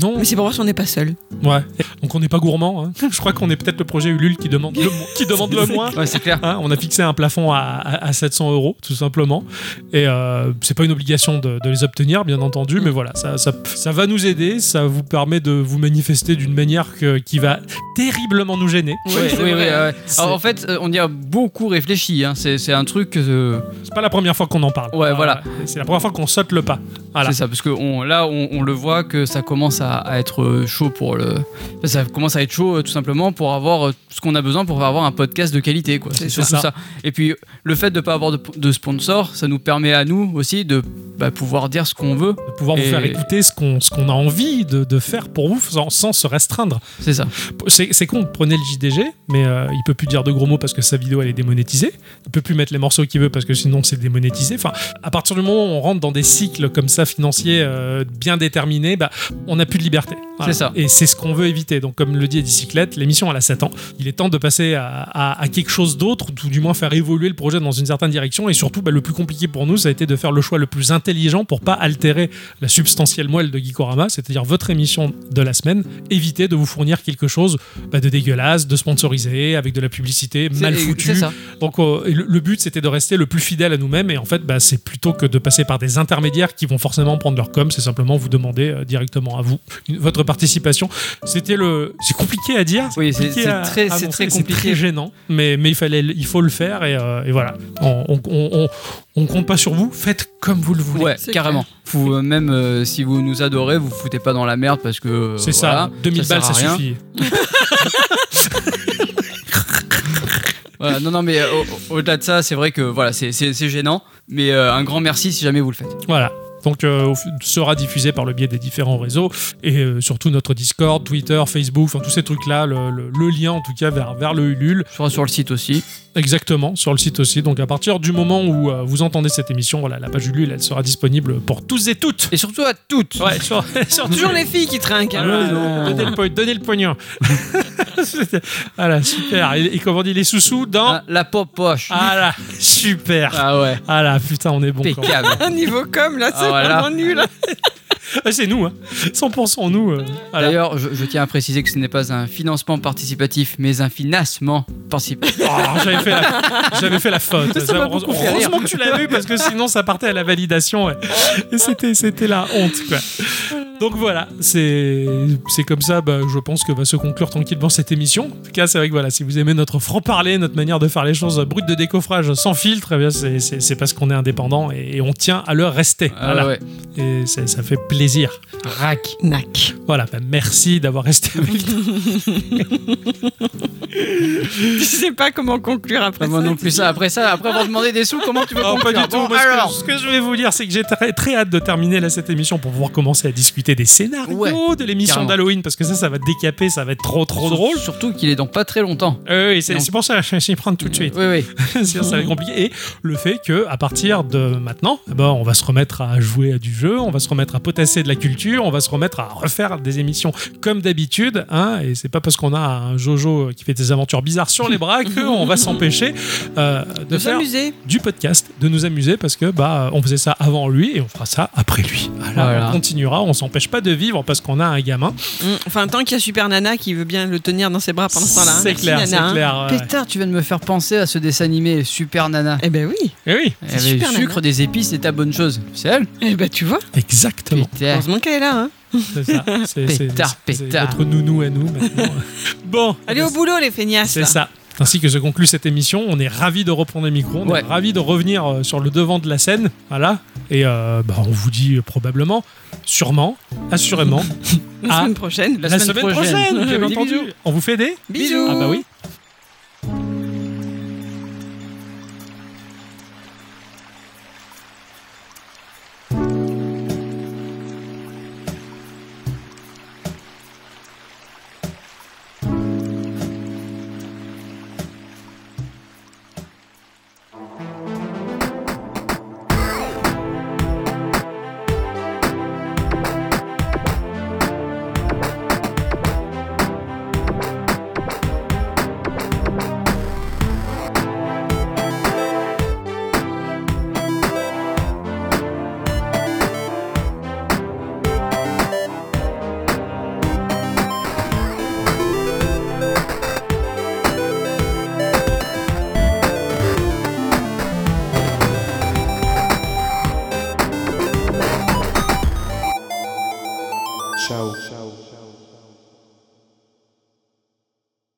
[SPEAKER 1] Non,
[SPEAKER 3] mais c'est pour voir si on n'est pas seul.
[SPEAKER 1] ouais. Donc on n'est pas gourmand. hein. Je crois qu'on est peut-être le projet Ulule qui demande le, mo- qui demande le moins.
[SPEAKER 2] Ouais, c'est clair.
[SPEAKER 1] Hein, on a fixé un plafond à, à- à 700 euros, tout simplement. Et euh, c'est pas une obligation de, de les obtenir, bien entendu, mais voilà, ça, ça, ça va nous aider, ça vous permet de vous manifester d'une manière que- qui va terriblement nous gêner.
[SPEAKER 2] Oui, oui,
[SPEAKER 3] c'est
[SPEAKER 2] oui,
[SPEAKER 3] vrai.
[SPEAKER 2] ouais.
[SPEAKER 1] C'est-
[SPEAKER 2] hein. Alors, en fait, euh, on y a beaucoup réfléchi. hein. C'est c'est un truc. euh,
[SPEAKER 1] C'est pas la première fois qu'on en parle. Ah,
[SPEAKER 2] Ouais, voilà.
[SPEAKER 1] C'est la première fois qu'on saute le pas. Voilà.
[SPEAKER 2] C'est ça, parce que on- là, on, on le voit que ça commence à, à être euh, chaud pour le. Ça commence à être chaud, euh, tout simplement, pour avoir euh, ce qu'on a besoin pour avoir un podcast de qualité, quoi. C'est
[SPEAKER 1] C'est
[SPEAKER 2] surtout
[SPEAKER 1] ça.
[SPEAKER 2] ça. Et puis, le fait de ne pas avoir de, de sponsor, ça nous permet à nous aussi de bah, pouvoir dire ce qu'on veut.
[SPEAKER 1] De pouvoir vous
[SPEAKER 2] Et-
[SPEAKER 1] faire écouter ce qu'on ce qu'on a envie de, de faire pour vous sans, sans se restreindre.
[SPEAKER 2] C'est ça.
[SPEAKER 1] C'est c'est con, prenez le JDG, mais euh, il peut plus dire de gros mots parce que sa vidéo elle est démonétisée. Il peut plus mettre les morceaux qu'il veut parce que sinon c'est démonétisé. Enfin, à partir du moment où on rentre dans des cycles comme ça financiers euh, bien déterminés, bah, on n'a plus de liberté.
[SPEAKER 2] C'est ça.
[SPEAKER 1] Et c'est ce qu'on veut éviter. Donc, comme le dit Edicyclette, l'émission elle a 7 ans. Il est temps de passer à, à- à quelque chose d'autre, ou du moins faire évoluer le projet dans une certaine direction. Et surtout, bah, le plus compliqué pour nous, ça a été de faire le choix le plus intelligent pour pas altérer la substantielle moelle de Geekorama, c'est-à-dire votre émission de la semaine. Évitez de vous fournir quelque chose bah, de dégueulasse, de sponsorisé, avec de la publicité
[SPEAKER 2] C'est-
[SPEAKER 1] mal
[SPEAKER 2] et-
[SPEAKER 1] foutue.
[SPEAKER 2] C'est ça.
[SPEAKER 1] Donc euh, et le, le but c'était de rester le plus fidèle à nous-mêmes et en fait bah, c'est plutôt que de passer par des intermédiaires qui vont forcément prendre leur com, c'est simplement vous demander euh, directement à vous une- votre participation. C'était le c'est compliqué à dire,
[SPEAKER 2] Oui, c'est
[SPEAKER 1] compliqué
[SPEAKER 2] c'est
[SPEAKER 1] à-
[SPEAKER 2] très,
[SPEAKER 1] à
[SPEAKER 2] c'est
[SPEAKER 1] montrer,
[SPEAKER 2] très compliqué.
[SPEAKER 1] très gênant, mais mais il fallait il faut le faire et, euh, et voilà. On, on, on- on- on compte pas sur vous, faites comme vous le voulez.
[SPEAKER 2] Ouais,
[SPEAKER 3] C'est
[SPEAKER 2] carrément. Vous, euh, même euh, si vous nous adorez, vous vous foutez pas dans la merde parce que. euh,
[SPEAKER 1] C'est ça,
[SPEAKER 2] voilà,
[SPEAKER 1] 2000
[SPEAKER 2] sert
[SPEAKER 1] balles ça
[SPEAKER 2] à rien.
[SPEAKER 1] suffit.
[SPEAKER 2] Voilà, non, non, mais euh, au- au-delà de ça, c'est vrai que voilà, c'est- c'est c'est gênant. Mais euh, un grand merci si jamais vous le faites.
[SPEAKER 1] Voilà. Donc, euh, au f- sera diffusé par le biais des différents réseaux et euh, surtout notre Discord, Twitter, Facebook, enfin tous ces trucs-là. Le, le- le lien en tout cas vers, vers le Ulule,
[SPEAKER 2] Je serai sur le site aussi.
[SPEAKER 1] exactement, sur le site aussi. Donc, à partir du moment où euh, vous entendez cette émission, voilà, la page Ulule, elle sera disponible pour tous et toutes.
[SPEAKER 2] Et surtout à toutes.
[SPEAKER 1] Ouais, sur, sur
[SPEAKER 3] Toujours les filles qui trinquent. hein.
[SPEAKER 1] Voilà,
[SPEAKER 2] Ah non.
[SPEAKER 1] donnez, le, po- donnez le pognon. voilà, super. Et, et comment on dit les sous-sous dans.
[SPEAKER 2] Ah, la pop poche.
[SPEAKER 1] Ah là, super.
[SPEAKER 2] Ah ouais.
[SPEAKER 1] Ah là, putain, on est bon. quand même.
[SPEAKER 2] Impeccable.
[SPEAKER 3] Un niveau com, là,
[SPEAKER 2] Ah,
[SPEAKER 3] c'est
[SPEAKER 2] voilà.
[SPEAKER 3] vraiment nul. hein.
[SPEAKER 1] Ah, C'est nous, hein. 100% nous. euh. Voilà.
[SPEAKER 2] D'ailleurs, je, je tiens à préciser que ce n'est pas un financement participatif, mais un financement participatif.
[SPEAKER 1] Oh, j'avais fait la, j'avais fait la faute.
[SPEAKER 2] Ça m'a beaucoup fait
[SPEAKER 1] heureusement
[SPEAKER 2] rire.
[SPEAKER 1] que tu l'as vu parce que sinon ça partait à la validation. ouais. Et c'était, c'était la honte. quoi. Donc voilà, c'est, c'est comme ça. bah, je pense que va se conclure tranquillement cette émission. En tout cas, c'est vrai que voilà, si vous aimez notre franc parler, notre manière de faire les choses euh, brute de décoffrage sans filtre, eh bien, c'est, c'est- c'est parce qu'on est indépendant et, et on tient à le rester.
[SPEAKER 2] Ah
[SPEAKER 1] Voilà.
[SPEAKER 2] ouais.
[SPEAKER 1] Et c'est- ça fait plaisir.
[SPEAKER 2] Rack.
[SPEAKER 3] Nac.
[SPEAKER 1] Voilà, bah, merci d'avoir resté avec nous.
[SPEAKER 3] Je sais pas comment conclure après
[SPEAKER 2] Moi
[SPEAKER 3] ça.
[SPEAKER 2] non plus ça. Après ça, après avoir demandé des sous, comment tu veux
[SPEAKER 1] Non, pas
[SPEAKER 2] conclure
[SPEAKER 1] du tout.
[SPEAKER 2] Bon,
[SPEAKER 1] parce que
[SPEAKER 2] alors.
[SPEAKER 1] ce que je vais vous dire, c'est que j'ai très, très hâte de terminer là, cette émission pour pouvoir commencer à discuter des scénarios
[SPEAKER 2] Ouais,
[SPEAKER 1] de l'émission
[SPEAKER 2] carrément.
[SPEAKER 1] d'Halloween, parce que ça, ça va décaper, ça va être trop, trop drôle.
[SPEAKER 2] Surtout qu'il est dans pas très longtemps.
[SPEAKER 1] Euh, oui, c'est
[SPEAKER 2] Non.
[SPEAKER 1] c'est pour ça que je vais y prendre tout de suite.
[SPEAKER 2] Oui, oui.
[SPEAKER 1] Sinon, ça va être compliqué. Et le fait que à partir de maintenant, eh ben, on va se remettre à jouer à du jeu, on va se remettre à potasser de la culture, on va se remettre à refaire des émissions comme d'habitude. hein, et c'est pas parce qu'on a un Jojo qui fait des aventures bizarres sur les bras qu'on va s'empêcher euh, de
[SPEAKER 3] De
[SPEAKER 1] faire
[SPEAKER 3] s'amuser.
[SPEAKER 1] du podcast, de nous amuser parce que bah on faisait ça avant lui et on fera ça après lui. Voilà,
[SPEAKER 2] Voilà.
[SPEAKER 1] on continuera, on s'empêchera empêche pas de vivre parce qu'on a un gamin.
[SPEAKER 3] Mm, Enfin, tant qu'il y a Super Nana qui veut bien le tenir dans ses bras pendant ce temps-là. hein.
[SPEAKER 1] C'est
[SPEAKER 3] Merci,
[SPEAKER 1] clair,
[SPEAKER 3] Nana,
[SPEAKER 1] c'est
[SPEAKER 3] hein.
[SPEAKER 1] clair, ouais.
[SPEAKER 2] Pétard, tu viens de me faire penser à ce dessin animé Super Nana.
[SPEAKER 3] Eh ben oui.
[SPEAKER 1] Eh oui,
[SPEAKER 2] Il y
[SPEAKER 3] c'est
[SPEAKER 2] avait du
[SPEAKER 3] Super
[SPEAKER 2] sucre,
[SPEAKER 3] Nana.
[SPEAKER 2] des épices et ta bonne chose. C'est elle
[SPEAKER 3] Eh ben tu vois,
[SPEAKER 1] exactement.
[SPEAKER 2] Pétard.
[SPEAKER 3] heureusement qu'elle est là. hein.
[SPEAKER 1] C'est ça. C'est- c'est-
[SPEAKER 2] Pétard,
[SPEAKER 1] c'est- c'est
[SPEAKER 2] pétard.
[SPEAKER 1] Notre nounou à nous maintenant. bon,
[SPEAKER 3] Allez au boulot les feignasses.
[SPEAKER 1] Ah, c'est
[SPEAKER 3] là.
[SPEAKER 1] ça. Ainsi que se conclut cette émission, on est ravis de reprendre les micros, on
[SPEAKER 2] Ouais.
[SPEAKER 1] est ravis de revenir euh, sur le devant de la scène, voilà. Et euh, bah, on vous dit euh, probablement, sûrement, assurément,
[SPEAKER 3] La
[SPEAKER 1] à
[SPEAKER 3] semaine prochaine.
[SPEAKER 1] la, semaine, prochaine, bien entendu. On vous fait des
[SPEAKER 3] Bisous.
[SPEAKER 1] Ah bah oui.